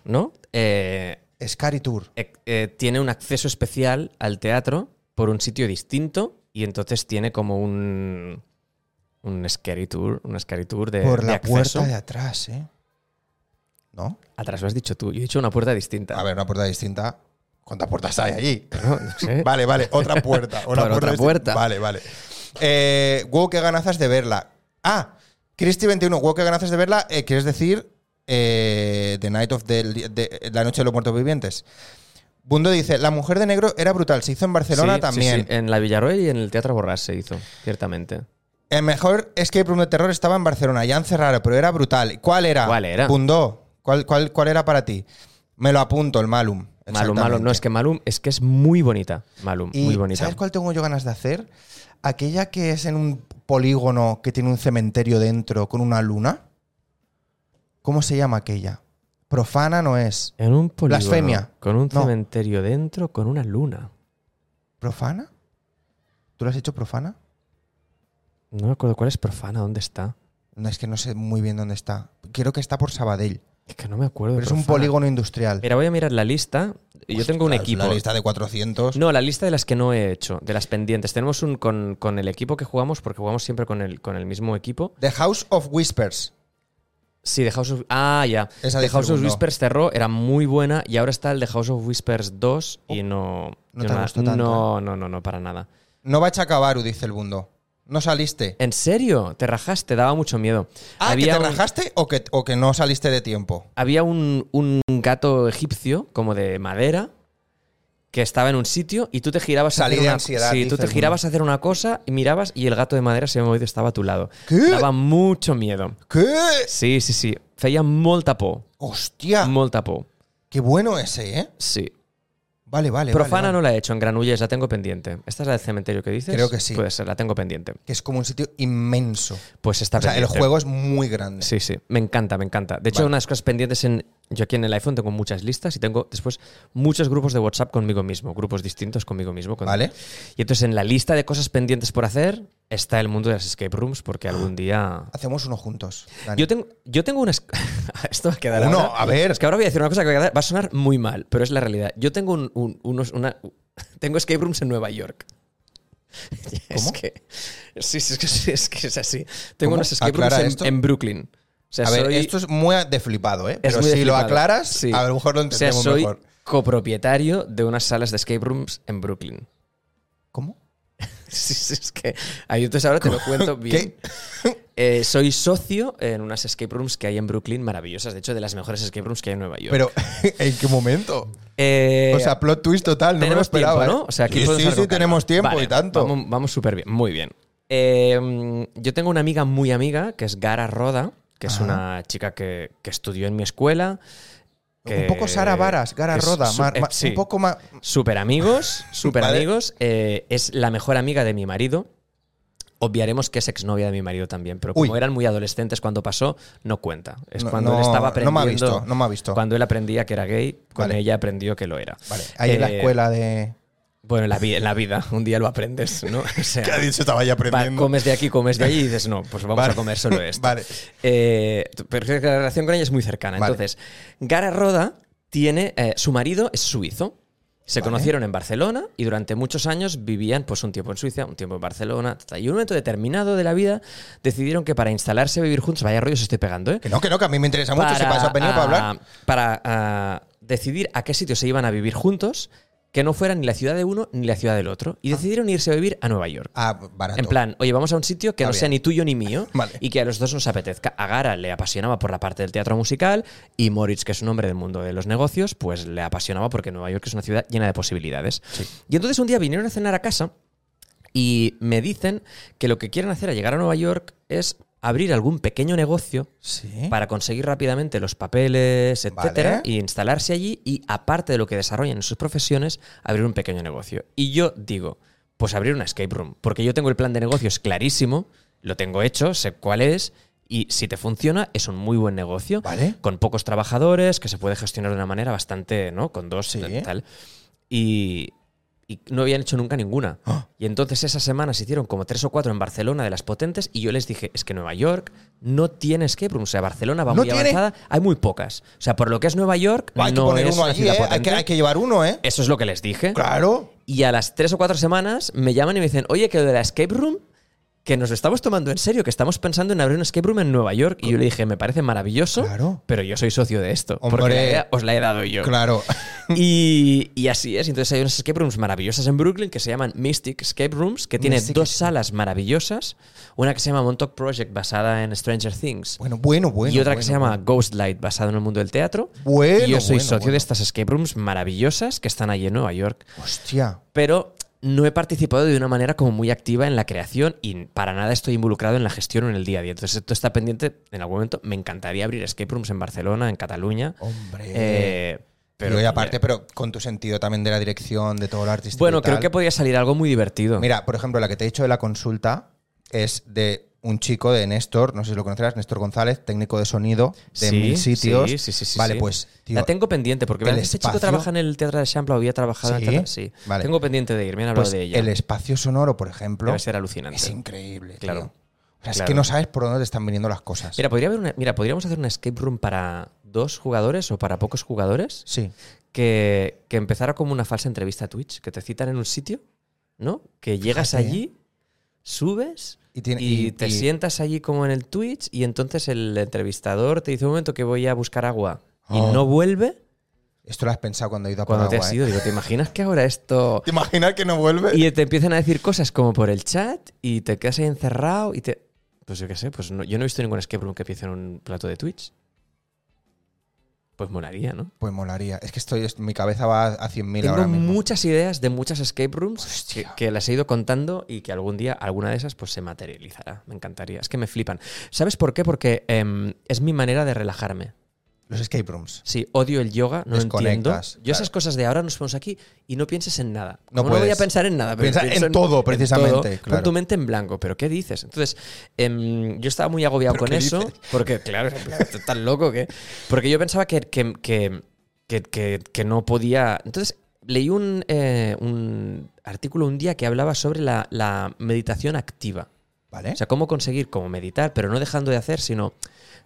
[SPEAKER 2] ¿no? Eh,
[SPEAKER 1] Scary Tour.
[SPEAKER 2] eh, eh, tiene un acceso especial al teatro por un sitio distinto y entonces tiene como un. Un scary tour, un scary tour de,
[SPEAKER 1] Por
[SPEAKER 2] de
[SPEAKER 1] la
[SPEAKER 2] Eh, acceso.
[SPEAKER 1] puerta de atrás, ¿eh? ¿No?
[SPEAKER 2] Atrás lo has dicho tú. Yo he dicho una puerta distinta.
[SPEAKER 1] A ver, una puerta distinta. ¿Cuántas puertas hay allí?
[SPEAKER 2] No, no
[SPEAKER 1] [LAUGHS]
[SPEAKER 2] sé.
[SPEAKER 1] Vale, vale, otra puerta. Una
[SPEAKER 2] ¿Eh? [LAUGHS] Por otra
[SPEAKER 1] distinta.
[SPEAKER 2] puerta.
[SPEAKER 1] Vale, vale. Eh, wow, qué ganazas de verla. Ah, Christy21, wow, qué ganazas de verla. eh, ¿Quieres decir eh, The Night of the, de- La Noche de los Muertos Vivientes? Bundo dice, La Mujer de Negro era brutal, se hizo en Barcelona
[SPEAKER 2] Sí, sí,
[SPEAKER 1] también.
[SPEAKER 2] sí. eh. En la Villarroel y en el Teatro Borrás se hizo, ciertamente.
[SPEAKER 1] El mejor escape room de terror estaba en Barcelona, ya encerraron, pero era brutal. ¿Cuál era?
[SPEAKER 2] ¿Cuál era?
[SPEAKER 1] Bundó. ¿Cuál, cuál, cuál era para ti? Me lo apunto, el Malum.
[SPEAKER 2] Malum, Malum. No, es que Malum es que es muy bonita. Malum,
[SPEAKER 1] Y
[SPEAKER 2] muy bonita.
[SPEAKER 1] ¿Sabes cuál tengo yo ganas de hacer? Aquella que es en un polígono que tiene un cementerio dentro con una luna. ¿Cómo se llama aquella? Profana no es.
[SPEAKER 2] En un polígono.
[SPEAKER 1] Blasfemia.
[SPEAKER 2] Con un
[SPEAKER 1] No.
[SPEAKER 2] cementerio dentro, con una luna.
[SPEAKER 1] ¿Profana? ¿Tú lo has hecho profana?
[SPEAKER 2] No me acuerdo cuál es profana, dónde está.
[SPEAKER 1] No, es que no sé muy bien dónde está. Creo que está por Sabadell.
[SPEAKER 2] Es que no me acuerdo. de
[SPEAKER 1] Pero es un
[SPEAKER 2] profana.
[SPEAKER 1] polígono industrial.
[SPEAKER 2] Mira, voy a mirar la lista. Yo tengo un
[SPEAKER 1] Ostras,
[SPEAKER 2] equipo.
[SPEAKER 1] Una lista de 400.
[SPEAKER 2] No, la lista de las que no he hecho, de las pendientes. Tenemos un con, con el equipo que jugamos, porque jugamos siempre con el, con el mismo equipo.
[SPEAKER 1] The House of Whispers.
[SPEAKER 2] Sí, The House of... Ah, ya.
[SPEAKER 1] Esa
[SPEAKER 2] The
[SPEAKER 1] dice
[SPEAKER 2] House of
[SPEAKER 1] segundo.
[SPEAKER 2] Whispers cerró, era muy buena, y ahora está el The House of Whispers 2 y no...
[SPEAKER 1] no
[SPEAKER 2] yo
[SPEAKER 1] te
[SPEAKER 2] na-
[SPEAKER 1] gustó tanto, eh.
[SPEAKER 2] No, no, no, no, para nada.
[SPEAKER 1] No va a Chacabaru, dice el bundo. No saliste.
[SPEAKER 2] ¿En serio? ¿Te rajaste? Daba mucho miedo.
[SPEAKER 1] Ah, ¿que te
[SPEAKER 2] un-
[SPEAKER 1] rajaste o que, o que no saliste de tiempo?
[SPEAKER 2] había un, un gato egipcio, como de madera, que estaba en un sitio y tú te girabas
[SPEAKER 1] Salí
[SPEAKER 2] a hacer
[SPEAKER 1] de
[SPEAKER 2] una,
[SPEAKER 1] ansiedad,
[SPEAKER 2] sí,
[SPEAKER 1] dice
[SPEAKER 2] tú te
[SPEAKER 1] el
[SPEAKER 2] girabas a hacer una cosa y mirabas y el gato de madera se había movido y estaba a tu lado.
[SPEAKER 1] ¿Qué?
[SPEAKER 2] Daba mucho miedo.
[SPEAKER 1] ¿Qué?
[SPEAKER 2] Sí, sí, sí. Feia molta por.
[SPEAKER 1] ¡Hostia!
[SPEAKER 2] Molta por.
[SPEAKER 1] ¡Qué bueno ese, eh!
[SPEAKER 2] Sí.
[SPEAKER 1] Vale, vale.
[SPEAKER 2] Profana
[SPEAKER 1] vale,
[SPEAKER 2] no la he hecho en Granollers, la tengo pendiente. ¿Esta es la del cementerio que dices?
[SPEAKER 1] Creo que sí.
[SPEAKER 2] Puede ser, la tengo pendiente.
[SPEAKER 1] vale. Que es como un sitio inmenso.
[SPEAKER 2] Pues está
[SPEAKER 1] o sea, el
[SPEAKER 2] pendiente.
[SPEAKER 1] juego es muy grande.
[SPEAKER 2] Sí, sí, me encanta, me encanta. De hecho,
[SPEAKER 1] Vale.
[SPEAKER 2] una de las cosas pendientes en. Yo aquí en el iPhone tengo muchas listas y tengo después muchos grupos de WhatsApp conmigo mismo, grupos distintos conmigo mismo. con-
[SPEAKER 1] Vale.
[SPEAKER 2] Y entonces en la lista de cosas pendientes por hacer está el mundo de las escape rooms,
[SPEAKER 1] Ah.
[SPEAKER 2] porque algún día.
[SPEAKER 1] Hacemos uno juntos. Dani.
[SPEAKER 2] Yo tengo, yo tengo una. es- [LAUGHS] Esto va a quedar.
[SPEAKER 1] Uno,
[SPEAKER 2] ahora-
[SPEAKER 1] a ver.
[SPEAKER 2] Es que ahora voy a decir una cosa que va a quedar- va a sonar muy mal, pero es la realidad. Yo tengo un- un- unos. Una, [LAUGHS] tengo escape rooms en Nueva York. [LAUGHS] Es
[SPEAKER 1] ¿Cómo?
[SPEAKER 2] que. Sí, sí, es que, sí, es, que es así. Tengo
[SPEAKER 1] ¿Cómo?
[SPEAKER 2] unos escape rooms
[SPEAKER 1] Aclara
[SPEAKER 2] en-
[SPEAKER 1] esto.
[SPEAKER 2] en, Brooklyn. O sea,
[SPEAKER 1] a ver,
[SPEAKER 2] soy-
[SPEAKER 1] esto es muy de flipado, ¿eh?
[SPEAKER 2] es
[SPEAKER 1] Pero si
[SPEAKER 2] muy
[SPEAKER 1] lo
[SPEAKER 2] delicado.
[SPEAKER 1] aclaras,
[SPEAKER 2] Sí.
[SPEAKER 1] a lo mejor lo
[SPEAKER 2] O sea,
[SPEAKER 1] entendemos
[SPEAKER 2] soy
[SPEAKER 1] mejor.
[SPEAKER 2] copropietario de unas salas de escape rooms en Brooklyn. [LAUGHS]
[SPEAKER 1] ¿Cómo?
[SPEAKER 2] Sí, sí, es que ahí entonces ahora te lo
[SPEAKER 1] [LAUGHS]
[SPEAKER 2] cuento bien. Eh, soy socio en unas escape rooms que hay en Brooklyn maravillosas. De hecho, de las mejores escape rooms que hay en Nueva York.
[SPEAKER 1] Pero, [LAUGHS] ¿en qué momento?
[SPEAKER 2] Eh,
[SPEAKER 1] o sea, plot twist total, no me lo
[SPEAKER 2] tenemos
[SPEAKER 1] esperaba.
[SPEAKER 2] tiempo,
[SPEAKER 1] ¿eh?
[SPEAKER 2] ¿no? O sea, aquí
[SPEAKER 1] sí,
[SPEAKER 2] podemos
[SPEAKER 1] sí,
[SPEAKER 2] hacer
[SPEAKER 1] sí,
[SPEAKER 2] con calma.
[SPEAKER 1] tenemos tiempo
[SPEAKER 2] Vale,
[SPEAKER 1] y tanto.
[SPEAKER 2] Vamos, vamos súper bien, muy bien. Eh, yo tengo una amiga muy amiga que es Gara Roda, que es
[SPEAKER 1] Ajá.
[SPEAKER 2] una chica que, que estudió en mi escuela. que-
[SPEAKER 1] un poco Sara Varas, Gara
[SPEAKER 2] que es
[SPEAKER 1] Roda,
[SPEAKER 2] su-
[SPEAKER 1] ma-
[SPEAKER 2] eh,
[SPEAKER 1] ma-
[SPEAKER 2] sí.
[SPEAKER 1] un poco más.
[SPEAKER 2] Super amigos,
[SPEAKER 1] [LAUGHS]
[SPEAKER 2] super
[SPEAKER 1] Vale.
[SPEAKER 2] amigos. Eh, es la mejor amiga de mi marido. Obviaremos que es exnovia de mi marido también, pero como
[SPEAKER 1] Uy.
[SPEAKER 2] eran muy adolescentes cuando pasó, no cuenta. Es
[SPEAKER 1] No,
[SPEAKER 2] cuando
[SPEAKER 1] no,
[SPEAKER 2] él estaba
[SPEAKER 1] no
[SPEAKER 2] aprendiendo.
[SPEAKER 1] me ha visto, no me ha visto.
[SPEAKER 2] Cuando él aprendía que era gay, cuando
[SPEAKER 1] Vale.
[SPEAKER 2] ella aprendió que lo era.
[SPEAKER 1] Vale, ahí en la
[SPEAKER 2] Eh,
[SPEAKER 1] escuela de.
[SPEAKER 2] Bueno, en la, vi- en la vida, un día lo aprendes, ¿no? [LAUGHS] O sea,
[SPEAKER 1] dicho estaba ya
[SPEAKER 2] va- comes de aquí, comes de allí y dices, no, pues vamos
[SPEAKER 1] Vale.
[SPEAKER 2] a comer solo esto.
[SPEAKER 1] Vale.
[SPEAKER 2] Eh, t- pero es que la relación con ella es muy cercana.
[SPEAKER 1] Vale.
[SPEAKER 2] Entonces, Gara Roda tiene. eh, su marido es suizo. Se
[SPEAKER 1] Vale.
[SPEAKER 2] conocieron en Barcelona y durante muchos años vivían pues un tiempo en Suiza, un tiempo en Barcelona. ta, ta. Y en un momento determinado de la vida decidieron que para instalarse a vivir juntos, vaya rollo, se estoy pegando, ¿eh?
[SPEAKER 1] Que no, que no, que a mí me interesa mucho. si vas a venir para
[SPEAKER 2] ah,
[SPEAKER 1] hablar.
[SPEAKER 2] para, ah, decidir a qué sitio se iban a vivir juntos, que no fuera ni la ciudad de uno ni la ciudad del otro. Y decidieron irse a vivir a Nueva York.
[SPEAKER 1] Ah, barato.
[SPEAKER 2] En plan, oye, vamos a un sitio que
[SPEAKER 1] Está
[SPEAKER 2] no sea
[SPEAKER 1] bien.
[SPEAKER 2] ni tuyo ni mío
[SPEAKER 1] [LAUGHS] Vale.
[SPEAKER 2] y que a los dos nos apetezca. A Gara le apasionaba por la parte del teatro musical y Moritz, que es un hombre del mundo de los negocios, pues le apasionaba porque Nueva York es una ciudad llena de posibilidades. Y entonces un día vinieron a cenar a casa y me dicen que lo que quieren hacer al llegar a Nueva York es abrir algún pequeño negocio
[SPEAKER 1] Sí.
[SPEAKER 2] para conseguir rápidamente los papeles,
[SPEAKER 1] Vale.
[SPEAKER 2] etcétera, y instalarse allí y aparte de lo que desarrollan en sus profesiones, abrir un pequeño negocio. Y yo digo, pues abrir una escape room, porque yo tengo el plan de negocios clarísimo, lo tengo hecho, sé cuál es y si te funciona es un muy buen negocio
[SPEAKER 1] Vale.
[SPEAKER 2] con pocos trabajadores que se puede gestionar de una manera bastante, ¿no? Con dos
[SPEAKER 1] Sí.
[SPEAKER 2] tal. Y y no habían hecho nunca ninguna.
[SPEAKER 1] Ah.
[SPEAKER 2] Y entonces esas semanas hicieron como tres o cuatro en Barcelona de las potentes y yo les dije, es que Nueva York no tiene escape room. O sea, Barcelona va
[SPEAKER 1] ¿No
[SPEAKER 2] muy
[SPEAKER 1] tiene?
[SPEAKER 2] avanzada, hay muy pocas. O sea, por lo que es Nueva York,
[SPEAKER 1] Buah, hay que
[SPEAKER 2] no
[SPEAKER 1] poner
[SPEAKER 2] es
[SPEAKER 1] uno
[SPEAKER 2] una
[SPEAKER 1] allí,
[SPEAKER 2] ciudad
[SPEAKER 1] ¿eh? Hay
[SPEAKER 2] potente.
[SPEAKER 1] que, hay que llevar uno, ¿eh?
[SPEAKER 2] Eso es lo que les dije.
[SPEAKER 1] Claro.
[SPEAKER 2] Y a las tres o cuatro semanas me llaman y me dicen, oye, que lo de la escape room, que nos lo estamos tomando en serio, que estamos pensando en abrir un escape room en Nueva York. Y yo le dije, me parece maravilloso,
[SPEAKER 1] Claro.
[SPEAKER 2] pero yo soy socio de esto. porque
[SPEAKER 1] Hombre.
[SPEAKER 2] la idea os la he dado yo.
[SPEAKER 1] Claro. [LAUGHS]
[SPEAKER 2] [LAUGHS] Y, y así es. Entonces hay unas escape rooms maravillosas en Brooklyn que se llaman Mystic Escape Rooms, que tiene
[SPEAKER 1] Mystic
[SPEAKER 2] dos
[SPEAKER 1] Escape.
[SPEAKER 2] salas maravillosas. Una que se llama Montauk Project, basada en Stranger Things.
[SPEAKER 1] Bueno, bueno, bueno.
[SPEAKER 2] y otra que
[SPEAKER 1] bueno,
[SPEAKER 2] se llama Ghostlight, basada en el mundo del teatro.
[SPEAKER 1] Bueno,
[SPEAKER 2] y yo soy
[SPEAKER 1] bueno,
[SPEAKER 2] socio
[SPEAKER 1] bueno.
[SPEAKER 2] de estas escape rooms maravillosas que están allí en Nueva York.
[SPEAKER 1] bueno. Hostia.
[SPEAKER 2] Pero no he participado de una manera como muy activa en la creación y para nada estoy involucrado en la gestión o en el día a día. Entonces esto está
[SPEAKER 1] Oh,
[SPEAKER 2] pendiente en algún momento. Me encantaría abrir escape rooms en Barcelona, en Cataluña.
[SPEAKER 1] Hombre.
[SPEAKER 2] Eh,
[SPEAKER 1] Pero, y aparte, pero con tu sentido también de la dirección, de todo lo artístico. y
[SPEAKER 2] Bueno,
[SPEAKER 1] Este tal.
[SPEAKER 2] creo que podría salir algo muy divertido.
[SPEAKER 1] Mira, por ejemplo, la que te he dicho de la consulta es de un chico de Néstor, no sé si lo conocerás, Néstor González, técnico de sonido de
[SPEAKER 2] Sí,
[SPEAKER 1] mil sitios.
[SPEAKER 2] Sí, sí, sí. sí,
[SPEAKER 1] vale,
[SPEAKER 2] sí.
[SPEAKER 1] pues, tío,
[SPEAKER 2] la tengo pendiente porque
[SPEAKER 1] el
[SPEAKER 2] ¿verdad que este chico
[SPEAKER 1] espacio-
[SPEAKER 2] trabaja en el Teatro de Champla o había trabajado en
[SPEAKER 1] Sí,
[SPEAKER 2] el Teatro. Sí,
[SPEAKER 1] vale.
[SPEAKER 2] tengo pendiente de ir, me han hablado
[SPEAKER 1] pues
[SPEAKER 2] de ella.
[SPEAKER 1] el espacio sonoro, por ejemplo,
[SPEAKER 2] Debe ser alucinante.
[SPEAKER 1] es increíble.
[SPEAKER 2] Claro.
[SPEAKER 1] tío. O sea, es
[SPEAKER 2] Claro.
[SPEAKER 1] que no sabes por dónde te están viniendo las cosas.
[SPEAKER 2] Mira, podría haber una- mira, podríamos hacer una escape room para dos jugadores o para pocos jugadores
[SPEAKER 1] sí.
[SPEAKER 2] que, que empezara como una falsa entrevista a Twitch, que te citan en un sitio, ¿no? Que llegas
[SPEAKER 1] Fíjate,
[SPEAKER 2] allí, subes
[SPEAKER 1] Y tiene-
[SPEAKER 2] y,
[SPEAKER 1] y-
[SPEAKER 2] te
[SPEAKER 1] y-
[SPEAKER 2] sientas allí como en el Twitch y entonces el entrevistador te dice un momento que voy a buscar agua y
[SPEAKER 1] Oh.
[SPEAKER 2] no vuelve
[SPEAKER 1] Esto lo has pensado cuando he ido a por
[SPEAKER 2] cuando te
[SPEAKER 1] agua,
[SPEAKER 2] has
[SPEAKER 1] ¿eh?
[SPEAKER 2] ido. Digo, ¿te imaginas que ahora esto...
[SPEAKER 1] ¿Te imaginas que no vuelve?
[SPEAKER 2] Y te empiezan a decir cosas como por el chat y te quedas ahí encerrado y te... Pues yo qué sé, pues no- yo no he visto ningún escape room que empiece en un plato de Twitch. Pues molaría, ¿no?
[SPEAKER 1] Pues molaría. Es que estoy, es- mi cabeza va a 100.000
[SPEAKER 2] Tengo
[SPEAKER 1] ahora mismo.
[SPEAKER 2] muchas ideas de muchas escape rooms que,
[SPEAKER 1] Hostia.
[SPEAKER 2] que las he ido contando y que algún día alguna de esas pues se materializará. Me encantaría. Es que me flipan. ¿Sabes por qué? Porque em, es mi manera de relajarme.
[SPEAKER 1] Los escape rooms.
[SPEAKER 2] Sí, odio el yoga, no lo entiendo. Yo
[SPEAKER 1] Desconectas,
[SPEAKER 2] esas
[SPEAKER 1] claro.
[SPEAKER 2] cosas de ahora nos ponemos aquí y no pienses en nada.
[SPEAKER 1] No
[SPEAKER 2] Como voy a
[SPEAKER 1] puedes.
[SPEAKER 2] pensar en nada. Pero
[SPEAKER 1] Piensa
[SPEAKER 2] pienso
[SPEAKER 1] en todo, precisamente,
[SPEAKER 2] Pon
[SPEAKER 1] claro.
[SPEAKER 2] tu mente en blanco, pero ¿qué dices? Entonces, em, yo estaba muy agobiado
[SPEAKER 1] ¿Pero
[SPEAKER 2] con
[SPEAKER 1] qué
[SPEAKER 2] eso,
[SPEAKER 1] dices?
[SPEAKER 2] porque, claro,
[SPEAKER 1] [LAUGHS]
[SPEAKER 2] estás tan loco que... Porque yo pensaba que, que, que, que- que- que no podía... Entonces, leí un, eh, un artículo un día que hablaba sobre la- la meditación activa.
[SPEAKER 1] ¿Vale?
[SPEAKER 2] O sea, cómo conseguir, como meditar, pero no dejando de hacer, sino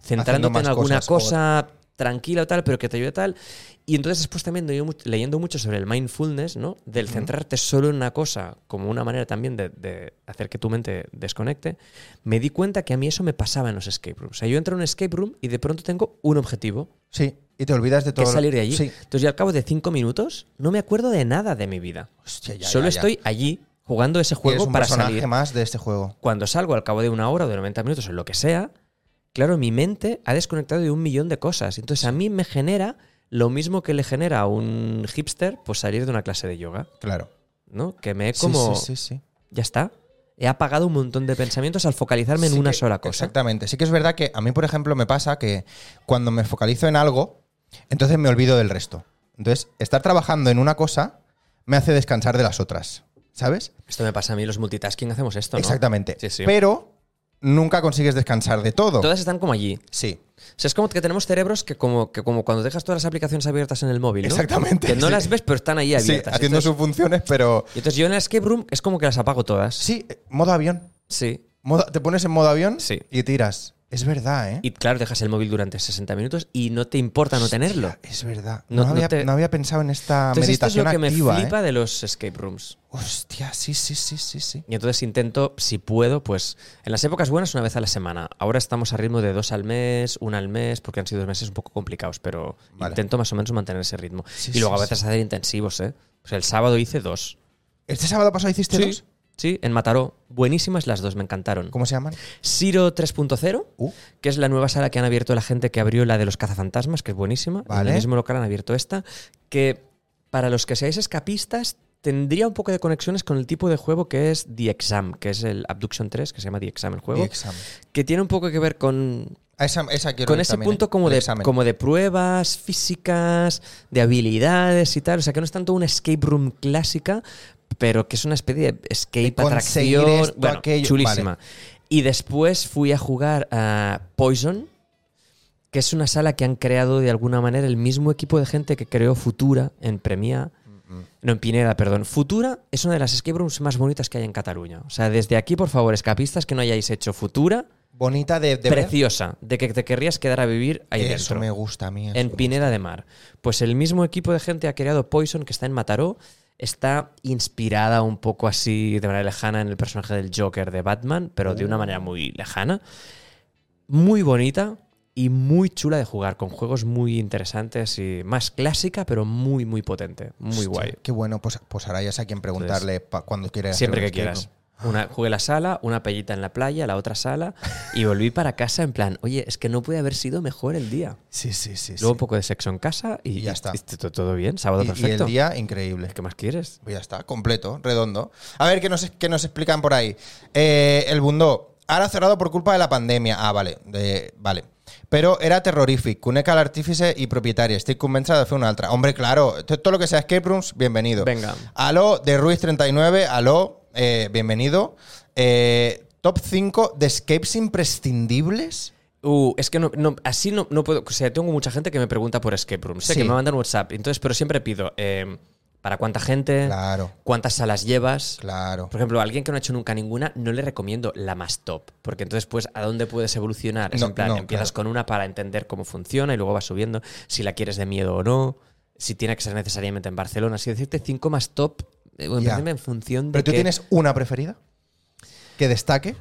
[SPEAKER 1] Haciendo
[SPEAKER 2] centrándote
[SPEAKER 1] más
[SPEAKER 2] en alguna
[SPEAKER 1] cosas, o-
[SPEAKER 2] cosa tranquila o tal, pero que te ayude tal. Y entonces después también doy mu- leyendo mucho sobre el mindfulness, ¿no? Del centrarte solo en una cosa como una manera también de, de hacer que tu mente desconecte, me di cuenta que a mí eso me pasaba en los escape rooms. O sea, yo entro en un escape room y de pronto tengo un objetivo,
[SPEAKER 1] sí. Y te olvidas de
[SPEAKER 2] que
[SPEAKER 1] todo.
[SPEAKER 2] es
[SPEAKER 1] lo-
[SPEAKER 2] salir de allí.
[SPEAKER 1] Sí.
[SPEAKER 2] Entonces yo al cabo de cinco minutos no me acuerdo de nada de mi vida.
[SPEAKER 1] Hostia, ya,
[SPEAKER 2] solo
[SPEAKER 1] ya, ya.
[SPEAKER 2] estoy allí jugando ese
[SPEAKER 1] Eres
[SPEAKER 2] juego
[SPEAKER 1] un
[SPEAKER 2] para
[SPEAKER 1] personaje
[SPEAKER 2] salir
[SPEAKER 1] más de este juego.
[SPEAKER 2] cuando salgo al cabo de una hora o de 90 minutos o lo que sea, claro, mi mente ha desconectado de un millón de cosas. Entonces a mí me genera lo mismo que le genera a un hipster pues salir de una clase de yoga,
[SPEAKER 1] Claro.
[SPEAKER 2] ¿no? Que me he
[SPEAKER 1] Sí,
[SPEAKER 2] como
[SPEAKER 1] sí, sí, sí.
[SPEAKER 2] ya está. He apagado un montón de pensamientos al focalizarme en
[SPEAKER 1] Sí
[SPEAKER 2] una
[SPEAKER 1] que-
[SPEAKER 2] sola cosa.
[SPEAKER 1] Exactamente. Sí que es verdad que a mí, por ejemplo, me pasa que cuando me focalizo en algo, entonces me olvido del resto. Entonces, estar trabajando en una cosa me hace descansar de las otras. ¿Sabes?
[SPEAKER 2] Esto me pasa a mí, los multitasking hacemos esto, ¿no?
[SPEAKER 1] Exactamente.
[SPEAKER 2] Sí, sí.
[SPEAKER 1] Pero nunca consigues descansar de todo.
[SPEAKER 2] Todas están como allí.
[SPEAKER 1] Sí.
[SPEAKER 2] O sea, es como que tenemos cerebros que como, que como cuando dejas todas las aplicaciones abiertas en el móvil, ¿no?
[SPEAKER 1] Exactamente,
[SPEAKER 2] Que no
[SPEAKER 1] sí.
[SPEAKER 2] las ves, pero están ahí
[SPEAKER 1] Sí,
[SPEAKER 2] abiertas.
[SPEAKER 1] haciendo
[SPEAKER 2] entonces,
[SPEAKER 1] sus funciones, pero.
[SPEAKER 2] entonces yo en la escape room es como que las apago todas.
[SPEAKER 1] Sí, eh, modo avión.
[SPEAKER 2] Sí.
[SPEAKER 1] Modo- te pones en modo avión
[SPEAKER 2] Sí.
[SPEAKER 1] y tiras. Es verdad, ¿eh?
[SPEAKER 2] Y claro, dejas el móvil durante 60 minutos y no te importa no tenerlo.
[SPEAKER 1] Hostia, Es verdad.
[SPEAKER 2] No-
[SPEAKER 1] No,
[SPEAKER 2] no
[SPEAKER 1] había,
[SPEAKER 2] te-
[SPEAKER 1] no había pensado en esta
[SPEAKER 2] Entonces, esto es
[SPEAKER 1] meditación
[SPEAKER 2] lo que me
[SPEAKER 1] activa. ¿eh?
[SPEAKER 2] flipa de los escape rooms.
[SPEAKER 1] Hostia, sí, sí, sí, sí, sí.
[SPEAKER 2] Y entonces intento, si puedo, pues en las épocas buenas una vez a la semana. Ahora estamos a ritmo de dos al mes, una al mes, porque han sido meses un poco complicados, pero
[SPEAKER 1] Vale.
[SPEAKER 2] intento más o menos mantener ese ritmo.
[SPEAKER 1] Sí,
[SPEAKER 2] y luego
[SPEAKER 1] sí,
[SPEAKER 2] a veces hacer intensivos, ¿eh? O sea, el sábado hice dos.
[SPEAKER 1] ¿Este sábado pasado hiciste dos?
[SPEAKER 2] Sí, en Mataró. Buenísimas las dos, me encantaron.
[SPEAKER 1] ¿Cómo se llaman?
[SPEAKER 2] Siro 3.0,
[SPEAKER 1] Uh.
[SPEAKER 2] que es la nueva sala que han abierto la gente que abrió la de los cazafantasmas, que es buenísima. En
[SPEAKER 1] Vale.
[SPEAKER 2] el mismo local han abierto esta, que para los que seáis escapistas tendría un poco de conexiones con el tipo de juego que es The Exam, que es el Abduction 3, que se llama The Exam el juego,
[SPEAKER 1] De examen.
[SPEAKER 2] que tiene un poco que ver con,
[SPEAKER 1] A esa, esa quiero
[SPEAKER 2] con
[SPEAKER 1] ir
[SPEAKER 2] ese
[SPEAKER 1] también,
[SPEAKER 2] punto
[SPEAKER 1] ¿eh?
[SPEAKER 2] como
[SPEAKER 1] El
[SPEAKER 2] de,
[SPEAKER 1] examen.
[SPEAKER 2] como de pruebas físicas, de habilidades y tal. O sea, que no es tanto una escape room clásica, pero que es una especie de escape
[SPEAKER 1] De conseguir
[SPEAKER 2] atracción.
[SPEAKER 1] esto,
[SPEAKER 2] bueno,
[SPEAKER 1] aquello.
[SPEAKER 2] chulísima. Y después fui a jugar a Poison, que es una sala que han creado de alguna manera el mismo equipo de gente que creó Futura en Premia. No, en Pineda, perdón. Futura es una de las escape rooms más bonitas que hay en Cataluña. O sea, desde aquí, por favor, escapistas que no hayáis hecho Futura,
[SPEAKER 1] Bonita de, de ver.
[SPEAKER 2] preciosa, de que te querrías quedar a vivir ahí
[SPEAKER 1] Eso
[SPEAKER 2] dentro,
[SPEAKER 1] me gusta a mí. eso.
[SPEAKER 2] en Pineda de Mar. Pues el mismo equipo de gente ha creado Poison, que está en Mataró, está inspirada un poco así, de manera lejana, en el personaje del Joker de Batman, pero
[SPEAKER 1] Mm.
[SPEAKER 2] de una manera muy lejana. Muy bonita y muy chula de jugar, con juegos muy interesantes y más clásica, pero muy, muy potente. Muy
[SPEAKER 1] Hostia,
[SPEAKER 2] guay.
[SPEAKER 1] Qué bueno, pues, pues ahora ya sé a quién preguntarle pa- cuando quieras.
[SPEAKER 2] Siempre que quieras. Una, jugué la sala, una pellita en la playa, la otra sala, y volví para casa en plan, oye, es que no puede haber sido mejor el día.
[SPEAKER 1] Sí, sí, sí. sí.
[SPEAKER 2] Luego un poco de sexo en casa y
[SPEAKER 1] Y ya está.
[SPEAKER 2] y t- t- todo bien, sábado
[SPEAKER 1] Y- y,
[SPEAKER 2] perfecto.
[SPEAKER 1] el día, increíble.
[SPEAKER 2] ¿Qué más quieres?
[SPEAKER 1] Pues ya está, completo, redondo. A ver, ¿qué nos, qué nos explican por ahí? Eh, el Bundó. Ahora cerrado por culpa de la pandemia. Ah, vale. de- vale. Pero era terrorífic. Cuneca l'artífice i propietari. Estic convençada de fer una altra. Hombre, claro. t- Todo lo que sea escape rooms, bienvenido.
[SPEAKER 2] Venga.
[SPEAKER 1] Aló, de Ruiz39. Aló, eh, bienvenido. Eh, top 5 de escapes imprescindibles.
[SPEAKER 2] Uh, es que no, no- así no, no puedo. O sea, tengo mucha gente que me pregunta por escape room. Sé
[SPEAKER 1] Sí.
[SPEAKER 2] que me mandan WhatsApp, entonces, pero siempre pido eh, para cuánta gente,
[SPEAKER 1] Claro,
[SPEAKER 2] cuántas salas llevas.
[SPEAKER 1] claro.
[SPEAKER 2] Eh. Por ejemplo, a alguien que no ha hecho nunca ninguna, no le recomiendo la más top, porque entonces, pues, ¿a dónde puedes evolucionar? Es
[SPEAKER 1] No,
[SPEAKER 2] en plan,
[SPEAKER 1] no,
[SPEAKER 2] empiezas
[SPEAKER 1] claro.
[SPEAKER 2] con una para entender cómo funciona y luego vas subiendo, si la quieres de miedo o no, si tiene que ser necesariamente en Barcelona. Si decirte cinco más top, eh, bueno,
[SPEAKER 1] Ya.
[SPEAKER 2] empecemos en función de.
[SPEAKER 1] ¿Pero tú
[SPEAKER 2] que-
[SPEAKER 1] tienes una preferida? ¿Que destaque?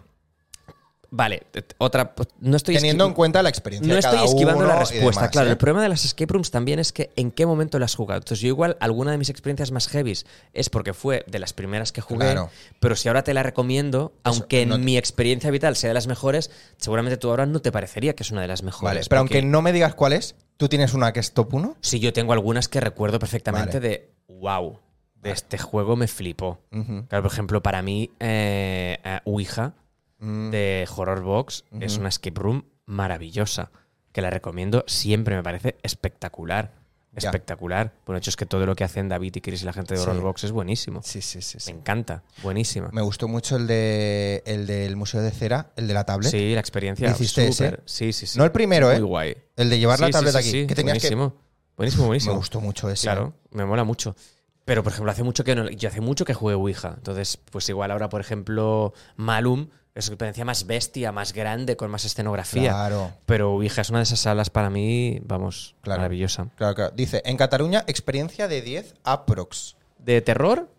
[SPEAKER 2] Vale, t- otra. pues, No estoy
[SPEAKER 1] Teniendo
[SPEAKER 2] esqui-
[SPEAKER 1] en cuenta la experiencia
[SPEAKER 2] No
[SPEAKER 1] de
[SPEAKER 2] estoy
[SPEAKER 1] cada
[SPEAKER 2] esquivando
[SPEAKER 1] uno
[SPEAKER 2] la
[SPEAKER 1] y
[SPEAKER 2] respuesta,
[SPEAKER 1] demás,
[SPEAKER 2] claro.
[SPEAKER 1] ¿eh?
[SPEAKER 2] El problema de las escape rooms también es que en qué momento las has jugado. Entonces, yo igual, alguna de mis experiencias más heavies es porque fue de las primeras que jugué,
[SPEAKER 1] Claro.
[SPEAKER 2] pero si ahora te la recomiendo, aunque
[SPEAKER 1] no
[SPEAKER 2] en
[SPEAKER 1] te-
[SPEAKER 2] mi experiencia vital sea de las mejores, seguramente tú ahora no te parecería que es una de las mejores.
[SPEAKER 1] Vale, pero
[SPEAKER 2] porque
[SPEAKER 1] aunque no me digas cuál es, ¿tú tienes una que es top 1?
[SPEAKER 2] Sí, yo tengo algunas que recuerdo perfectamente
[SPEAKER 1] Vale.
[SPEAKER 2] de, wow, de este juego me flipó.
[SPEAKER 1] Ujú.
[SPEAKER 2] Claro, por ejemplo, para mí, eh, eh, Ouija
[SPEAKER 1] Mm.
[SPEAKER 2] de Horror Box es una escape room maravillosa, que la recomiendo siempre, me parece espectacular.
[SPEAKER 1] Ya.
[SPEAKER 2] Espectacular. Bueno, de hecho es que todo lo que hacen David y Chris y la gente de
[SPEAKER 1] Sí.
[SPEAKER 2] Horror Box es buenísimo.
[SPEAKER 1] Sí, sí, sí.
[SPEAKER 2] Me encanta, buenísima.
[SPEAKER 1] Me gustó mucho el, de, el del Museo de Cera, el de la tablet.
[SPEAKER 2] Sí, la experiencia.
[SPEAKER 1] ¿Hiciste ese?
[SPEAKER 2] súper. Sí, sí, sí.
[SPEAKER 1] No el primero,
[SPEAKER 2] Muy
[SPEAKER 1] ¿eh?
[SPEAKER 2] guay.
[SPEAKER 1] El de llevar la
[SPEAKER 2] Sí, sí,
[SPEAKER 1] tablet
[SPEAKER 2] sí,
[SPEAKER 1] aquí.
[SPEAKER 2] sí,
[SPEAKER 1] que tenías que-
[SPEAKER 2] buenísimo. buenísimo,
[SPEAKER 1] [LAUGHS]
[SPEAKER 2] buenísimo.
[SPEAKER 1] Me gustó mucho ese.
[SPEAKER 2] Claro, me mola mucho. Pero, por ejemplo, hace mucho que no, yo hace mucho que jugué Ouija. Entonces, pues igual ahora, por ejemplo, Malum es una experiencia más bestia, más grande, con más escenografía.
[SPEAKER 1] Claro.
[SPEAKER 2] Pero Ouija es una de esas salas para mí, vamos,
[SPEAKER 1] Claro.
[SPEAKER 2] maravillosa.
[SPEAKER 1] Claro, claro. Dice, en Cataluña, experiencia de 10 aprox.
[SPEAKER 2] ¿De terror?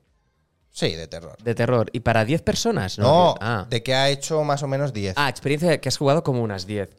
[SPEAKER 1] Sí, de terror.
[SPEAKER 2] De terror. ¿Y para 10 personas?
[SPEAKER 1] No,
[SPEAKER 2] Ah.
[SPEAKER 1] de que ha hecho más o menos 10.
[SPEAKER 2] Ah, experiencia que has jugado como unas 10.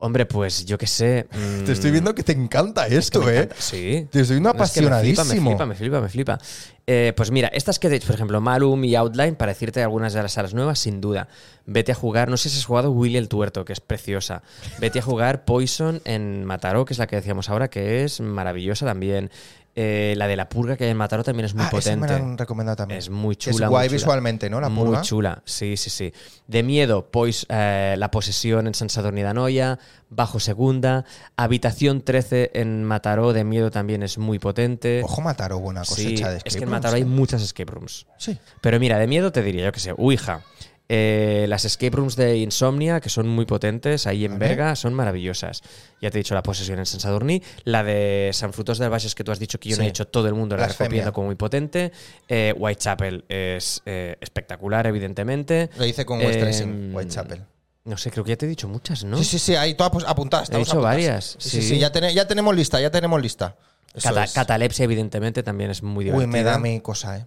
[SPEAKER 2] Hombre, pues yo qué sé.
[SPEAKER 1] [LAUGHS]
[SPEAKER 2] mm,
[SPEAKER 1] Te estoy viendo que te encanta esto,
[SPEAKER 2] me
[SPEAKER 1] ¿eh?
[SPEAKER 2] encanta. Sí.
[SPEAKER 1] Te estoy viendo
[SPEAKER 2] No, es que me flipa,
[SPEAKER 1] apasionadísimo.
[SPEAKER 2] me flipa, me flipa, me flipa. Eh, pues mira, estas que de hecho, por ejemplo, Malum y Outline, para decirte algunas de las salas nuevas, sin duda. Vete a jugar, no sé si has jugado Willy el Tuerto, que es preciosa. Vete a jugar Poison en Mataró, que es la que decíamos ahora, que es maravillosa también. Eh, la de la purga que hay en Mataró también es muy
[SPEAKER 1] Ah, esa
[SPEAKER 2] potente.
[SPEAKER 1] me la han recomendado también.
[SPEAKER 2] Es muy
[SPEAKER 1] Que
[SPEAKER 2] chula.
[SPEAKER 1] Es guay
[SPEAKER 2] muy chula.
[SPEAKER 1] visualmente, ¿no? La
[SPEAKER 2] muy
[SPEAKER 1] purga.
[SPEAKER 2] chula, sí, sí, sí. De miedo, pois, eh, La posesión en San Sadurní d'Anoia, Bajo Segunda, Habitación 13 en Mataró, de miedo también es muy potente.
[SPEAKER 1] Ojo Mataro, buena
[SPEAKER 2] Sí,
[SPEAKER 1] cosecha de
[SPEAKER 2] es
[SPEAKER 1] escape
[SPEAKER 2] que en
[SPEAKER 1] rooms,
[SPEAKER 2] Mataró hay
[SPEAKER 1] ¿eh?
[SPEAKER 2] muchas escape rooms.
[SPEAKER 1] Sí.
[SPEAKER 2] Pero mira, de miedo te diría, yo que sé, Ouija. Eh, las escape rooms de Insomnia, que son muy potentes, ahí en
[SPEAKER 1] Vale.
[SPEAKER 2] Berga, son maravillosas. Ya te he dicho la posesión en San Sadurní, la de San Frutos del Bages que tú has dicho que yo no
[SPEAKER 1] Sí.
[SPEAKER 2] he hecho, todo el mundo la
[SPEAKER 1] Blasfemia.
[SPEAKER 2] recomienda como muy potente. Eh, Whitechapel es eh, espectacular, evidentemente.
[SPEAKER 1] Lo hice con
[SPEAKER 2] Eh,
[SPEAKER 1] West Dressing, Whitechapel.
[SPEAKER 2] No sé, creo que ya te he dicho muchas, ¿no?
[SPEAKER 1] Sí, sí, sí, ahí todas pues, apuntadas.
[SPEAKER 2] He
[SPEAKER 1] todas
[SPEAKER 2] dicho
[SPEAKER 1] apuntadas.
[SPEAKER 2] varias,
[SPEAKER 1] Sí, sí,
[SPEAKER 2] sí.
[SPEAKER 1] sí, ya, tene- ya tenemos lista, ya tenemos lista. Eso
[SPEAKER 2] Cata-
[SPEAKER 1] es.
[SPEAKER 2] Catalepsia, evidentemente, también es muy
[SPEAKER 1] Uy,
[SPEAKER 2] divertida.
[SPEAKER 1] me da mi cosa, ¿eh?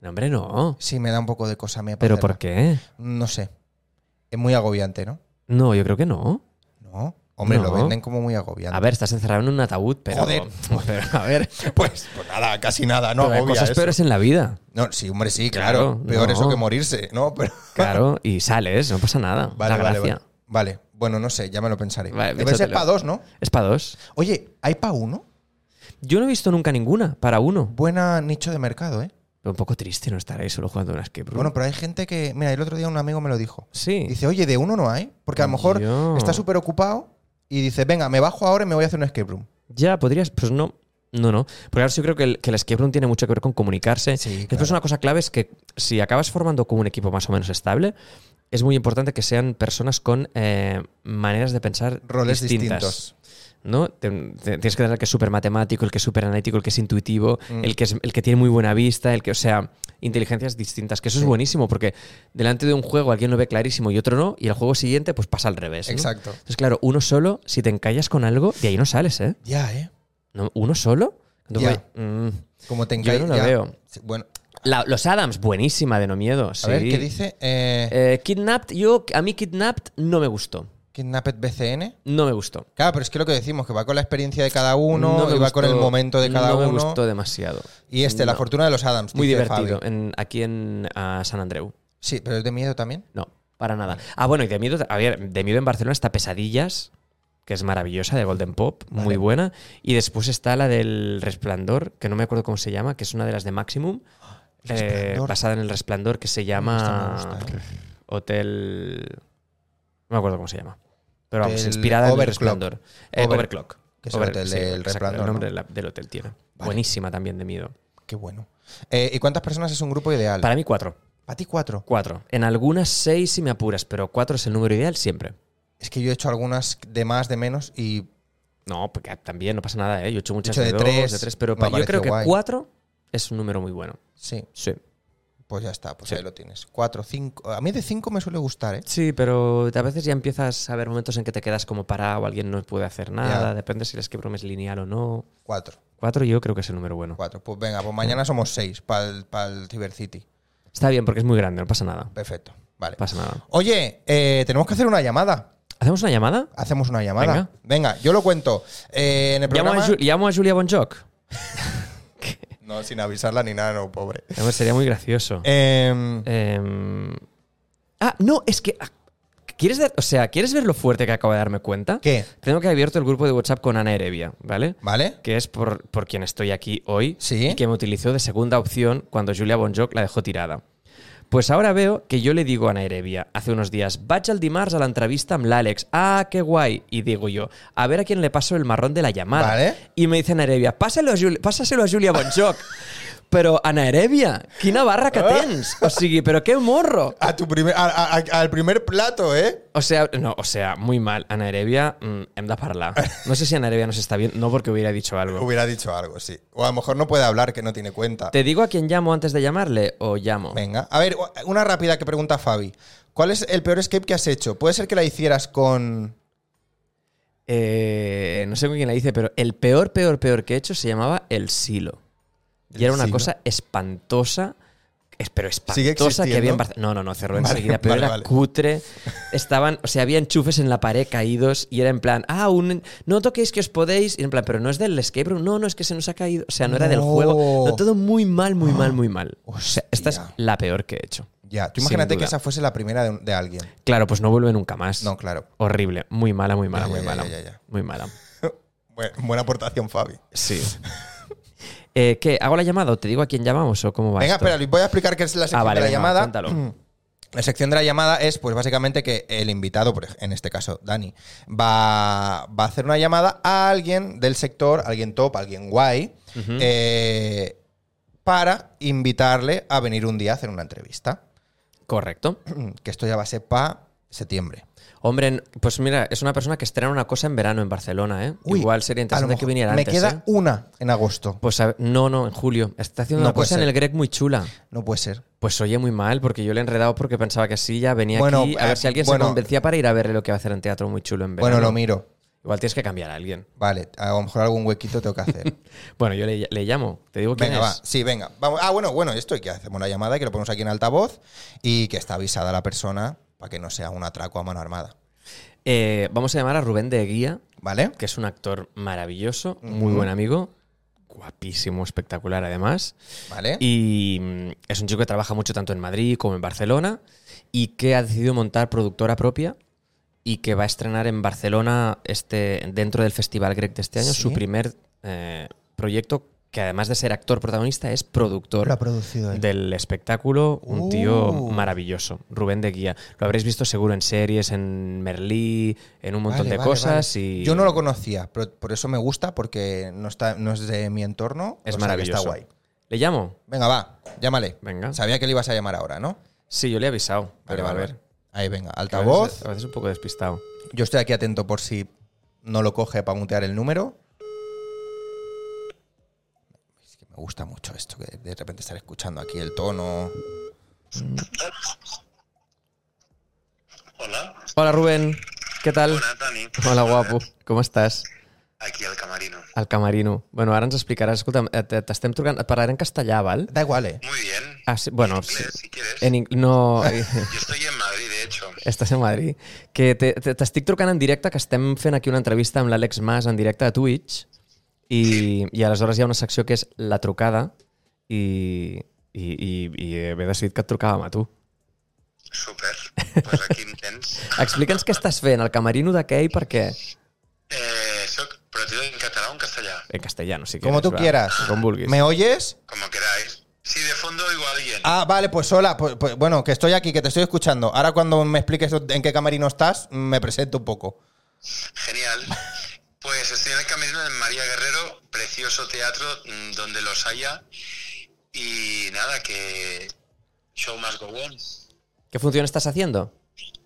[SPEAKER 2] No, hombre, no.
[SPEAKER 1] Sí, me da un poco de cosa. Me
[SPEAKER 2] ¿Pero
[SPEAKER 1] apetece.
[SPEAKER 2] por qué?
[SPEAKER 1] No sé. Es muy agobiante, ¿no?
[SPEAKER 2] No, yo creo que no.
[SPEAKER 1] No. Hombre, lo
[SPEAKER 2] No.
[SPEAKER 1] venden como muy agobiante.
[SPEAKER 2] A ver, estás encerrado en un ataúd, pero.
[SPEAKER 1] Joder.
[SPEAKER 2] pero, [LAUGHS] a ver,
[SPEAKER 1] [LAUGHS] Pues, pues nada, casi nada, ¿no?
[SPEAKER 2] pero hay
[SPEAKER 1] Agobia
[SPEAKER 2] cosas
[SPEAKER 1] eso.
[SPEAKER 2] peores en
[SPEAKER 1] [LAUGHS]
[SPEAKER 2] la vida.
[SPEAKER 1] No, sí, hombre, sí, claro.
[SPEAKER 2] Claro,
[SPEAKER 1] Peor
[SPEAKER 2] no.
[SPEAKER 1] eso que morirse, ¿no? Pero,
[SPEAKER 2] Claro, y sales, no pasa nada.
[SPEAKER 1] vale,
[SPEAKER 2] la
[SPEAKER 1] vale,
[SPEAKER 2] gracia.
[SPEAKER 1] vale. Vale, bueno, no sé, ya me lo pensaré.
[SPEAKER 2] Vale,
[SPEAKER 1] Debe ser
[SPEAKER 2] échatelo.
[SPEAKER 1] para dos, ¿no?
[SPEAKER 2] Es para dos.
[SPEAKER 1] Oye, ¿hay para uno?
[SPEAKER 2] Yo no he visto nunca ninguna, para uno.
[SPEAKER 1] Buena nicho de mercado, ¿eh?
[SPEAKER 2] Pero un poco triste no estar ahí solo jugando una escape room.
[SPEAKER 1] Bueno, pero hay gente que. Mira, el otro día un amigo me lo dijo.
[SPEAKER 2] sí.
[SPEAKER 1] Dice, oye, de uno no hay. Porque a lo mejor
[SPEAKER 2] Yo.
[SPEAKER 1] está súper ocupado y dice, venga, me bajo ahora y me voy a hacer un escape room.
[SPEAKER 2] Ya, podrías. Pues no. No, no. Porque ahora yo creo que el, que el escape room tiene mucho que ver con comunicarse.
[SPEAKER 1] Sí,
[SPEAKER 2] Después,
[SPEAKER 1] claro.
[SPEAKER 2] una cosa clave es que si acabas formando como un equipo más o menos estable, es muy importante que sean personas con eh, maneras de pensar
[SPEAKER 1] Roles
[SPEAKER 2] distintas.
[SPEAKER 1] distintos.
[SPEAKER 2] ¿no? Te- te- tienes que tener el que es súper matemático, el que es súper analítico, el que es intuitivo,
[SPEAKER 1] Mm.
[SPEAKER 2] el, que es- el que tiene muy buena vista, el que, o sea, inteligencias distintas, que eso es buenísimo, porque delante de un juego alguien lo ve clarísimo y otro no, y el juego siguiente pues pasa al revés. ¿no?
[SPEAKER 1] Exacto.
[SPEAKER 2] Entonces, claro, uno solo, si te encallas con algo, de ahí no sales, ¿eh?
[SPEAKER 1] Ya, ¿eh?
[SPEAKER 2] ¿No? ¿Uno solo? Entonces,
[SPEAKER 1] Ya.
[SPEAKER 2] pues, mm.
[SPEAKER 1] Como te
[SPEAKER 2] Yo
[SPEAKER 1] encai-
[SPEAKER 2] no lo
[SPEAKER 1] ya.
[SPEAKER 2] veo.
[SPEAKER 1] Sí, Bueno,
[SPEAKER 2] La- los Adams, buenísima de No Miedo.
[SPEAKER 1] a ver, ¿qué dice? Eh,
[SPEAKER 2] kidnapped, yo, a mí Kidnapped no me gustó.
[SPEAKER 1] Kidnapped BCN.
[SPEAKER 2] No me gustó.
[SPEAKER 1] Claro, pero es que lo que decimos, que va con la experiencia de cada uno,
[SPEAKER 2] No
[SPEAKER 1] y
[SPEAKER 2] me
[SPEAKER 1] va con el
[SPEAKER 2] gustó-
[SPEAKER 1] momento de cada
[SPEAKER 2] no me
[SPEAKER 1] uno.
[SPEAKER 2] gustó demasiado.
[SPEAKER 1] Y este, La
[SPEAKER 2] No.
[SPEAKER 1] fortuna de los Adams.
[SPEAKER 2] Muy
[SPEAKER 1] dice
[SPEAKER 2] divertido,
[SPEAKER 1] Fabi.
[SPEAKER 2] en- aquí en ah, San Andreu.
[SPEAKER 1] Sí, pero es de miedo también.
[SPEAKER 2] No, para nada. Ah, bueno, y de miedo, a ver, de miedo en Barcelona está Pesadillas, que es maravillosa, de Golden Pop, muy buena. Y después está la del Resplandor, que no me acuerdo cómo se llama, que es una de las de Maximum, eh,
[SPEAKER 1] Resplandor.
[SPEAKER 2] basada en el Resplandor, que se
[SPEAKER 1] gusta, me
[SPEAKER 2] llama
[SPEAKER 1] gusta, ¿eh?
[SPEAKER 2] Hotel... No me acuerdo cómo se llama. Pero vamos,
[SPEAKER 1] Del
[SPEAKER 2] inspirada en el
[SPEAKER 1] Overclock.
[SPEAKER 2] resplandor. Eh,
[SPEAKER 1] Over-
[SPEAKER 2] Overclock.
[SPEAKER 1] que es el hotel del
[SPEAKER 2] exacto,
[SPEAKER 1] Resplandor,
[SPEAKER 2] El
[SPEAKER 1] ¿no?
[SPEAKER 2] nombre de la- del hotel tiene. Buenísima también de miedo.
[SPEAKER 1] Qué bueno. Eh, ¿Y cuántas personas es un grupo ideal?
[SPEAKER 2] Para mí, cuatro.
[SPEAKER 1] Para ti cuatro.
[SPEAKER 2] Cuatro. En algunas seis si me apuras, pero cuatro es el número ideal siempre.
[SPEAKER 1] Es que yo he hecho algunas de más, de menos y
[SPEAKER 2] No, porque también no pasa nada, ¿eh? Yo he hecho muchas
[SPEAKER 1] He
[SPEAKER 2] de,
[SPEAKER 1] hecho de
[SPEAKER 2] dos,
[SPEAKER 1] tres,
[SPEAKER 2] de tres, pero
[SPEAKER 1] me
[SPEAKER 2] pa-
[SPEAKER 1] ha
[SPEAKER 2] yo creo
[SPEAKER 1] parecido
[SPEAKER 2] que
[SPEAKER 1] guay.
[SPEAKER 2] cuatro es un número muy bueno.
[SPEAKER 1] sí,
[SPEAKER 2] Sí.
[SPEAKER 1] pues ya está, pues
[SPEAKER 2] Sí.
[SPEAKER 1] ahí lo tienes. Cuatro, cinco. A mí de cinco me suele gustar, ¿eh?
[SPEAKER 2] Sí, pero a veces ya empiezas a ver momentos en que te quedas como parado, alguien no puede hacer nada,
[SPEAKER 1] Ya.
[SPEAKER 2] depende si eres que bromes lineal o no.
[SPEAKER 1] Cuatro,
[SPEAKER 2] Cuatro yo creo que es el número bueno.
[SPEAKER 1] cuatro. Pues venga, pues mañana somos seis para el, Cyber City.
[SPEAKER 2] Está bien porque es muy grande, no pasa nada.
[SPEAKER 1] Perfecto, vale.
[SPEAKER 2] No pasa nada.
[SPEAKER 1] Oye, eh, tenemos que hacer una llamada.
[SPEAKER 2] ¿Hacemos una llamada?
[SPEAKER 1] Hacemos una llamada. Venga, yo lo cuento. Eh, en el
[SPEAKER 2] ¿Llamo
[SPEAKER 1] programa...
[SPEAKER 2] a, Ju- llamo a Julia Bonjoc?
[SPEAKER 1] No, sin avisarla ni nada, no, pobre.
[SPEAKER 2] Hombre, Sería muy gracioso.
[SPEAKER 1] Em,
[SPEAKER 2] Em, Ah, no, es que... ah, ¿Quieres dar- o sea, ¿quieres ver lo fuerte que acabo de darme cuenta?
[SPEAKER 1] ¿Qué?
[SPEAKER 2] Tengo que he abierto el grupo de WhatsApp con Ana Erevia, ¿vale?
[SPEAKER 1] ¿Vale?
[SPEAKER 2] que es por, por quien estoy aquí hoy
[SPEAKER 1] Sí.
[SPEAKER 2] y que me utilizó de segunda opción cuando Julia Bonjoc la dejó tirada. Pues ahora veo que yo le digo a Ana Erevia hace unos días, vaig el dimarts a la entrevista amb l'Àlex, ah, qué guay, y digo yo, a ver a quién le paso el marrón de la llamada.
[SPEAKER 1] Vale.
[SPEAKER 2] Y me dice Ana Erevia, "Pásalo a Juli- pásaselo a Julia
[SPEAKER 1] [LAUGHS]
[SPEAKER 2] Bonjoc. Pero Ana Erevia, quina barra
[SPEAKER 1] Ah.
[SPEAKER 2] que tens! O sigui, però qué morro!
[SPEAKER 1] A tu primer, a- a- a- al primer plato, ¿eh?
[SPEAKER 2] O sea, no, o sea, muy mal. Ana Erevia, mm, hem de parlar. No sé si Ana Erevia nos está bien, no porque hubiera dicho algo.
[SPEAKER 1] Hubiera dicho algo, sí. O a lo mejor no puede hablar, que no tiene cuenta.
[SPEAKER 2] ¿Te digo a quién llamo antes de llamarle o llamo?
[SPEAKER 1] Venga. A ver, una rápida que pregunta Fabi. ¿Cuál es el peor escape que has hecho? Puede ser que la hicieras con.
[SPEAKER 2] Eh, no sé con quién la hice, pero el peor, peor, peor que he hecho se llamaba El Silo. Y
[SPEAKER 1] ¿El
[SPEAKER 2] era una
[SPEAKER 1] Silo?
[SPEAKER 2] cosa espantosa, es- pero
[SPEAKER 1] ¿Sigue
[SPEAKER 2] espantosa que había en
[SPEAKER 1] existiendo?
[SPEAKER 2] Barcelona. No, no, no, cerró
[SPEAKER 1] Vale,
[SPEAKER 2] enseguida, pero
[SPEAKER 1] vale,
[SPEAKER 2] era
[SPEAKER 1] vale.
[SPEAKER 2] cutre. Estaban, o sea, había enchufes en la pared caídos y era en plan, ah, un, no toquéis que os podéis. Y en plan, pero no es del escape room, no, no, es que se nos ha caído. O sea, no era del
[SPEAKER 1] No.
[SPEAKER 2] juego. No, todo muy mal, muy mal, muy mal. O sea, esta es
[SPEAKER 1] Hostia.
[SPEAKER 2] la peor que he hecho.
[SPEAKER 1] Ya, tú
[SPEAKER 2] Sin
[SPEAKER 1] imagínate que
[SPEAKER 2] duda.
[SPEAKER 1] esa fuese la primera de, un- de alguien.
[SPEAKER 2] Claro, pues no vuelve nunca más.
[SPEAKER 1] No, claro.
[SPEAKER 2] Horrible, muy mala, muy
[SPEAKER 1] Ya,
[SPEAKER 2] mala,
[SPEAKER 1] ya,
[SPEAKER 2] muy
[SPEAKER 1] ya,
[SPEAKER 2] mala.
[SPEAKER 1] ya, ya.
[SPEAKER 2] Muy mala.
[SPEAKER 1] Bu- buena aportación, Fabi. [LAUGHS]
[SPEAKER 2] Sí. Eh, ¿Qué? ¿Hago la llamada o te digo a quién llamamos o cómo va?
[SPEAKER 1] Venga,
[SPEAKER 2] esto?
[SPEAKER 1] espera, Luis, voy a explicar qué es la sección
[SPEAKER 2] Ah,
[SPEAKER 1] de
[SPEAKER 2] vale,
[SPEAKER 1] la
[SPEAKER 2] venga,
[SPEAKER 1] llamada. Mm.
[SPEAKER 2] cuéntalo.
[SPEAKER 1] La sección de la llamada es, pues básicamente que el invitado, por ej- en este caso Dani, va, va a hacer una llamada a alguien del sector, alguien top, alguien guay, eh, para invitarle a venir un día a hacer una entrevista. [CLEARS THROAT]
[SPEAKER 2] Correcto.
[SPEAKER 1] Que esto ya va a ser para septiembre.
[SPEAKER 2] Hombre, n- pues mira, es una persona que estrena una cosa en verano en Barcelona, ¿eh?
[SPEAKER 1] Uy,
[SPEAKER 2] Igual
[SPEAKER 1] a lo
[SPEAKER 2] sería interesante que
[SPEAKER 1] mejor
[SPEAKER 2] viniera
[SPEAKER 1] Me
[SPEAKER 2] antes.
[SPEAKER 1] queda
[SPEAKER 2] ¿eh?
[SPEAKER 1] una en agosto.
[SPEAKER 2] Pues a- no, no, en julio. Está haciendo
[SPEAKER 1] No
[SPEAKER 2] una
[SPEAKER 1] puede
[SPEAKER 2] cosa en
[SPEAKER 1] ser.
[SPEAKER 2] el Grec muy chula.
[SPEAKER 1] No puede ser.
[SPEAKER 2] Pues oye, muy mal, porque yo le he enredado porque pensaba que sí, ya venía
[SPEAKER 1] Bueno,
[SPEAKER 2] aquí a ver
[SPEAKER 1] eh,
[SPEAKER 2] si alguien
[SPEAKER 1] bueno.
[SPEAKER 2] se convencía para ir a verle lo que va a hacer en teatro muy chulo en verano.
[SPEAKER 1] Bueno, lo miro.
[SPEAKER 2] Igual tienes que cambiar a alguien.
[SPEAKER 1] Vale, a lo mejor algún huequito tengo que hacer.
[SPEAKER 2] Bueno, yo le, le llamo. Te digo Pues quién
[SPEAKER 1] Venga, va.
[SPEAKER 2] es.
[SPEAKER 1] Sí, venga. Vamos. Ah, bueno, bueno, esto hay que hacemos la llamada, que lo ponemos aquí en altavoz y que está avisada la persona para que no sea un atraco a mano armada.
[SPEAKER 2] Eh, vamos a llamar a Rubén de Guía,
[SPEAKER 1] ¿Vale?
[SPEAKER 2] que es un actor maravilloso, muy buen amigo, guapísimo, espectacular además.
[SPEAKER 1] ¿Vale?
[SPEAKER 2] Y mm, es un chico que trabaja mucho tanto en Madrid como en Barcelona y que ha decidido montar productora propia y que va a estrenar en Barcelona este, dentro del Festival Greg de este año
[SPEAKER 1] Sí.
[SPEAKER 2] su primer eh, proyecto que además de ser actor protagonista es productor
[SPEAKER 1] producido
[SPEAKER 2] del espectáculo, un tío
[SPEAKER 1] Uh.
[SPEAKER 2] maravilloso, Rubén de Guía. Lo habréis visto seguro en series, en Merlí, en un montón de cosas y
[SPEAKER 1] Yo no lo conocía, pero por eso me gusta, porque no, está, no es de mi entorno.
[SPEAKER 2] es
[SPEAKER 1] o sea que
[SPEAKER 2] maravilloso.
[SPEAKER 1] está guay.
[SPEAKER 2] ¿Le llamo?
[SPEAKER 1] Venga, va, llámale.
[SPEAKER 2] Venga.
[SPEAKER 1] Sabía que le ibas a llamar ahora, ¿no?
[SPEAKER 2] Sí, yo le he avisado, pero
[SPEAKER 1] vale,
[SPEAKER 2] a ver.
[SPEAKER 1] vale. Ahí, venga,
[SPEAKER 2] a veces-
[SPEAKER 1] altavoz.
[SPEAKER 2] A veces un poco despistado.
[SPEAKER 1] Yo estoy aquí atento por si no lo coge para mutear el número. Es que me gusta mucho esto, que de repente estar escuchando aquí el tono.
[SPEAKER 3] Hola,
[SPEAKER 2] Hola Rubén, ¿qué tal?
[SPEAKER 3] hola Dani,
[SPEAKER 2] Hola guapo, com estàs?
[SPEAKER 3] aquí al camarino.
[SPEAKER 2] Al camarino. Bueno, ara ens explicaràs, escolta'm, eh, te- t'estem trucant, et parlaré en castellà, val?
[SPEAKER 1] Da igual, eh.
[SPEAKER 3] Muy bien.
[SPEAKER 2] Ah, sí, bueno, sí.
[SPEAKER 3] Inglés, si quieres.
[SPEAKER 2] En Eh. ing- no, [LAUGHS]
[SPEAKER 3] Yo estoy en Madrid, de hecho.
[SPEAKER 2] estàs a Madrid. Que te- te- t'estic trucant en directe, que estem fent aquí una entrevista amb l'Àlex Mas en directe a Twitch i, i aleshores hi ha una secció que és la trucada i, i, i, i he decidit que et trucàvem a tu. [LAUGHS]
[SPEAKER 3] Súper. Pues aquí intens.
[SPEAKER 2] Explica'ns què estàs fent, al camarino d'aquell, perquè...
[SPEAKER 3] Eh, soc, pero te digo en catalán o en castellano,
[SPEAKER 2] En castellano, si
[SPEAKER 1] Como
[SPEAKER 2] quieres,
[SPEAKER 1] tú
[SPEAKER 2] va.
[SPEAKER 1] quieras.
[SPEAKER 2] Com vulguis.
[SPEAKER 1] ¿Me oyes?
[SPEAKER 3] como queráis. Si de fondo oigo a alguien.
[SPEAKER 1] Ah, vale, pues hola. Pues, pues, bueno, que estoy aquí, que te estoy escuchando. Ahora cuando me expliques en qué camarino estás, me presento un poco.
[SPEAKER 3] Genial. Pues estoy en el camerino de María Guerrero, precioso teatro mm, donde los haya. Y nada, que show más go on.
[SPEAKER 2] ¿Qué función estás haciendo?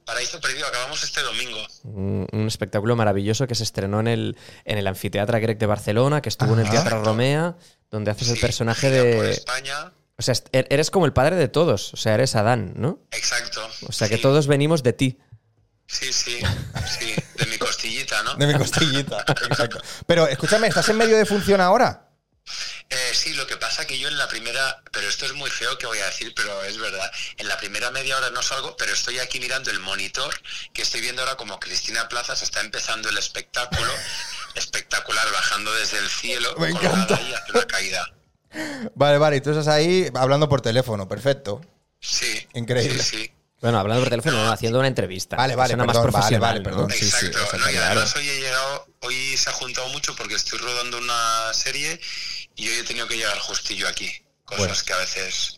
[SPEAKER 3] Paraíso Perdido, acabamos este domingo.
[SPEAKER 2] Un, un espectáculo maravilloso que se estrenó en el, en el Anfiteatra Grec de Barcelona, que estuvo en el
[SPEAKER 1] Ajá.
[SPEAKER 2] Teatro Romea, donde haces Pues el
[SPEAKER 3] Sí,
[SPEAKER 2] personaje
[SPEAKER 3] gira Por
[SPEAKER 2] de...
[SPEAKER 3] España,
[SPEAKER 2] O sea, est- er- eres como el padre de todos, o sea, eres Adán, ¿no?
[SPEAKER 3] exacto.
[SPEAKER 2] O sea, que
[SPEAKER 3] Sí,
[SPEAKER 2] todos venimos de ti.
[SPEAKER 3] Sí, sí, sí, de mi costillita, ¿no?
[SPEAKER 1] De mi costillita. Exacto. Pero escúchame, ¿estás en medio de función ahora?
[SPEAKER 3] Eh, sí, lo que pasa que yo en la primera, pero esto es muy feo que voy a decir, pero es verdad, en la primera media hora no salgo, pero estoy aquí mirando el monitor, que estoy viendo ahora como Cristina Plazas está empezando el espectáculo, espectacular, bajando desde el cielo,
[SPEAKER 1] Me
[SPEAKER 3] colgada
[SPEAKER 1] encanta.
[SPEAKER 3] ahí, hace una caída.
[SPEAKER 1] Vale, vale, y tú estás ahí hablando por teléfono, perfecto.
[SPEAKER 3] Sí.
[SPEAKER 1] Increíble.
[SPEAKER 3] Sí, sí.
[SPEAKER 2] Bueno, hablando por teléfono, no, haciendo una entrevista.
[SPEAKER 1] Vale, vale,
[SPEAKER 2] Persona
[SPEAKER 1] perdón,
[SPEAKER 2] más profesional,
[SPEAKER 1] vale, vale,
[SPEAKER 2] ¿no?
[SPEAKER 1] perdón. Sí, sí,
[SPEAKER 3] Exacto,
[SPEAKER 1] eso
[SPEAKER 3] no, y
[SPEAKER 1] está
[SPEAKER 3] además hoy he llegado, hoy se ha juntado mucho porque estoy rodando una serie y hoy he tenido que llegar justillo aquí. Cosas
[SPEAKER 1] Bueno.
[SPEAKER 3] que a veces,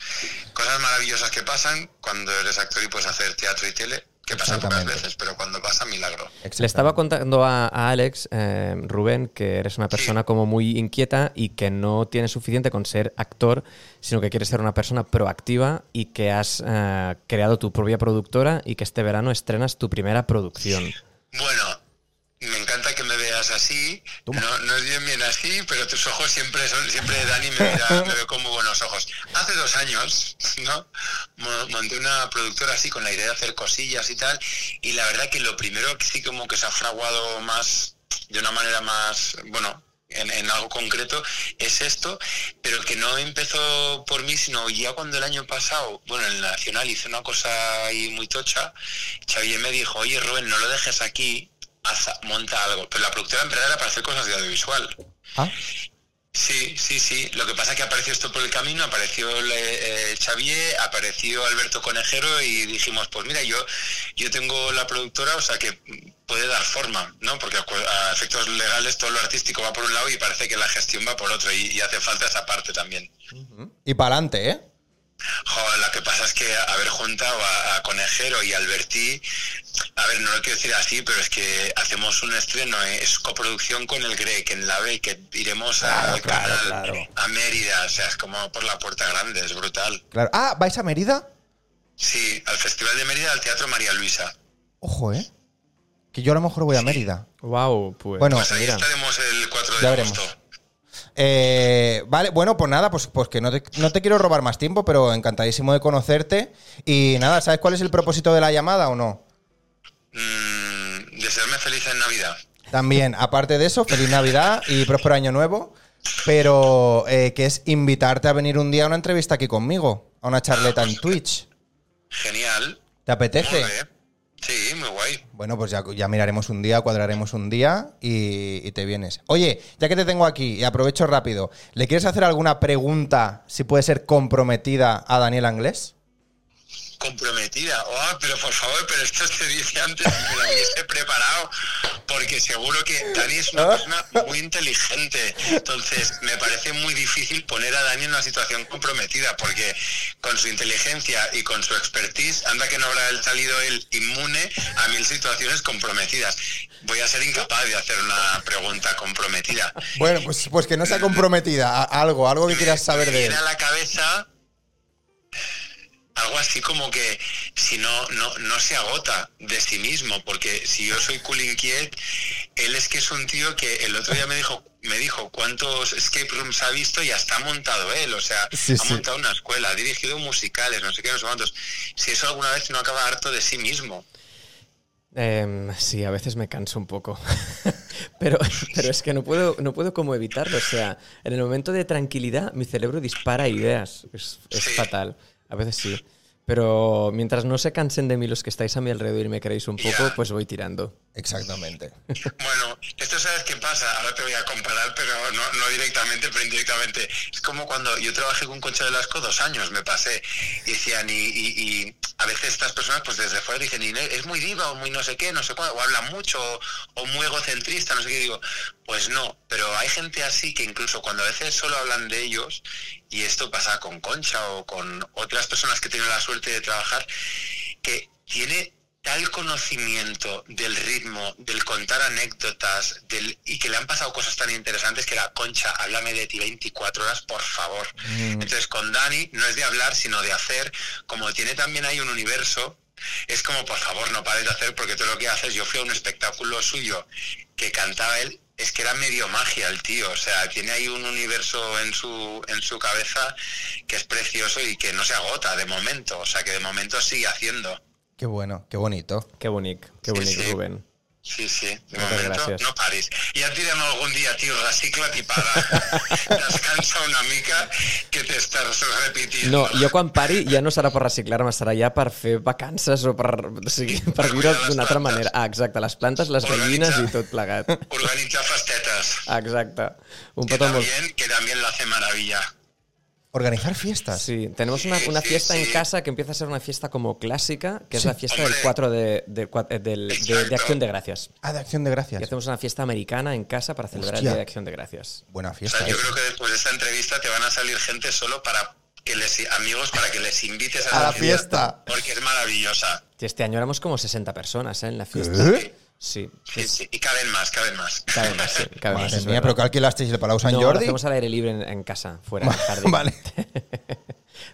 [SPEAKER 3] cosas maravillosas que pasan cuando eres actor y puedes hacer teatro y tele, que pasan pocas
[SPEAKER 1] Exactamente.
[SPEAKER 3] veces, pero cuando pasa, milagro.
[SPEAKER 2] Le estaba contando a, a Alex, eh, Rubén, que eres una persona como muy inquieta y que no tienes suficiente con ser actor, sino que quieres ser una persona proactiva y que has eh, creado tu propia productora y que este verano estrenas tu primera producción.
[SPEAKER 3] Bueno, me encanta que me veas así, no, no es bien bien así, pero tus ojos siempre son, siempre Dani me, mira, me veo con muy buenos ojos. Hace dos años, ¿no? Mo- Monté una productora así con la idea de hacer cosillas y tal, y la verdad que lo primero que sí como que se ha fraguado más, de una manera más, bueno, en, en algo concreto, es esto, pero que no empezó por mí, sino ya cuando el año pasado, bueno, en el Nacional hice una cosa ahí muy tocha, Xavier me dijo, oye Rubén, no lo dejes aquí, haz- monta algo. Pero la productora en verdad era para hacer cosas de audiovisual.
[SPEAKER 1] Ah,
[SPEAKER 3] Sí, sí, sí. Lo que pasa es que apareció esto por el camino, apareció el, eh, Xavier, apareció Alberto Conejero y dijimos, pues mira, yo, yo tengo la productora, o sea que puede dar forma, ¿no? Porque a cu- a efectos legales todo lo artístico va por un lado y parece que la gestión va por otro y, y hace falta esa parte también.
[SPEAKER 1] y para adelante, ¿eh?
[SPEAKER 3] Joder, lo que pasa es que haber juntado a, a Conejero y Alberti, a ver, no lo quiero decir así, pero es que hacemos un estreno, ¿eh? es coproducción con el Greg en la B, que iremos a, al
[SPEAKER 1] claro,
[SPEAKER 3] canal,
[SPEAKER 1] claro.
[SPEAKER 3] a Mérida, o sea, es como por la puerta grande, es brutal.
[SPEAKER 1] Claro. Ah, ¿vais a Mérida?
[SPEAKER 3] Sí, al Festival de Mérida, al Teatro María Luisa.
[SPEAKER 1] Ojo, ¿eh? Que yo a lo mejor voy a Mérida.
[SPEAKER 2] Wow, pues.
[SPEAKER 1] Bueno,
[SPEAKER 3] Pues ahí estaremos el 4 de
[SPEAKER 1] Ya veremos.
[SPEAKER 3] agosto.
[SPEAKER 1] Eh, vale, bueno, pues nada, pues, pues que no te, no te quiero robar más tiempo, pero encantadísimo de conocerte. Y nada, ¿sabes cuál es el propósito de la llamada o no?
[SPEAKER 3] Mm, desearme feliz en Navidad.
[SPEAKER 1] También, aparte de eso, feliz Navidad y próspero año nuevo. Pero eh, que es invitarte a venir un día a una entrevista aquí conmigo, a una charleta en Twitch.
[SPEAKER 3] Genial.
[SPEAKER 1] ¿Te
[SPEAKER 3] Muy
[SPEAKER 1] apetece?
[SPEAKER 3] bien. Sí, muy guay.
[SPEAKER 1] Bueno, pues ya, ya miraremos un día, cuadraremos un día y, y te vienes. Oye, ya que te tengo aquí y aprovecho rápido, ¿le quieres hacer alguna pregunta, si puede ser comprometida, a Daniel Anglés?
[SPEAKER 3] comprometida. Oh, pero por favor, pero esto se dice antes que lo hubiese preparado, porque seguro que Dani es una persona muy inteligente. Entonces, me parece muy difícil poner a Dani en una situación comprometida, porque con su inteligencia y con su expertise, anda que no habrá salido él inmune a mil situaciones comprometidas. Voy a ser incapaz de hacer una pregunta comprometida.
[SPEAKER 1] Bueno, pues, pues que no sea comprometida, a- algo, algo que quieras saber
[SPEAKER 3] me
[SPEAKER 1] de él.
[SPEAKER 3] viene a la cabeza eh, algo así como que si no, no, no se agota de sí mismo, porque si yo soy Kulinkiet, él es que es un tío que el otro día me dijo, me dijo cuántos escape rooms ha visto y hasta ha montado él, o sea,
[SPEAKER 1] Sí,
[SPEAKER 3] ha
[SPEAKER 1] sí.
[SPEAKER 3] montado una escuela, ha dirigido musicales, no sé qué, no sé cuántos. Si eso alguna vez no acaba harto de sí mismo.
[SPEAKER 2] Em, sí, a veces me canso un poco. [LAUGHS] pero, pero es que no puedo, no puedo como evitarlo. O sea, en el momento de tranquilidad, mi cerebro dispara ideas. Es, es
[SPEAKER 3] Sí.
[SPEAKER 2] fatal. A veces sí. Pero mientras no se cansen de mí los que estáis a mi alrededor y me queréis un poco,
[SPEAKER 3] Ya.
[SPEAKER 2] pues voy tirando.
[SPEAKER 1] Exactamente.
[SPEAKER 3] Bueno, esto sabes qué pasa, ahora te voy a comparar, pero no, no directamente, pero indirectamente. Es como cuando yo trabajé con Concha Velasco dos años, me pasé, y decían, y, y- y a veces estas personas pues desde fuera dicen, "Inés, es muy diva o muy no sé qué, no sé cuál, o habla mucho, o, o muy egocentrista, no sé qué, digo, Pues no, pero hay gente así que incluso cuando a veces solo hablan de ellos, y esto pasa con Concha o con otras personas que tienen la suerte de trabajar, que tiene tal conocimiento del ritmo, del contar anécdotas, del, y que le han pasado cosas tan interesantes que la concha, háblame de ti 24 horas, por favor.
[SPEAKER 2] Mm.
[SPEAKER 3] Entonces con Dani no es de hablar, sino de hacer, como tiene también ahí un universo, es como, por favor, no pares de hacer, porque todo lo que haces, yo fui a un espectáculo suyo que cantaba él, es que era medio magia el tío, o sea, tiene ahí un universo en su, en su cabeza que es precioso y que no se agota de momento, o sea, que de momento sigue haciendo.
[SPEAKER 1] Qué bueno, qué bonito.
[SPEAKER 4] Que bonic, que
[SPEAKER 3] Sí,
[SPEAKER 4] bonic,
[SPEAKER 3] sí.
[SPEAKER 4] Rubén.
[SPEAKER 3] Sí, sí, de
[SPEAKER 4] Muchas
[SPEAKER 3] momento
[SPEAKER 4] gràcies.
[SPEAKER 3] no paris. Ja et direm algun dia, tio, recicla't i para. Descansa una mica que t'estàs repetint.
[SPEAKER 2] No, jo quan pari ja no serà per reciclar-me, serà ja per fer vacances o per, o sigui, per
[SPEAKER 3] Per
[SPEAKER 2] viure
[SPEAKER 3] cuidar les
[SPEAKER 2] d'una altra
[SPEAKER 3] plantes.
[SPEAKER 2] manera. Ah, exacte, les plantes, les
[SPEAKER 3] Organitzar.
[SPEAKER 2] gallines i tot plegat.
[SPEAKER 3] Organitza festetes.
[SPEAKER 2] Exacte. Un
[SPEAKER 3] Que
[SPEAKER 2] petó molt...
[SPEAKER 3] también, que también lo hace maravilla.
[SPEAKER 1] Organizar fiestas.
[SPEAKER 2] Sí, tenemos una,
[SPEAKER 3] Sí,
[SPEAKER 2] una
[SPEAKER 3] sí,
[SPEAKER 2] fiesta en
[SPEAKER 3] sí.
[SPEAKER 2] casa que empieza a ser una fiesta como clásica, que es
[SPEAKER 1] Sí.
[SPEAKER 2] la fiesta del
[SPEAKER 3] Hombre.
[SPEAKER 2] 4 de, del cua- eh, del- de- de
[SPEAKER 3] Exacto.
[SPEAKER 2] Acción de Gracias.
[SPEAKER 1] Ah, de acción de gracias.
[SPEAKER 2] Y hacemos una fiesta americana en casa para celebrar
[SPEAKER 1] Hostia.
[SPEAKER 2] el Día de Acción de Gracias.
[SPEAKER 1] Buena
[SPEAKER 3] O
[SPEAKER 1] fiesta.
[SPEAKER 3] sea, yo
[SPEAKER 1] ¿eh?
[SPEAKER 3] creo que después de esta entrevista te van a salir gente solo para que les amigos para que les invites a,
[SPEAKER 1] A la fiesta.
[SPEAKER 3] Porque es maravillosa.
[SPEAKER 2] Y este año éramos como 60 personas ¿eh? en la fiesta.
[SPEAKER 1] ¿Eh?
[SPEAKER 2] Sí,
[SPEAKER 3] Sí, sí. Y caben más, caben más.
[SPEAKER 2] cabe más, sí, cabe más.
[SPEAKER 1] Madre
[SPEAKER 2] es
[SPEAKER 1] mía,
[SPEAKER 2] verdad.
[SPEAKER 1] pero que alquilasteis el Palau San
[SPEAKER 2] no, lo
[SPEAKER 1] Jordi.
[SPEAKER 2] hacemos al aire libre en, en casa, fuera
[SPEAKER 1] [LAUGHS]
[SPEAKER 2] del jardín.
[SPEAKER 1] vale.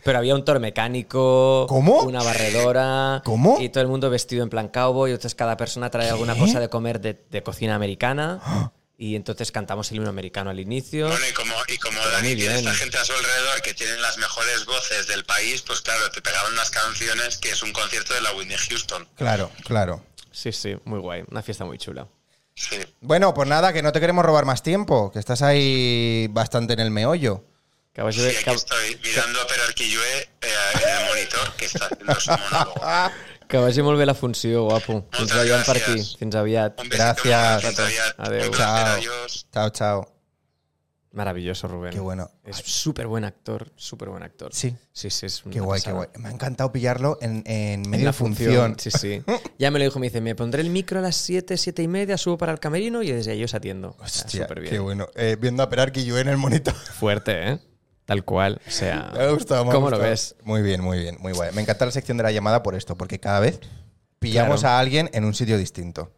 [SPEAKER 2] Pero había un toro mecánico,
[SPEAKER 1] ¿Cómo?
[SPEAKER 2] una barredora,
[SPEAKER 1] ¿Cómo?
[SPEAKER 2] y todo el mundo vestido en plan cowboy. Entonces cada persona trae alguna cosa de comer de, de cocina americana. Y entonces cantamos el himno americano al inicio.
[SPEAKER 3] Bueno, y como, y como Dani
[SPEAKER 2] muy
[SPEAKER 3] tiene
[SPEAKER 2] bien.
[SPEAKER 3] esta gente a su alrededor que tienen las mejores voces del país, pues claro, te pegaban unas canciones que es un concierto de la Whitney Houston.
[SPEAKER 1] Claro, claro.
[SPEAKER 2] Sí, sí, muy guay. Una fiesta muy chula.
[SPEAKER 3] Sí.
[SPEAKER 1] Bueno, pues nada, que no te queremos robar más tiempo, que estás ahí bastante en el meollo.
[SPEAKER 2] Acabas de
[SPEAKER 3] Sí,
[SPEAKER 2] ver-
[SPEAKER 3] aquí
[SPEAKER 2] acab-
[SPEAKER 3] estoy mirando a Perar Quillué eh, en el monitor que está haciendo su monólogo.
[SPEAKER 2] que vagi molt bé la funció, guapo. Ens
[SPEAKER 3] Moltes
[SPEAKER 2] veiem per aquí.
[SPEAKER 3] gràcies.
[SPEAKER 2] Fins aviat.
[SPEAKER 3] Un besito,
[SPEAKER 1] Gracias.
[SPEAKER 3] un abrazo,
[SPEAKER 2] Adeu.
[SPEAKER 3] Un placer,
[SPEAKER 1] Chao.
[SPEAKER 3] adiós.
[SPEAKER 1] Chao, chao.
[SPEAKER 2] Maravilloso, Rubén.
[SPEAKER 1] Qué bueno.
[SPEAKER 2] Es súper buen actor, súper buen actor.
[SPEAKER 1] Sí.
[SPEAKER 2] Sí, sí, es
[SPEAKER 1] Qué
[SPEAKER 2] una
[SPEAKER 1] guay, qué
[SPEAKER 2] pasada.
[SPEAKER 1] guay. Me ha encantado pillarlo en, en medio
[SPEAKER 2] En la
[SPEAKER 1] de función.
[SPEAKER 2] Sí, sí. [LAUGHS] Ya me lo dijo, me dice, me pondré el micro a las 7, 7 y media, subo para el camerino y desde ahí os atiendo. O sea,
[SPEAKER 1] Hostia,
[SPEAKER 2] súper bien.
[SPEAKER 1] qué bueno. Eh, viendo a Perar yo en el monitor. [LAUGHS]
[SPEAKER 2] Fuerte, ¿eh? Tal cual. O [LAUGHS] sea,
[SPEAKER 1] Me ha gustado, me ha
[SPEAKER 2] ¿cómo lo
[SPEAKER 1] gustado.
[SPEAKER 2] ves?
[SPEAKER 1] Muy bien, muy bien, muy guay. Me encanta la sección de la llamada por esto, porque cada vez pillamos
[SPEAKER 2] Claro.
[SPEAKER 1] a alguien en un sitio distinto.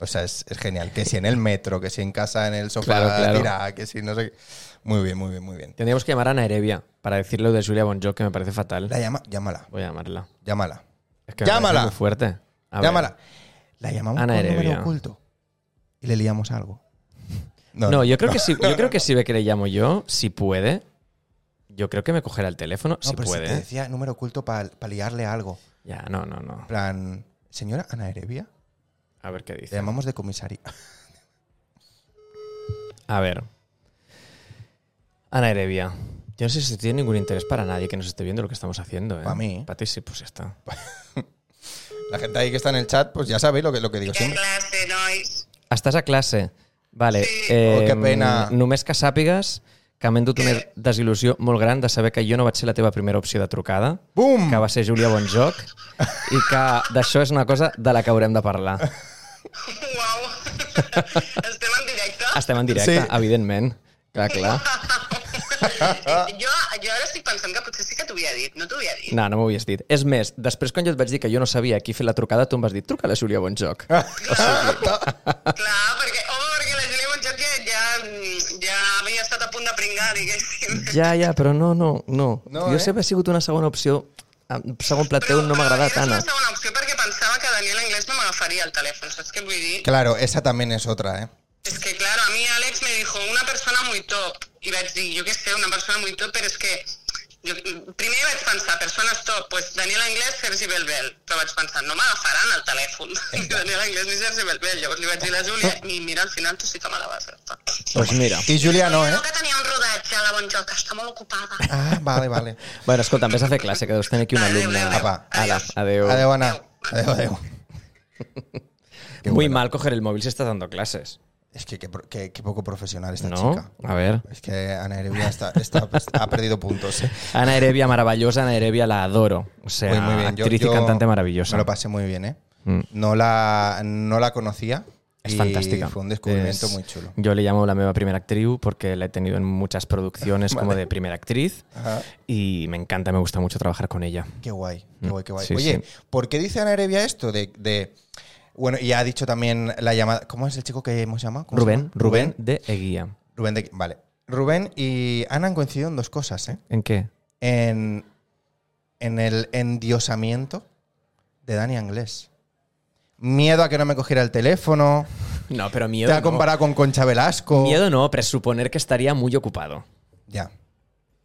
[SPEAKER 1] O sea, es, es genial. Que si en el metro, que si en casa, en el sofá,
[SPEAKER 2] Claro, claro.
[SPEAKER 1] tirada, que si no sé qué. Muy bien, muy bien, muy bien.
[SPEAKER 2] Tendríamos que llamar a Ana Erevia para decirle lo de Julia Bonjo, que me parece fatal.
[SPEAKER 1] La llama, llámala,
[SPEAKER 2] Voy a llamarla.
[SPEAKER 1] llámala.
[SPEAKER 2] Es que me parece
[SPEAKER 1] Llámala.
[SPEAKER 2] muy fuerte. A ver.
[SPEAKER 1] llámala. La llamamos
[SPEAKER 2] Ana
[SPEAKER 1] por un número
[SPEAKER 2] Heredia.
[SPEAKER 1] oculto y le liamos algo.
[SPEAKER 2] No, yo creo que si, yo [LAUGHS] creo que si ve que le llamo yo, si puede, yo creo que me cogerá el teléfono,
[SPEAKER 1] No,
[SPEAKER 2] si
[SPEAKER 1] pero si
[SPEAKER 2] puede.
[SPEAKER 1] te
[SPEAKER 2] ¿eh?
[SPEAKER 1] decía número oculto para liarle algo.
[SPEAKER 2] Ya, no, no, no.
[SPEAKER 1] En plan, señora Ana Erevia,
[SPEAKER 2] A ver qué
[SPEAKER 1] le
[SPEAKER 2] dice.
[SPEAKER 1] llamamos de comisaría. [LAUGHS]
[SPEAKER 2] A ver. Ana Erevia. Yo no sé si tiene ningún interés para nadie que nos esté viendo lo que estamos haciendo, ¿eh?
[SPEAKER 1] Pa' mí.
[SPEAKER 2] Para ti sí, pues ya está.
[SPEAKER 1] La gente ahí que está en el chat, pues ya sabéis lo que, lo que digo
[SPEAKER 5] Què
[SPEAKER 1] siempre.
[SPEAKER 5] classe, [LAUGHS] nois?
[SPEAKER 2] Estàs a classe. Vale.
[SPEAKER 5] Sí.
[SPEAKER 1] Oh, que pena.
[SPEAKER 2] Només que sàpigues que m'he endut una desil·lusió molt gran de saber que jo no vaig ser la teva primera opció de trucada,
[SPEAKER 1] Bum!
[SPEAKER 2] que va ser Júlia Bonjoc, i que d'això és una cosa de la que haurem de parlar.
[SPEAKER 5] Uau! [LAUGHS] Estem Este en directe?
[SPEAKER 2] Estem en directe,
[SPEAKER 1] Sí.
[SPEAKER 2] sí. evidentment. Clar, clar.
[SPEAKER 5] jo, jo ara estic pensant que potser sí que t'ho havia dit. No t'ho havia dit?
[SPEAKER 2] No, no m'ho havies dit. És més, després quan jo et vaig dir que jo no sabia a qui fer la trucada, tu em vas dir, truca a la Júlia Bonjoc.
[SPEAKER 5] Clar, perquè, home, perquè oh, la Júlia Monchot ja, ja, ja havia estat a punt de pringar, [LAUGHS] diguéssim.
[SPEAKER 2] Ja, ja, però no, no, no.
[SPEAKER 1] No,
[SPEAKER 2] no jo
[SPEAKER 1] eh?
[SPEAKER 2] sempre he sigut una segona opció. Em- Segon plateu no m'ha agradat,
[SPEAKER 5] Però
[SPEAKER 2] Anna.
[SPEAKER 5] és una segona opció perquè pensava que Daniel Anglès no m'agafaria el telèfon, saps què vull dir?
[SPEAKER 1] [LAUGHS] Claro, esa también es otra, ¿eh?
[SPEAKER 5] Es que claro, a mí Alex me dijo una persona muy top y vaig dir, yo qué sé, una persona muy top, pero es que jo, primer vaig pensar, persones top, pues Daniel Anglès, Sergi Belbel, però vaig pensar, no m'agafaran el telèfon, [LAUGHS] ni Daniel Anglès ni Sergi Belbel, llavors li vaig dir a la Júlia, i mira, al final tu sí que me la vas agafar.
[SPEAKER 2] Doncs Pues mira.
[SPEAKER 1] Y Julia no, ¿eh?
[SPEAKER 5] No, que tenia un rodatge a la Bonjoc, que està molt ocupada.
[SPEAKER 1] [LAUGHS] Ah, vale, vale.
[SPEAKER 2] Bueno, escolta, vés a fer classe, que deus tenir aquí una
[SPEAKER 5] Adéu,
[SPEAKER 2] alumna.
[SPEAKER 5] adéu.
[SPEAKER 1] Apa,
[SPEAKER 2] Ala, adéu.
[SPEAKER 1] Adeu, Ana. Adeu, adeu. Qué
[SPEAKER 2] Muy
[SPEAKER 1] bueno.
[SPEAKER 2] mal coger el móvil si estás dando clases.
[SPEAKER 1] Es que qué, pro- qué- qué poco profesional esta
[SPEAKER 2] ¿No?
[SPEAKER 1] chica.
[SPEAKER 2] A ver.
[SPEAKER 1] Es que Ana Erevia está, está- ha perdido puntos. ¿eh?
[SPEAKER 2] Ana Erevia, maravillosa. Ana Erevia, la adoro. O sea,
[SPEAKER 1] Muy, muy bien. Yo-
[SPEAKER 2] actriz
[SPEAKER 1] yo
[SPEAKER 2] y cantante
[SPEAKER 1] Me
[SPEAKER 2] maravillosa.
[SPEAKER 1] lo pasé muy bien, ¿eh?
[SPEAKER 2] Mm.
[SPEAKER 1] No la, no la conocía.
[SPEAKER 2] Es
[SPEAKER 1] Y
[SPEAKER 2] fantàstica.
[SPEAKER 1] fue un descubrimiento
[SPEAKER 2] Es-
[SPEAKER 1] muy chulo.
[SPEAKER 2] Jo li llamo la meva primera actriu porque la he tenido en muchas producciones como
[SPEAKER 1] Vale.
[SPEAKER 2] de primera actriz
[SPEAKER 1] Ajá.
[SPEAKER 2] y me encanta, me gusta mucho trabajar con ella.
[SPEAKER 1] Qué guay, qué guay, qué guay.
[SPEAKER 2] Mm. Sí,
[SPEAKER 1] Oye,
[SPEAKER 2] sí.
[SPEAKER 1] ¿por qué dice Ana Erevia esto de, de- Bueno, y ha dicho también la llamada... ¿Cómo es el chico que hemos llamado? ¿Cómo se
[SPEAKER 2] Rubén,
[SPEAKER 1] llama?
[SPEAKER 2] Rubén de Eguía.
[SPEAKER 1] Rubén de... Vale. Rubén y Ana han coincidido en dos cosas, ¿eh?
[SPEAKER 2] ¿En qué?
[SPEAKER 1] En, en el endiosamiento de Dani Anglés. Miedo a que no me cogiera el teléfono.
[SPEAKER 2] No, pero
[SPEAKER 1] Te
[SPEAKER 2] miedo
[SPEAKER 1] ha comparado con Concha Velasco.
[SPEAKER 2] no. Miedo no, presuponer que estaría muy ocupado.
[SPEAKER 1] Ya.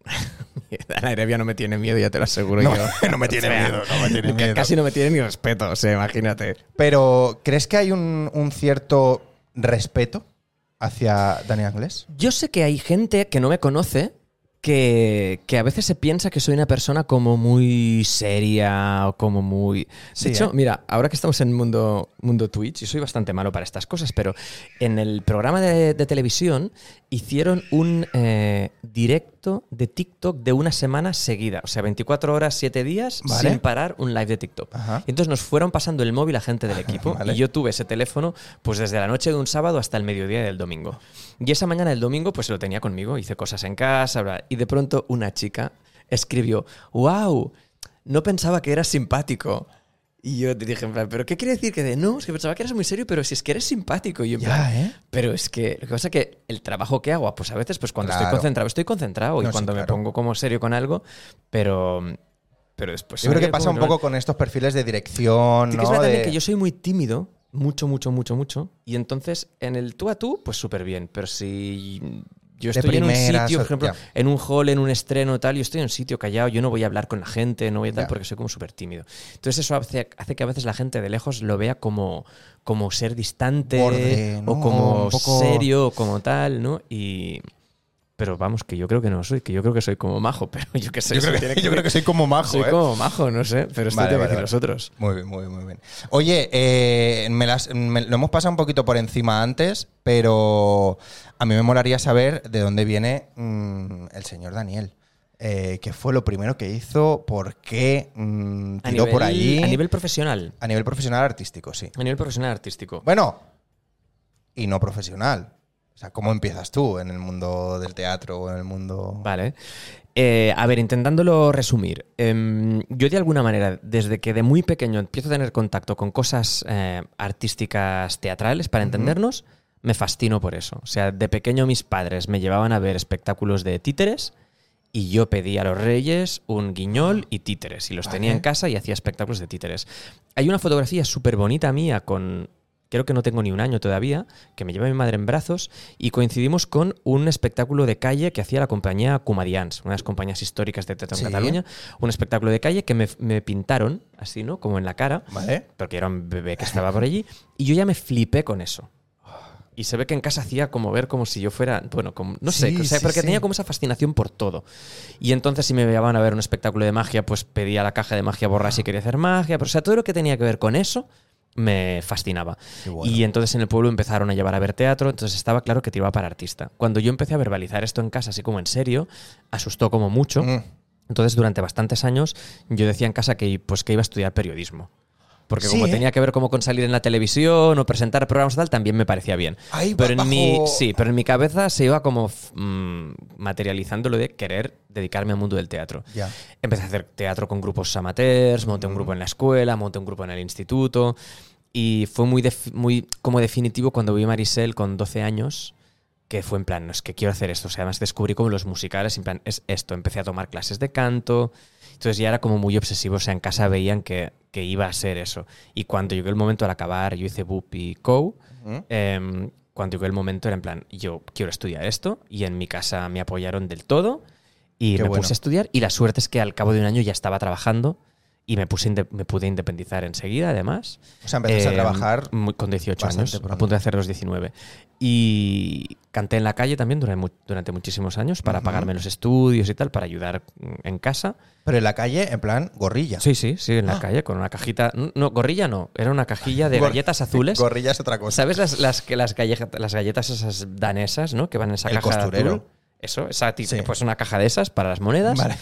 [SPEAKER 2] [LAUGHS] Ana Erevia no me tiene miedo, ya te lo aseguro
[SPEAKER 1] No,
[SPEAKER 2] yo.
[SPEAKER 1] [LAUGHS]
[SPEAKER 2] [LAUGHS]
[SPEAKER 1] no me tiene miedo, no me tiene
[SPEAKER 2] que
[SPEAKER 1] miedo.
[SPEAKER 2] Casi no me tiene ni respeto, o sea, imagínate.
[SPEAKER 1] Pero, ¿crees que hay un, un cierto respeto hacia Dani Anglés?
[SPEAKER 2] Yo sé que hay gente que no me conoce que, que a veces se piensa que soy una persona como muy seria o como muy... De
[SPEAKER 1] Sí,
[SPEAKER 2] hecho,
[SPEAKER 1] ¿eh?
[SPEAKER 2] mira, ahora que estamos en mundo, mundo Twitch, y soy bastante malo para estas cosas, pero en el programa de, de televisión hicieron un eh, directo de TikTok de una semana seguida, o sea, 24 horas, 7 días,
[SPEAKER 1] Vale.
[SPEAKER 2] sin parar un live de TikTok.
[SPEAKER 1] Ajá.
[SPEAKER 2] Y entonces nos fueron pasando el móvil a
[SPEAKER 1] [LAUGHS]
[SPEAKER 2] gente del equipo
[SPEAKER 1] Vale.
[SPEAKER 2] y yo tuve ese teléfono pues desde la noche de un sábado hasta el mediodía del domingo. Y esa mañana del domingo pues lo tenía conmigo, hice cosas en casa, bla, y de pronto una chica escribió, wow, no pensaba que eras simpático. Y yo te dije, en plan, ¿pero qué quiere decir? Que de, no, es que pensaba que eras muy serio, pero si es que eres simpático. Y yo, en
[SPEAKER 1] Ya,
[SPEAKER 2] plan,
[SPEAKER 1] ¿eh?
[SPEAKER 2] Pero es que, lo que pasa es que el trabajo que hago, pues a veces, pues cuando
[SPEAKER 1] Claro.
[SPEAKER 2] estoy concentrado, estoy concentrado.
[SPEAKER 1] No,
[SPEAKER 2] y
[SPEAKER 1] sí,
[SPEAKER 2] cuando me
[SPEAKER 1] claro.
[SPEAKER 2] pongo como serio con algo, pero, pero después...
[SPEAKER 1] Yo creo que
[SPEAKER 2] oye,
[SPEAKER 1] pasa
[SPEAKER 2] como
[SPEAKER 1] un
[SPEAKER 2] que no-
[SPEAKER 1] poco con estos perfiles de dirección,
[SPEAKER 2] Sí
[SPEAKER 1] ¿no?
[SPEAKER 2] que es verdad también
[SPEAKER 1] De-
[SPEAKER 2] que yo soy muy tímido, mucho, mucho, mucho, mucho. Y entonces, en el tú a tú, pues súper bien. Pero si yo
[SPEAKER 1] De
[SPEAKER 2] estoy en un
[SPEAKER 1] primeras,
[SPEAKER 2] sitio,
[SPEAKER 1] o-
[SPEAKER 2] por ejemplo,
[SPEAKER 1] ya.
[SPEAKER 2] en un hall, en un estreno, tal, yo estoy en un sitio callado, yo no voy a hablar con la gente, no voy a tal,
[SPEAKER 1] Ya.
[SPEAKER 2] porque soy como súper tímido. Entonces eso hace, hace que a veces la gente de lejos lo vea como, como ser distante,
[SPEAKER 1] Borde, ¿no?
[SPEAKER 2] o como
[SPEAKER 1] Un poco-
[SPEAKER 2] serio, o como tal, ¿no? Y... Pero vamos, que yo creo que no lo soy, que yo creo que soy como majo, [LAUGHS] pero [LAUGHS] yo qué sé.
[SPEAKER 1] Yo
[SPEAKER 2] eso
[SPEAKER 1] creo que, [LAUGHS]
[SPEAKER 2] tiene
[SPEAKER 1] yo creo que soy como majo,
[SPEAKER 2] soy
[SPEAKER 1] ¿eh?
[SPEAKER 2] como majo, no sé, pero esto
[SPEAKER 1] Vale, vale,
[SPEAKER 2] tiene que
[SPEAKER 1] vale.
[SPEAKER 2] decir nosotros.
[SPEAKER 1] Muy bien, muy bien, muy bien. Oye, eh, me las- me- lo hemos pasado un poquito por encima antes, pero a mí me molaría saber de dónde viene mm, el señor Daniel. Eh, ¿Qué fue lo primero que hizo? ¿Por qué mm,
[SPEAKER 2] A
[SPEAKER 1] tiró
[SPEAKER 2] nivel-
[SPEAKER 1] por allí?
[SPEAKER 2] A nivel profesional.
[SPEAKER 1] a nivel profesional artístico, sí.
[SPEAKER 2] A nivel profesional artístico.
[SPEAKER 1] Bueno, y no profesional. O sea, ¿cómo empiezas tú en el mundo del teatro o en el mundo...?
[SPEAKER 2] Vale. Eh, a ver, intentándolo resumir. em, yo de alguna manera, desde que de muy pequeño empiezo a tener contacto con cosas eh, artísticas teatrales, para entendernos, me fascino por eso. O sea, de pequeño mis padres me llevaban a ver espectáculos de títeres y yo pedía a los reyes un guiñol y títeres. Y los tenía en casa y hacía espectáculos de títeres. Hay una fotografía súper bonita mía con... Creo que no tengo ni un año todavía, que me lleva mi madre en brazos y coincidimos con un espectáculo de calle que hacía la compañía Comedians, una de las compañías históricas de teatro
[SPEAKER 1] Sí.
[SPEAKER 2] en Cataluña. Un espectáculo de calle que me, me pintaron así, ¿no? Como en la cara,
[SPEAKER 1] ¿Vale?
[SPEAKER 2] porque era un bebé que estaba por allí. Y yo ya me flipé con eso. Y se ve que en casa hacía como ver como si yo fuera, bueno, como, no sé,
[SPEAKER 1] Sí,
[SPEAKER 2] o sea,
[SPEAKER 1] sí,
[SPEAKER 2] porque
[SPEAKER 1] sí.
[SPEAKER 2] tenía como esa fascinación por todo. Y entonces si me llevaban a ver un espectáculo de magia, pues pedía la caja de magia borrar si quería hacer magia, pero o sea, todo lo que tenía que ver con eso me fascinaba.
[SPEAKER 1] Qué bueno.
[SPEAKER 2] Y entonces en el pueblo empezaron a llevar a ver teatro, entonces estaba claro que te iba para artista. Cuando yo empecé a verbalizar esto en casa, así como en serio, asustó como mucho.
[SPEAKER 1] Mm.
[SPEAKER 2] Entonces, durante bastantes años, yo decía en casa que, pues, que iba a estudiar periodismo. Porque
[SPEAKER 1] Sí,
[SPEAKER 2] como
[SPEAKER 1] ¿eh?
[SPEAKER 2] tenía que ver cómo con salir en la televisión o presentar programas y tal, también me parecía bien.
[SPEAKER 1] Ahí va
[SPEAKER 2] pero en
[SPEAKER 1] bajo-
[SPEAKER 2] mi, sí, pero en mi cabeza se iba como f- mm, materializando lo de querer dedicarme al mundo del teatro.
[SPEAKER 1] Ya.
[SPEAKER 2] Empecé a hacer teatro con grupos amateurs, monté un grupo en la escuela, monté un grupo en el instituto. Y fue muy, def- muy como definitivo cuando vi Marisel con 12 años, que fue en plan, no es que quiero hacer esto. O sea, además descubrí como los musicales, en plan, es esto. Empecé a tomar clases de canto. Entonces ya era como muy obsesivo. O sea, en casa veían que, que iba a ser eso. Y cuando llegó el momento al acabar, yo hice Boop y Co.
[SPEAKER 1] Ujú.
[SPEAKER 2] Em, cuando llegó el momento era en plan, yo quiero estudiar esto y en mi casa me apoyaron del todo y
[SPEAKER 1] Qué
[SPEAKER 2] me
[SPEAKER 1] bueno.
[SPEAKER 2] puse a estudiar y la suerte es que al cabo de un año ya estaba trabajando y me, puse inde- me pude independizar enseguida además.
[SPEAKER 1] O sea, empezaste a
[SPEAKER 2] Em,
[SPEAKER 1] trabajar
[SPEAKER 2] muy- con 18
[SPEAKER 1] bastante
[SPEAKER 2] años,
[SPEAKER 1] pronto.
[SPEAKER 2] a punto de hacer los 19. Y canté en la calle también durante, mu- durante muchísimos años para
[SPEAKER 1] Ujú.
[SPEAKER 2] pagarme los estudios y tal, para ayudar mm, en casa.
[SPEAKER 1] Pero en la calle, en plan, gorrilla.
[SPEAKER 2] Sí, sí, sí, en la
[SPEAKER 1] Ah.
[SPEAKER 2] calle con una cajita. No, gorrilla no, era una cajilla de
[SPEAKER 1] Gor-
[SPEAKER 2] galletas azules.
[SPEAKER 1] Gorrilla es otra cosa.
[SPEAKER 2] ¿Sabes las, las, que las, galleja- las galletas esas danesas, ¿no? Que van en esa
[SPEAKER 1] El
[SPEAKER 2] caja azul?
[SPEAKER 1] costurero.
[SPEAKER 2] Eso, esa típica,
[SPEAKER 1] Sí.
[SPEAKER 2] pues una caja de esas para las monedas.
[SPEAKER 1] Vale.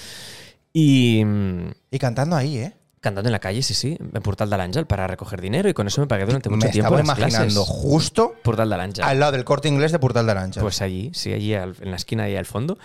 [SPEAKER 2] Y mm,
[SPEAKER 1] Y cantando ahí, ¿eh?
[SPEAKER 2] Cantando en la calle, sí, sí, en Portal del Ángel para recoger dinero y con eso me pagué durante mucho
[SPEAKER 1] Me estaba
[SPEAKER 2] tiempo las
[SPEAKER 1] imaginando
[SPEAKER 2] clases.
[SPEAKER 1] justo
[SPEAKER 2] Portal del Ángel.
[SPEAKER 1] al lado del corte inglés de Portal de Arancha.
[SPEAKER 2] Pues allí, sí, allí al- en la esquina ahí al fondo.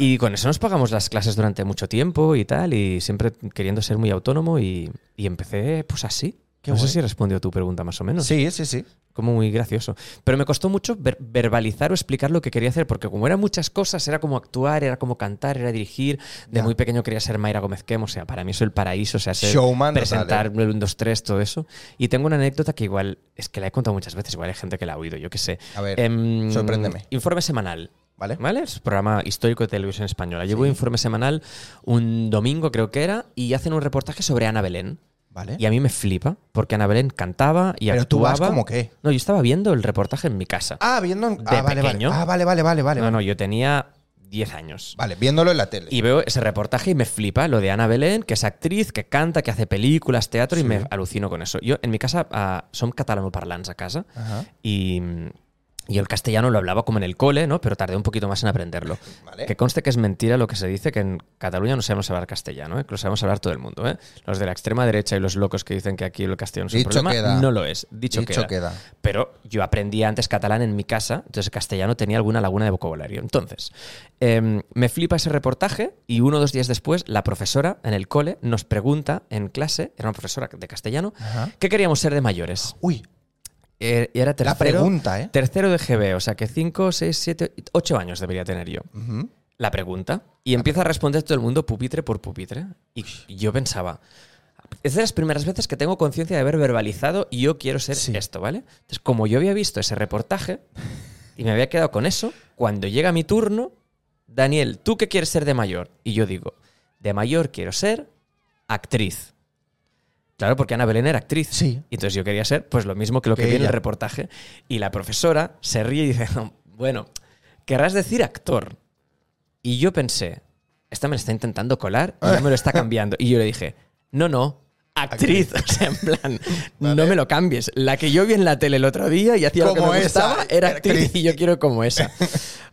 [SPEAKER 2] Y con eso nos pagamos las clases durante mucho tiempo y tal, y siempre queriendo ser muy autónomo y, y empecé pues así.
[SPEAKER 1] Qué
[SPEAKER 2] no
[SPEAKER 1] guay.
[SPEAKER 2] sé si respondió tu pregunta más o menos.
[SPEAKER 1] sí, sí, sí.
[SPEAKER 2] Como muy gracioso. Pero me costó mucho ver- verbalizar o explicar lo que quería hacer, porque como eran muchas cosas, era como actuar, era como cantar, era dirigir. De
[SPEAKER 1] Ya.
[SPEAKER 2] muy pequeño quería ser Mayra Gómez Kem, o sea, para mí eso el paraíso, o sea, ser
[SPEAKER 1] Showman total, ¿eh?
[SPEAKER 2] presentar el 1, 2, 3, todo eso. Y tengo una anécdota que igual, es que la he contado muchas veces, igual hay gente que la ha oído, yo qué sé.
[SPEAKER 1] A ver,
[SPEAKER 2] Em,
[SPEAKER 1] sorpréndeme.
[SPEAKER 2] Informe semanal.
[SPEAKER 1] ¿Vale?
[SPEAKER 2] ¿Vale? Es un programa histórico de televisión española. Llevo informe semanal un domingo, creo que era, y hacen un reportaje sobre Ana Belén.
[SPEAKER 1] Vale.
[SPEAKER 2] Y a mí me flipa, porque Ana Belén cantaba y
[SPEAKER 1] ¿Eh? Pero tú
[SPEAKER 2] actuaba.
[SPEAKER 1] vas como qué?
[SPEAKER 2] No, yo estaba viendo el reportaje en mi casa.
[SPEAKER 1] Ah, viendo en-
[SPEAKER 2] De
[SPEAKER 1] ah, vale, vale.
[SPEAKER 2] pequeño.
[SPEAKER 1] Ah, vale, vale, vale, vale.
[SPEAKER 2] no, no, yo tenía 10 años.
[SPEAKER 1] Vale, viéndolo en la tele.
[SPEAKER 2] Y veo ese reportaje y me flipa lo de Ana Belén, que es actriz, que canta, que hace películas, teatro, y me alucino con eso. Yo, en mi casa, ah, son catalanoparlants a casa,
[SPEAKER 1] Ajá.
[SPEAKER 2] y mm, yo el castellano lo hablaba como en el cole, ¿no? Pero tardé un poquito más en aprenderlo.
[SPEAKER 1] Vale.
[SPEAKER 2] Que conste que es mentira lo que se dice, que en Cataluña no sabemos hablar castellano, ¿eh? que lo sabemos hablar todo el mundo. ¿eh? Los de la extrema derecha y los locos que dicen que aquí el castellano es un
[SPEAKER 1] Dicho
[SPEAKER 2] problema,
[SPEAKER 1] queda.
[SPEAKER 2] no lo es. Dicho,
[SPEAKER 1] Dicho
[SPEAKER 2] queda.
[SPEAKER 1] queda.
[SPEAKER 2] Pero yo aprendí antes catalán en mi casa, entonces el castellano tenía alguna laguna de vocabulario. Entonces, em, me flipa ese reportaje y uno o dos días después la profesora en el cole nos pregunta en clase, era una profesora de castellano,
[SPEAKER 1] Ajá.
[SPEAKER 2] ¿qué queríamos ser de mayores?
[SPEAKER 1] Uy,
[SPEAKER 2] Eh, y era
[SPEAKER 1] la
[SPEAKER 2] tercero,
[SPEAKER 1] pregunta, ¿eh?
[SPEAKER 2] tercero de GB, o sea que 5, 6, 7, 8 años debería tener yo.
[SPEAKER 1] Ujú.
[SPEAKER 2] La pregunta. Y empieza a responder todo el mundo pupitre por pupitre. Y yo pensaba, es de las primeras veces que tengo conciencia de haber verbalizado y yo quiero ser
[SPEAKER 1] Sí.
[SPEAKER 2] esto, ¿vale? Entonces, como yo había visto
[SPEAKER 1] [LAUGHS]
[SPEAKER 2] ese reportaje y me había quedado con eso, cuando llega mi turno, Daniel, ¿tú qué quieres ser de mayor? Y yo digo, de mayor quiero ser actriz. Claro, porque Ana Belén era actriz.
[SPEAKER 1] Sí.
[SPEAKER 2] Y entonces yo quería ser, pues lo mismo que lo que,
[SPEAKER 1] Que
[SPEAKER 2] vi en el
[SPEAKER 1] ella.
[SPEAKER 2] reportaje. Y la profesora se ríe y dice, bueno, querrás decir actor. Y yo pensé, esta me la está intentando colar y ya me
[SPEAKER 1] [LAUGHS]
[SPEAKER 2] lo está cambiando. Y yo le dije, no, no, actriz. [LAUGHS] O sea,
[SPEAKER 1] [LAUGHS]
[SPEAKER 2] en plan, no me lo cambies. La que yo vi en la tele el otro día y hacía lo que
[SPEAKER 1] Como
[SPEAKER 2] me
[SPEAKER 1] esa,
[SPEAKER 2] gustaba era
[SPEAKER 1] era
[SPEAKER 2] actriz
[SPEAKER 1] actriz.
[SPEAKER 2] y yo quiero como esa.
[SPEAKER 1] [LAUGHS]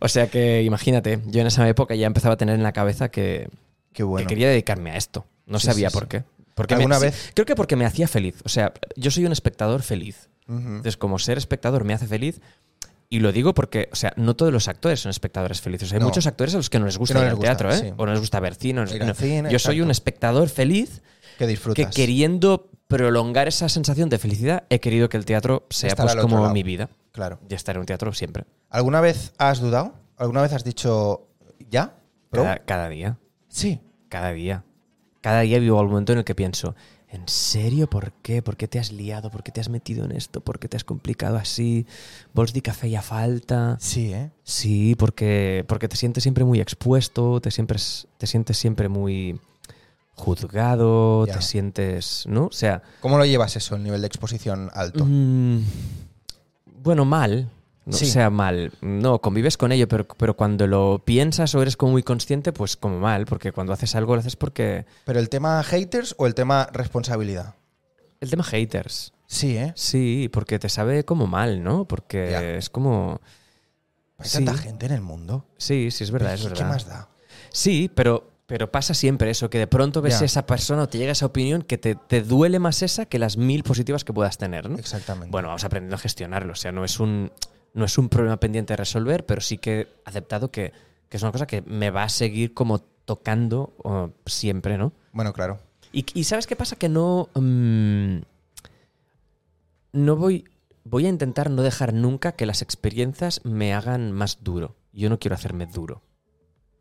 [SPEAKER 2] O sea que imagínate, yo en esa época ya empezaba a tener en la cabeza que,
[SPEAKER 1] Qué
[SPEAKER 2] que
[SPEAKER 1] bueno.
[SPEAKER 2] quería dedicarme a esto. No
[SPEAKER 1] Sí,
[SPEAKER 2] sabía
[SPEAKER 1] sí,
[SPEAKER 2] por
[SPEAKER 1] sí.
[SPEAKER 2] qué. Porque
[SPEAKER 1] ¿Alguna
[SPEAKER 2] me- sí,
[SPEAKER 1] vez?
[SPEAKER 2] creo que porque me hacía feliz. O sea, yo soy un espectador feliz.
[SPEAKER 1] Ujú.
[SPEAKER 2] Entonces, como ser espectador me hace feliz. Y lo digo porque, o sea, no todos los actores son espectadores felices. hay
[SPEAKER 1] No.
[SPEAKER 2] muchos actores a los que no les gusta
[SPEAKER 1] Que no
[SPEAKER 2] ir
[SPEAKER 1] les
[SPEAKER 2] al
[SPEAKER 1] gusta,
[SPEAKER 2] teatro, ¿eh?
[SPEAKER 1] sí.
[SPEAKER 2] O no les gusta ver cine. o no-
[SPEAKER 1] Ir al
[SPEAKER 2] no.
[SPEAKER 1] cine,
[SPEAKER 2] Yo soy
[SPEAKER 1] exacto.
[SPEAKER 2] un espectador feliz
[SPEAKER 1] Que disfrutas.
[SPEAKER 2] que queriendo prolongar esa sensación de felicidad, he querido que el teatro sea
[SPEAKER 1] Estar
[SPEAKER 2] pues
[SPEAKER 1] al otro
[SPEAKER 2] como
[SPEAKER 1] lado.
[SPEAKER 2] mi vida.
[SPEAKER 1] Claro.
[SPEAKER 2] Ya estar en un teatro siempre.
[SPEAKER 1] ¿Alguna vez has dudado? ¿Alguna vez has dicho ya? bro?
[SPEAKER 2] Cada, cada día.
[SPEAKER 1] Sí.
[SPEAKER 2] Cada día. Cada día vivo al momento en el que pienso, ¿en serio por qué? ¿Por qué te has liado? ¿Por qué te has metido en esto? ¿Por qué te has complicado así? ¿Vols de café ya falta?
[SPEAKER 1] Sí, ¿eh?
[SPEAKER 2] Sí, porque, porque te sientes siempre muy expuesto, te, siempre, te sientes siempre muy juzgado,
[SPEAKER 1] Ya.
[SPEAKER 2] te sientes, ¿no? O sea,
[SPEAKER 1] ¿Cómo lo llevas eso, el nivel de exposición alto?
[SPEAKER 2] mm, bueno, mal. No
[SPEAKER 1] Sí.
[SPEAKER 2] sea mal. No, convives con ello, pero, pero cuando lo piensas o eres como muy consciente, pues como mal, porque cuando haces algo lo haces porque...
[SPEAKER 1] ¿Pero el tema haters o el tema responsabilidad?
[SPEAKER 2] El tema haters.
[SPEAKER 1] Sí, ¿eh?
[SPEAKER 2] Sí, porque te sabe como mal, ¿no? Porque
[SPEAKER 1] Ya.
[SPEAKER 2] es como...
[SPEAKER 1] Hay
[SPEAKER 2] Sí.
[SPEAKER 1] tanta gente en el mundo.
[SPEAKER 2] Sí, sí, es verdad, es
[SPEAKER 1] ¿Qué-
[SPEAKER 2] verdad.
[SPEAKER 1] ¿Qué más da?
[SPEAKER 2] Sí, pero, pero pasa siempre eso, que de pronto ves
[SPEAKER 1] Ya.
[SPEAKER 2] a esa persona o te llega esa opinión que te, te duele más esa que las mil positivas que puedas tener, ¿no?
[SPEAKER 1] Exactamente.
[SPEAKER 2] Bueno, vamos aprendiendo a gestionarlo. O sea, no es un, no es un problema pendiente de resolver, pero sí que he aceptado que, que es una cosa que me va a seguir como tocando uh, siempre, ¿no?
[SPEAKER 1] Bueno, claro.
[SPEAKER 2] Y, y ¿sabes qué pasa? Que no. mm, no voy. Voy a intentar no dejar nunca que las experiencias me hagan más duro. Yo no quiero hacerme duro.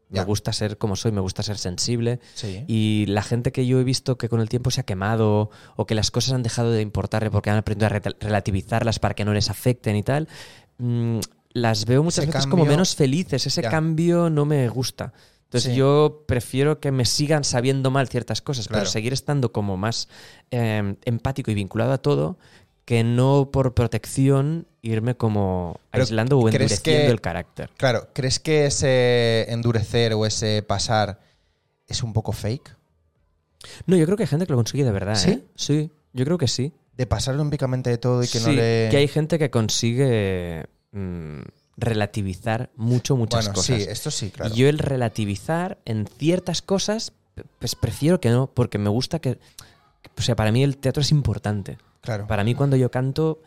[SPEAKER 1] Ya.
[SPEAKER 2] Me gusta ser como soy, me gusta ser sensible.
[SPEAKER 1] Sí.
[SPEAKER 2] Y la gente que yo he visto que con el tiempo se ha quemado o que las cosas han dejado de importarle porque han aprendido a re- relativizarlas para que no les afecten y tal, mm, las veo muchas
[SPEAKER 1] Ese
[SPEAKER 2] veces
[SPEAKER 1] cambio-
[SPEAKER 2] como menos felices. Ese
[SPEAKER 1] Ya.
[SPEAKER 2] cambio no me gusta. Entonces
[SPEAKER 1] Sí.
[SPEAKER 2] yo prefiero que me sigan sabiendo mal ciertas cosas,
[SPEAKER 1] Claro.
[SPEAKER 2] pero seguir estando como más eh, empático y vinculado a todo que no por protección irme como
[SPEAKER 1] Pero,
[SPEAKER 2] aislando o
[SPEAKER 1] ¿crees
[SPEAKER 2] endureciendo
[SPEAKER 1] que-
[SPEAKER 2] el carácter.
[SPEAKER 1] Claro, ¿crees que ese endurecer o ese pasar es un poco fake?
[SPEAKER 2] No, yo creo que hay gente que lo consigue de verdad,
[SPEAKER 1] ¿Sí?
[SPEAKER 2] ¿eh? Sí, yo creo que sí.
[SPEAKER 1] De pasar olímpicamente de todo y que no
[SPEAKER 2] Sí,
[SPEAKER 1] le.
[SPEAKER 2] que hay gente que consigue mm, relativizar mucho, muchas
[SPEAKER 1] bueno,
[SPEAKER 2] cosas.
[SPEAKER 1] sí, esto sí, claro.
[SPEAKER 2] Y yo el relativizar en ciertas cosas, p- pues prefiero que no, porque me gusta que O sea, para mí el teatro es importante.
[SPEAKER 1] Claro.
[SPEAKER 2] Para mí cuando yo canto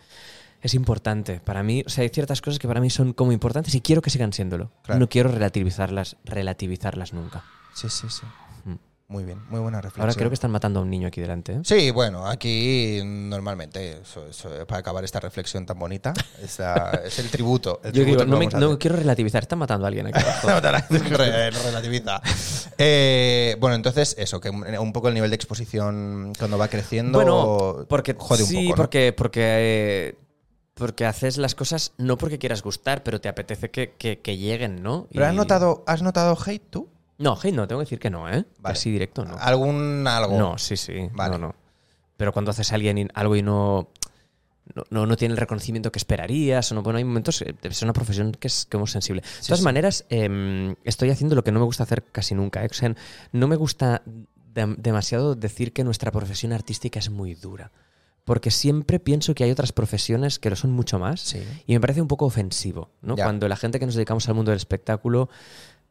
[SPEAKER 2] es importante. Para mí, o sea, hay ciertas cosas que para mí son como importantes y quiero que sigan siéndolo.
[SPEAKER 1] Claro.
[SPEAKER 2] No quiero relativizarlas, relativizarlas nunca.
[SPEAKER 1] Sí, sí, sí.
[SPEAKER 2] Mm.
[SPEAKER 1] Muy bien, muy buena reflexión.
[SPEAKER 2] Ahora creo que están matando a un niño aquí delante. ¿eh?
[SPEAKER 1] Sí, bueno, aquí normalmente, eso- eso, para acabar esta reflexión tan bonita, esta- es el tributo. el
[SPEAKER 2] Yo
[SPEAKER 1] tributo
[SPEAKER 2] digo,
[SPEAKER 1] que
[SPEAKER 2] no, me-
[SPEAKER 1] vamos a
[SPEAKER 2] no
[SPEAKER 1] hacer.
[SPEAKER 2] quiero relativizar, están matando a alguien aquí. [LAUGHS] abajo.
[SPEAKER 1] No, te la- re- relativiza. Eh, bueno, entonces eso, que un un poco el nivel de exposición cuando va creciendo
[SPEAKER 2] Bueno, porque
[SPEAKER 1] jode un
[SPEAKER 2] sí,
[SPEAKER 1] poco. ¿no?
[SPEAKER 2] porque porque eh, porque haces las cosas no porque quieras gustar, pero te apetece que, que- que lleguen, ¿no?
[SPEAKER 1] ¿Pero has
[SPEAKER 2] Y-
[SPEAKER 1] notado, has notado hate tú?
[SPEAKER 2] No, hate no, tengo que decir que no, ¿eh?
[SPEAKER 1] Vale.
[SPEAKER 2] Así directo no.
[SPEAKER 1] ¿Algún algo?
[SPEAKER 2] No, sí, sí.
[SPEAKER 1] Vale.
[SPEAKER 2] No, no. Pero cuando haces a alguien y- algo y no no, no, no tiene el reconocimiento que esperarías, o no, bueno, hay momentos, eh, es una profesión que es, que es muy sensible. De todas
[SPEAKER 1] sí.
[SPEAKER 2] maneras, eh, estoy haciendo lo que no me gusta hacer casi nunca. ¿eh? O sea, no me gusta dem- demasiado decir que nuestra profesión artística es muy dura. Porque siempre pienso que hay otras profesiones que lo son mucho más.
[SPEAKER 1] Sí.
[SPEAKER 2] Y me parece un poco ofensivo, ¿no?
[SPEAKER 1] Ya.
[SPEAKER 2] Cuando la gente que nos dedicamos al mundo del espectáculo,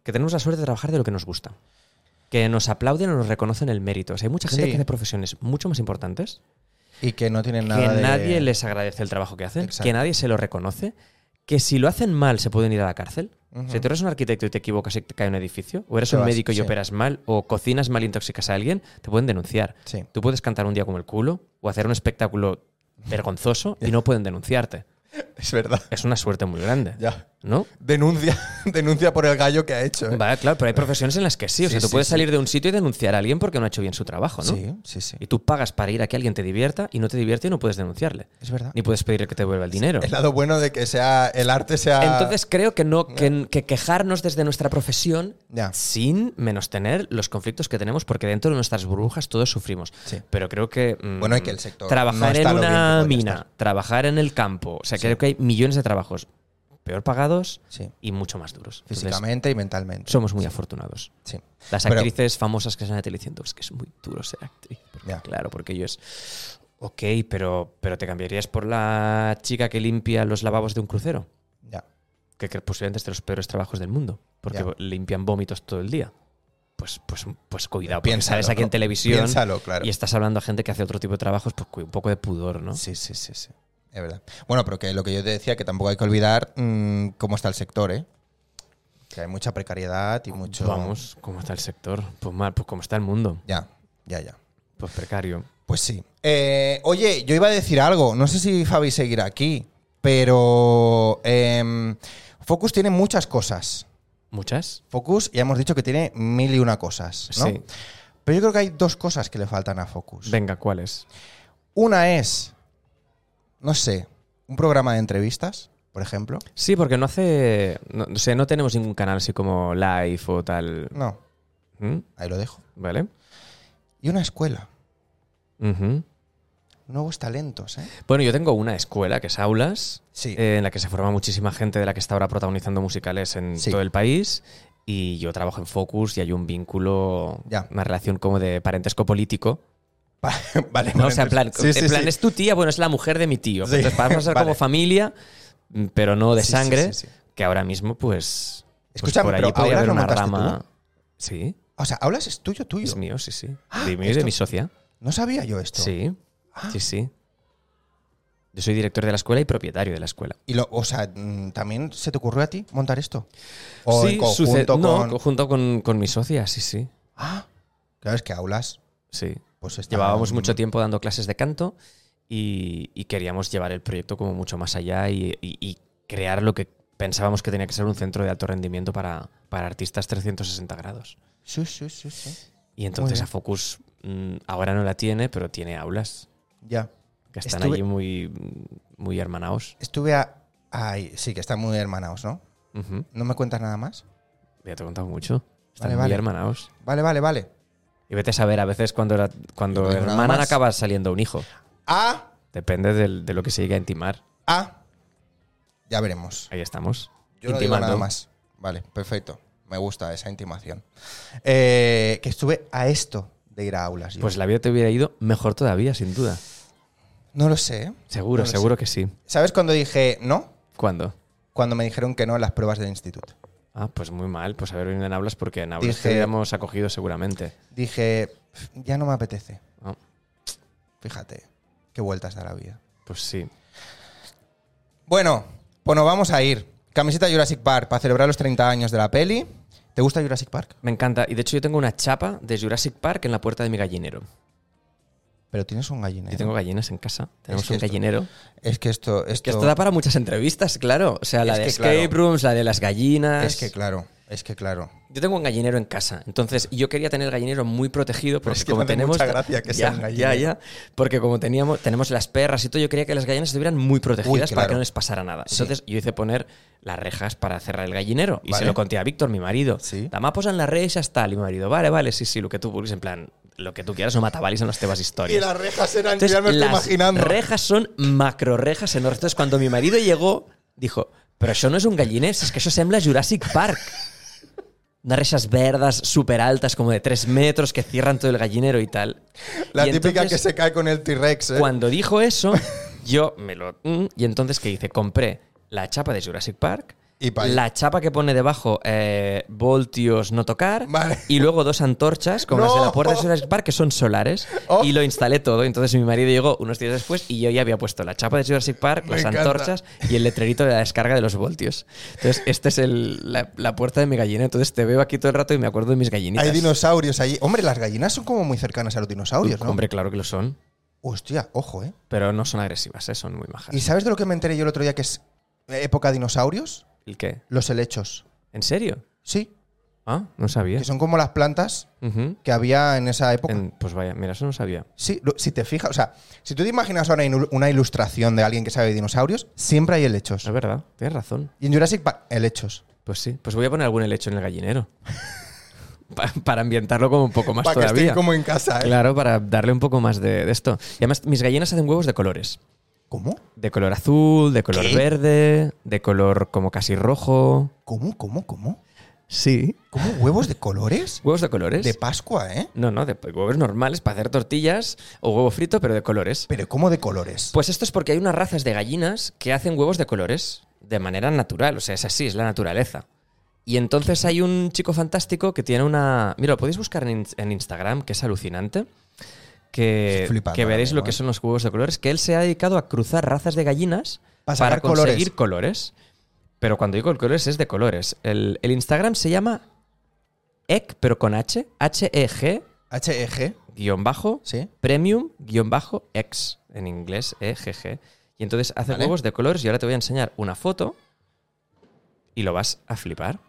[SPEAKER 2] que tenemos la suerte de trabajar de lo que nos gusta. Que nos aplauden o nos reconocen el mérito. O sea, hay mucha gente
[SPEAKER 1] Sí.
[SPEAKER 2] que hace profesiones mucho más importantes,
[SPEAKER 1] Y que no tienen nada
[SPEAKER 2] que
[SPEAKER 1] de-
[SPEAKER 2] nadie les agradece el trabajo que hacen,
[SPEAKER 1] Exacto.
[SPEAKER 2] que nadie se lo reconoce, que si lo hacen mal se pueden ir a la cárcel.
[SPEAKER 1] Ujú.
[SPEAKER 2] Si tú eres un arquitecto y te equivocas y te cae un edificio, o eres
[SPEAKER 1] Te
[SPEAKER 2] un
[SPEAKER 1] vas,
[SPEAKER 2] médico y
[SPEAKER 1] sí.
[SPEAKER 2] operas mal, o cocinas mal e intoxicas a alguien, te pueden denunciar.
[SPEAKER 1] Sí.
[SPEAKER 2] Tú puedes cantar un día como el culo o hacer un espectáculo vergonzoso y no pueden denunciarte.
[SPEAKER 1] [LAUGHS] Es verdad.
[SPEAKER 2] Es una suerte muy grande.
[SPEAKER 1] Ya.
[SPEAKER 2] ¿No?
[SPEAKER 1] Denuncia, [LAUGHS] denuncia por el gallo que ha hecho. ¿eh?
[SPEAKER 2] Vale, claro, pero hay profesiones en las que sí. O
[SPEAKER 1] Sí,
[SPEAKER 2] sea, tú
[SPEAKER 1] sí,
[SPEAKER 2] puedes
[SPEAKER 1] sí.
[SPEAKER 2] salir de un sitio y denunciar a alguien porque no ha hecho bien su trabajo, ¿no?
[SPEAKER 1] Sí, sí, sí.
[SPEAKER 2] Y tú pagas para ir a que alguien te divierta y no te divierte y no puedes denunciarle.
[SPEAKER 1] Es verdad.
[SPEAKER 2] Ni puedes pedirle que te devuelva el dinero.
[SPEAKER 1] [LAUGHS] El lado bueno de que sea el arte sea.
[SPEAKER 2] Entonces creo que no que, que quejarnos desde nuestra profesión
[SPEAKER 1] Ya.
[SPEAKER 2] sin menos tener los conflictos que tenemos porque dentro de nuestras burbujas todos sufrimos.
[SPEAKER 1] Sí.
[SPEAKER 2] Pero creo que mm,
[SPEAKER 1] Bueno, y que el sector no
[SPEAKER 2] trabajar
[SPEAKER 1] está
[SPEAKER 2] en
[SPEAKER 1] lo bien que
[SPEAKER 2] una
[SPEAKER 1] podría
[SPEAKER 2] mina,
[SPEAKER 1] estar.
[SPEAKER 2] trabajar en el campo, o sea,
[SPEAKER 1] Sí.
[SPEAKER 2] creo que hay millones de trabajos peor pagados
[SPEAKER 1] Sí.
[SPEAKER 2] y mucho más duros. Entonces,
[SPEAKER 1] Físicamente y mentalmente.
[SPEAKER 2] somos muy afortunados.
[SPEAKER 1] Sí.
[SPEAKER 2] Las
[SPEAKER 1] Pero-
[SPEAKER 2] actrices famosas que se han tele diciendo, es que es muy duro ser actriz. Porque,
[SPEAKER 1] Ya.
[SPEAKER 2] Claro, porque yo es, ok, pero, pero te cambiarías por la chica que limpia los lavabos de un crucero,
[SPEAKER 1] Ya.
[SPEAKER 2] que, que posiblemente es de los peores trabajos del mundo, porque
[SPEAKER 1] Ya.
[SPEAKER 2] limpian vómitos todo el día. Pues, pues, pues cuidado, porque
[SPEAKER 1] Piénsalo,
[SPEAKER 2] sales aquí en
[SPEAKER 1] ¿no?
[SPEAKER 2] televisión
[SPEAKER 1] Piénsalo, claro.
[SPEAKER 2] y estás hablando a gente que hace otro tipo de trabajos, pues cu- un poco de pudor, ¿no?
[SPEAKER 1] Sí, sí, sí, sí. Es verdad. Bueno, pero que lo que yo te decía, que tampoco hay que olvidar mm, cómo está el sector, ¿eh? Que hay mucha precariedad y mucho.
[SPEAKER 2] Ah, Vamos, ¿cómo está el sector? Pues mal, pues como está el mundo,
[SPEAKER 1] Ya, ya, ya.
[SPEAKER 2] pues precario.
[SPEAKER 1] Pues sí. Eh, oye, yo iba a decir algo. No sé si Fabi seguirá aquí, pero. em, Focus tiene muchas cosas.
[SPEAKER 2] ¿Muchas?
[SPEAKER 1] Focus, ya hemos dicho que tiene mil y una cosas, ¿no?
[SPEAKER 2] Sí.
[SPEAKER 1] Pero yo creo que hay dos cosas que le faltan a Focus.
[SPEAKER 2] Venga, ¿cuáles?
[SPEAKER 1] Una es, no sé, un programa de entrevistas, por ejemplo.
[SPEAKER 2] Sí, porque no hace. No, o sea, no tenemos ningún canal así como live o tal.
[SPEAKER 1] No,
[SPEAKER 2] ¿Mm?
[SPEAKER 1] ahí lo dejo.
[SPEAKER 2] ¿Vale?
[SPEAKER 1] Y una escuela.
[SPEAKER 2] Ujú.
[SPEAKER 1] Nuevos talentos, ¿eh?
[SPEAKER 2] Bueno, yo tengo una escuela que es Aulas,
[SPEAKER 1] Sí.
[SPEAKER 2] eh, en la que se forma muchísima gente de la que está ahora protagonizando musicales en
[SPEAKER 1] Sí.
[SPEAKER 2] todo el país. Y yo trabajo en Focus y hay un vínculo,
[SPEAKER 1] Ya.
[SPEAKER 2] una relación como de parentesco político.
[SPEAKER 1] Va- [LAUGHS] vale,
[SPEAKER 2] No,
[SPEAKER 1] bueno,
[SPEAKER 2] o sea, en plan,
[SPEAKER 1] entonces- sí,
[SPEAKER 2] en
[SPEAKER 1] sí,
[SPEAKER 2] plan
[SPEAKER 1] sí.
[SPEAKER 2] es tu tía, bueno, es la mujer de mi tío.
[SPEAKER 1] Sí.
[SPEAKER 2] Entonces, vamos a
[SPEAKER 1] [LAUGHS]
[SPEAKER 2] ser
[SPEAKER 1] Vale.
[SPEAKER 2] como familia, pero no de
[SPEAKER 1] Sí, sí,
[SPEAKER 2] sangre,
[SPEAKER 1] sí, sí.
[SPEAKER 2] que ahora mismo, pues. pues
[SPEAKER 1] Escúchame,
[SPEAKER 2] por allí
[SPEAKER 1] pero
[SPEAKER 2] podría
[SPEAKER 1] Aulas
[SPEAKER 2] haber
[SPEAKER 1] lo
[SPEAKER 2] una
[SPEAKER 1] montaste
[SPEAKER 2] rama.
[SPEAKER 1] tú.
[SPEAKER 2] Sí.
[SPEAKER 1] O sea, hablas es tuyo, tuyo.
[SPEAKER 2] Es mío, sí, sí.
[SPEAKER 1] Ah,
[SPEAKER 2] De, mío y de
[SPEAKER 1] esto-
[SPEAKER 2] mi socia.
[SPEAKER 1] No sabía yo esto.
[SPEAKER 2] Sí. Sí, sí. Yo soy director de la escuela y propietario de la escuela.
[SPEAKER 1] Y lo, o sea, mm, ¿también se te ocurrió a ti montar esto? O
[SPEAKER 2] sí,
[SPEAKER 1] en conjunto
[SPEAKER 2] suce- no,
[SPEAKER 1] con...
[SPEAKER 2] conjunto con, con mi socia, sí, sí.
[SPEAKER 1] Ah, claro, es que aulas,
[SPEAKER 2] sí.
[SPEAKER 1] pues está-
[SPEAKER 2] Llevábamos mucho tiempo dando clases de canto y, y queríamos llevar el proyecto como mucho más allá y, y- y crear lo que pensábamos que tenía que ser un centro de alto rendimiento para, para artistas 360 grados.
[SPEAKER 1] Sí, sí, sí, sí.
[SPEAKER 2] Y entonces
[SPEAKER 1] bien.
[SPEAKER 2] a Focus mm, ahora no la tiene, pero tiene aulas
[SPEAKER 1] Ya.
[SPEAKER 2] que están
[SPEAKER 1] Estuve-
[SPEAKER 2] allí muy, muy hermanados.
[SPEAKER 1] Estuve a... Ay, sí, que están muy hermanados, ¿no?
[SPEAKER 2] Ujú.
[SPEAKER 1] ¿No me cuentas nada más?
[SPEAKER 2] Ya te he contado mucho. Están
[SPEAKER 1] Vale,
[SPEAKER 2] muy
[SPEAKER 1] vale.
[SPEAKER 2] hermanados.
[SPEAKER 1] Vale, vale, vale.
[SPEAKER 2] Y vete a saber, a veces cuando, la-
[SPEAKER 1] No
[SPEAKER 2] cuando
[SPEAKER 1] digo nada
[SPEAKER 2] hermanan
[SPEAKER 1] más.
[SPEAKER 2] acaba saliendo un hijo.
[SPEAKER 1] Ah,
[SPEAKER 2] Depende del- de lo que se llegue a intimar.
[SPEAKER 1] ah. Ya veremos.
[SPEAKER 2] Ahí estamos.
[SPEAKER 1] Yo no digo
[SPEAKER 2] intimando.
[SPEAKER 1] nada más. Vale, perfecto. Me gusta esa intimación. Eh, que estuve a esto de ir a aulas. yo.
[SPEAKER 2] Pues la vida te hubiera ido mejor todavía, sin duda.
[SPEAKER 1] no lo sé. ¿eh?
[SPEAKER 2] Seguro,
[SPEAKER 1] No lo
[SPEAKER 2] seguro que sí.
[SPEAKER 1] ¿Sabes cuando dije no?
[SPEAKER 2] ¿Cuándo?
[SPEAKER 1] Cuando me dijeron que no en las pruebas del instituto.
[SPEAKER 2] Ah, pues muy mal, pues haber venido en hablas porque en hablas
[SPEAKER 1] Dije-
[SPEAKER 2] te hubiéramos acogido seguramente.
[SPEAKER 1] Dije, ya no me apetece.
[SPEAKER 2] Ah,
[SPEAKER 1] Fíjate, qué vueltas da la vida.
[SPEAKER 2] Pues sí.
[SPEAKER 1] Bueno, pues nos vamos a ir. Camiseta Jurassic Park para celebrar los 30 años de la peli. ¿Te gusta Jurassic Park?
[SPEAKER 2] Me encanta. Y de hecho yo tengo una chapa de Jurassic Park en la puerta de mi gallinero.
[SPEAKER 1] Pero tienes un gallinero.
[SPEAKER 2] Yo tengo gallinas en casa. Tenemos
[SPEAKER 1] Es que
[SPEAKER 2] un
[SPEAKER 1] esto-
[SPEAKER 2] gallinero.
[SPEAKER 1] Es que esto... esto
[SPEAKER 2] Que esto da para muchas entrevistas, claro. O sea, la
[SPEAKER 1] Es
[SPEAKER 2] de
[SPEAKER 1] que
[SPEAKER 2] escape
[SPEAKER 1] claro.
[SPEAKER 2] rooms, la de las gallinas.
[SPEAKER 1] Es que claro, es que claro.
[SPEAKER 2] Yo tengo un gallinero en casa, entonces yo quería tener el gallinero muy protegido
[SPEAKER 1] [LAUGHS]
[SPEAKER 2] porque
[SPEAKER 1] Es que me
[SPEAKER 2] como
[SPEAKER 1] hace
[SPEAKER 2] tenemos
[SPEAKER 1] mucha gracia que sea
[SPEAKER 2] Ya,
[SPEAKER 1] un gallinero.
[SPEAKER 2] ya, ya, porque como teníamos tenemos las perras y todo, yo quería que las gallinas estuvieran muy protegidas para
[SPEAKER 1] claro.
[SPEAKER 2] que no les pasara nada.
[SPEAKER 1] Sí.
[SPEAKER 2] Entonces yo hice poner las rejas para cerrar el gallinero y
[SPEAKER 1] Vale.
[SPEAKER 2] se lo conté a Víctor, mi marido.
[SPEAKER 1] Sí.
[SPEAKER 2] La más en las rejas tal y mi marido, vale, vale, sí, sí, lo que tú vulguis, en plan lo que tú quieras no matabales en las tebas historias.
[SPEAKER 1] rejas eran...
[SPEAKER 2] Entonces, las rejas son macro rejas enormes. Entonces, cuando mi marido llegó, dijo, pero això no és un galliner, és que això sembla Jurassic Park. Unas rejas verdes súper altas, como de 3 metros, que cierran todo el gallinero y tal.
[SPEAKER 1] La
[SPEAKER 2] Y
[SPEAKER 1] típica que
[SPEAKER 2] entonces,
[SPEAKER 1] se cae con el T-Rex, ¿eh?
[SPEAKER 2] Cuando dijo eso, [LAUGHS] yo me lo... mm, Y entonces, ¿qué hice? Compré la chapa de Jurassic Park,
[SPEAKER 1] Y pa' ahí.
[SPEAKER 2] la chapa que pone debajo eh, voltios no tocar,
[SPEAKER 1] Vale.
[SPEAKER 2] y luego dos antorchas, como las de
[SPEAKER 1] ¡No!
[SPEAKER 2] la puerta de Jurassic Park, que son solares,
[SPEAKER 1] Oh.
[SPEAKER 2] y lo instalé todo. Entonces mi marido llegó unos días después y yo ya había puesto la chapa de Jurassic Park,
[SPEAKER 1] Me
[SPEAKER 2] las
[SPEAKER 1] encanta.
[SPEAKER 2] antorchas y el letrerito de la descarga de los voltios. Entonces, esta es el- la, la puerta de mi gallina. Entonces te veo aquí todo el rato y me acuerdo de mis gallinitas.
[SPEAKER 1] Hay dinosaurios allí. Hombre, las gallinas son como muy cercanas a los dinosaurios, ¿no?
[SPEAKER 2] Hombre, claro que lo son,
[SPEAKER 1] Hostia, ojo, ¿eh?
[SPEAKER 2] pero no son agresivas, eh, son muy majas.
[SPEAKER 1] ¿Y sabes de lo que me enteré yo el otro día que es época dinosaurios?
[SPEAKER 2] ¿El qué?
[SPEAKER 1] Los helechos.
[SPEAKER 2] ¿En serio?
[SPEAKER 1] Sí,
[SPEAKER 2] Ah, no sabía.
[SPEAKER 1] que son como las plantas
[SPEAKER 2] Ujú.
[SPEAKER 1] que había en esa época.
[SPEAKER 2] En- pues vaya, mira, eso no sabía.
[SPEAKER 1] Sí, lo- si te fijas, o sea, si tú te imaginas ahora inu- una ilustración de alguien que sabe de dinosaurios, siempre hay helechos.
[SPEAKER 2] Es verdad, tienes razón.
[SPEAKER 1] Y en Jurassic Park, helechos.
[SPEAKER 2] Pues sí, pues voy a poner algún helecho en el gallinero. [LAUGHS] Pa- para ambientarlo como un poco más
[SPEAKER 1] Para que
[SPEAKER 2] todavía.
[SPEAKER 1] estén como en casa, ¿eh?
[SPEAKER 2] Claro, para darle un poco más de, de esto. Y además, mis gallinas hacen huevos de colores.
[SPEAKER 1] ¿Cómo?
[SPEAKER 2] De color azul, de color
[SPEAKER 1] ¿Qué?
[SPEAKER 2] verde, de color como casi rojo.
[SPEAKER 1] ¿Cómo? ¿Cómo? ¿Cómo?
[SPEAKER 2] Sí.
[SPEAKER 1] ¿Cómo huevos de colores?
[SPEAKER 2] Huevos de colores.
[SPEAKER 1] De Pascua, ¿eh?
[SPEAKER 2] no, no, de huevos normales para hacer tortillas o huevo frito, pero de colores.
[SPEAKER 1] Pero ¿cómo de colores?
[SPEAKER 2] Pues esto es porque hay unas razas de gallinas que hacen huevos de colores de manera natural, o sea, es así, es la naturaleza. Y entonces hay un chico fantástico que tiene una... Mira, lo podéis buscar en, Ins- en Instagram, que es alucinante, que,
[SPEAKER 1] Estoy flipando
[SPEAKER 2] que
[SPEAKER 1] ahora
[SPEAKER 2] veréis lo
[SPEAKER 1] mismo,
[SPEAKER 2] que
[SPEAKER 1] ¿eh?
[SPEAKER 2] son los huevos de colores, que él se ha dedicado a cruzar razas de gallinas
[SPEAKER 1] Para
[SPEAKER 2] para
[SPEAKER 1] sacar colores.
[SPEAKER 2] conseguir colores. Pero cuando digo colores es de colores. El, el Instagram se llama EG, pero con H, H-E-G, E
[SPEAKER 1] H-E-G,
[SPEAKER 2] guión bajo,
[SPEAKER 1] ¿sí?
[SPEAKER 2] premium-ex, en inglés, EGG. Y entonces hace
[SPEAKER 1] Vale.
[SPEAKER 2] huevos de colores y ahora te voy a enseñar una foto y lo vas a flipar.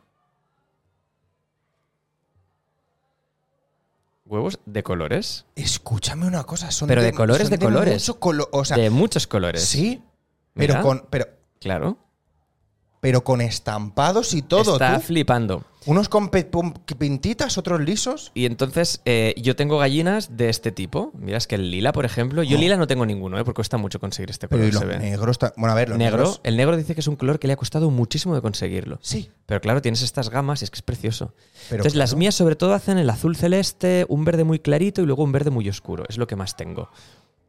[SPEAKER 2] Huevos de colores,
[SPEAKER 1] Escúchame una cosa, son
[SPEAKER 2] Pero de colores,
[SPEAKER 1] son
[SPEAKER 2] de colores.
[SPEAKER 1] mucho colo- o sea,
[SPEAKER 2] de muchos colores.
[SPEAKER 1] sí, pero
[SPEAKER 2] Mira.
[SPEAKER 1] con, pero,
[SPEAKER 2] Claro.
[SPEAKER 1] pero con estampados y todo,
[SPEAKER 2] Está
[SPEAKER 1] tú.
[SPEAKER 2] flipando.
[SPEAKER 1] Unos con pe- pum- pintitas, otros lisos.
[SPEAKER 2] Y entonces eh, yo tengo gallinas de este tipo. Miras que el lila, por ejemplo. Yo
[SPEAKER 1] Oh.
[SPEAKER 2] lila no tengo ninguno, eh, porque cuesta mucho conseguir este
[SPEAKER 1] Pero
[SPEAKER 2] color.
[SPEAKER 1] y los
[SPEAKER 2] se ve.
[SPEAKER 1] negros, ta- bueno, a ver, los
[SPEAKER 2] negro.
[SPEAKER 1] negros.
[SPEAKER 2] El negro dice que es un color que le ha costado muchísimo de conseguirlo.
[SPEAKER 1] Sí,
[SPEAKER 2] Pero claro, tienes estas gamas y es que es precioso.
[SPEAKER 1] Pero
[SPEAKER 2] Entonces, las
[SPEAKER 1] claro.
[SPEAKER 2] mías sobre todo hacen el azul celeste, un verde muy clarito y luego un verde muy oscuro. Es lo que más tengo.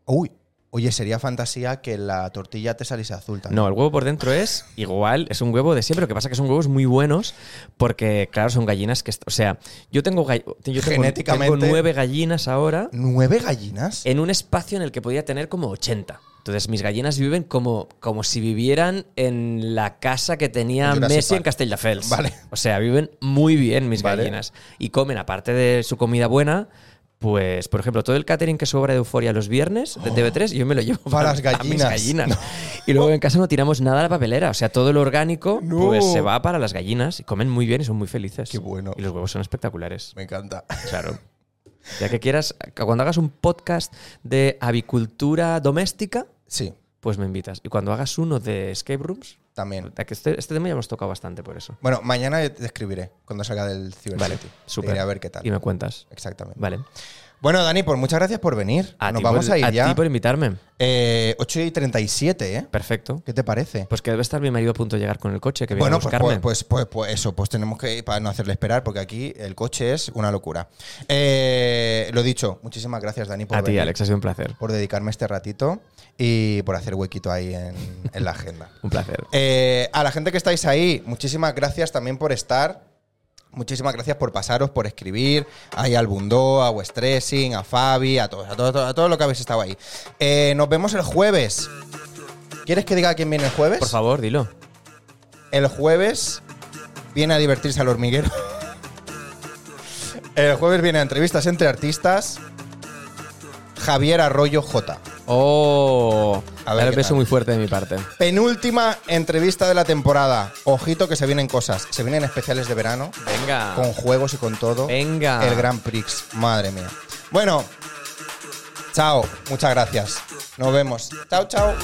[SPEAKER 1] Uy, oye, sería fantasía que la tortilla te saliese azul también.
[SPEAKER 2] No, el huevo por dentro es igual, es un huevo de siempre. Lo que pasa es que son huevos muy buenos porque, claro, son gallinas que. est- O sea, yo tengo, gall- yo tengo-
[SPEAKER 1] Genéticamente.
[SPEAKER 2] tengo nueve gallinas ahora
[SPEAKER 1] ¿Nueve gallinas?
[SPEAKER 2] en un espacio en el que podía tener como 80. Entonces, mis gallinas viven como, como si vivieran en la casa que tenía
[SPEAKER 1] En Jurassic
[SPEAKER 2] Messi en
[SPEAKER 1] Park.
[SPEAKER 2] Castelldefels.
[SPEAKER 1] Vale.
[SPEAKER 2] O sea, viven muy bien mis
[SPEAKER 1] Vale.
[SPEAKER 2] gallinas. Y comen, aparte de su comida buena, pues, por ejemplo, todo el catering que sobra de Euforia los viernes de TV3, yo me lo llevo
[SPEAKER 1] Oh. Para las
[SPEAKER 2] a mis
[SPEAKER 1] gallinas.
[SPEAKER 2] gallinas. [LAUGHS] Y luego en casa no tiramos nada a la papelera. O sea, todo lo orgánico
[SPEAKER 1] No.
[SPEAKER 2] pues, se va para las gallinas. Y comen muy bien y son muy felices.
[SPEAKER 1] Qué bueno.
[SPEAKER 2] Y los huevos son espectaculares.
[SPEAKER 1] Me encanta.
[SPEAKER 2] Claro. Ya que quieras, cuando hagas un podcast de avicultura doméstica,
[SPEAKER 1] Sí,
[SPEAKER 2] pues me invitas. Y cuando hagas uno de escape rooms,
[SPEAKER 1] también.
[SPEAKER 2] ya que este, este tema ya hemos tocado bastante por eso.
[SPEAKER 1] Bueno, mañana te escribiré cuando salga del Cyber
[SPEAKER 2] Vale,
[SPEAKER 1] City. Pues Te
[SPEAKER 2] súper.
[SPEAKER 1] diré a ver qué tal.
[SPEAKER 2] Y me cuentas.
[SPEAKER 1] Exactamente.
[SPEAKER 2] Vale.
[SPEAKER 1] Bueno, Dani, pues muchas gracias por venir.
[SPEAKER 2] A
[SPEAKER 1] Nos
[SPEAKER 2] ti
[SPEAKER 1] vamos
[SPEAKER 2] por,
[SPEAKER 1] a ir
[SPEAKER 2] a
[SPEAKER 1] ya.
[SPEAKER 2] ti por invitarme.
[SPEAKER 1] Eh, 8 y 37, ¿eh?
[SPEAKER 2] Perfecto.
[SPEAKER 1] ¿Qué te parece?
[SPEAKER 2] Pues que debe estar mi marido a punto de llegar con el coche, que viene
[SPEAKER 1] Bueno,
[SPEAKER 2] a
[SPEAKER 1] pues,
[SPEAKER 2] buscarme.
[SPEAKER 1] pues, pues, pues- pues eso, pues tenemos que ir para no hacerle esperar, porque aquí el coche es una locura. Eh, lo dicho, muchísimas gracias, Dani, por
[SPEAKER 2] a ti,
[SPEAKER 1] venir,
[SPEAKER 2] Alex, ha sido un placer.
[SPEAKER 1] por dedicarme este ratito y por hacer huequito ahí en, en la agenda. Pues,
[SPEAKER 2] Un placer.
[SPEAKER 1] Eh, a la gente que estáis ahí, muchísimas gracias también por estar. Muchísimas gracias por pasaros, por escribir, ahí al Bundó, a Westressing, a Fabi, a todos, a todos, a todos, a todos los que habéis estado ahí. Eh, nos vemos el jueves. ¿Quieres que diga quién viene el jueves?
[SPEAKER 2] Por favor, dilo.
[SPEAKER 1] pues, El jueves viene a divertirse al hormiguero. El jueves viene a entrevistas entre artistas. Javier Arroyo J.
[SPEAKER 2] Oh,
[SPEAKER 1] A ver
[SPEAKER 2] dale un
[SPEAKER 1] qué
[SPEAKER 2] beso
[SPEAKER 1] tal.
[SPEAKER 2] muy fuerte de mi parte.
[SPEAKER 1] Penúltima entrevista de la temporada. Ojito que se vienen cosas. Se vienen especiales de verano.
[SPEAKER 2] Venga.
[SPEAKER 1] Con juegos y con todo.
[SPEAKER 2] Venga.
[SPEAKER 1] El Grand Prix. Madre mía. Bueno. Chao. Muchas gracias. Nos vemos. Chao, chao.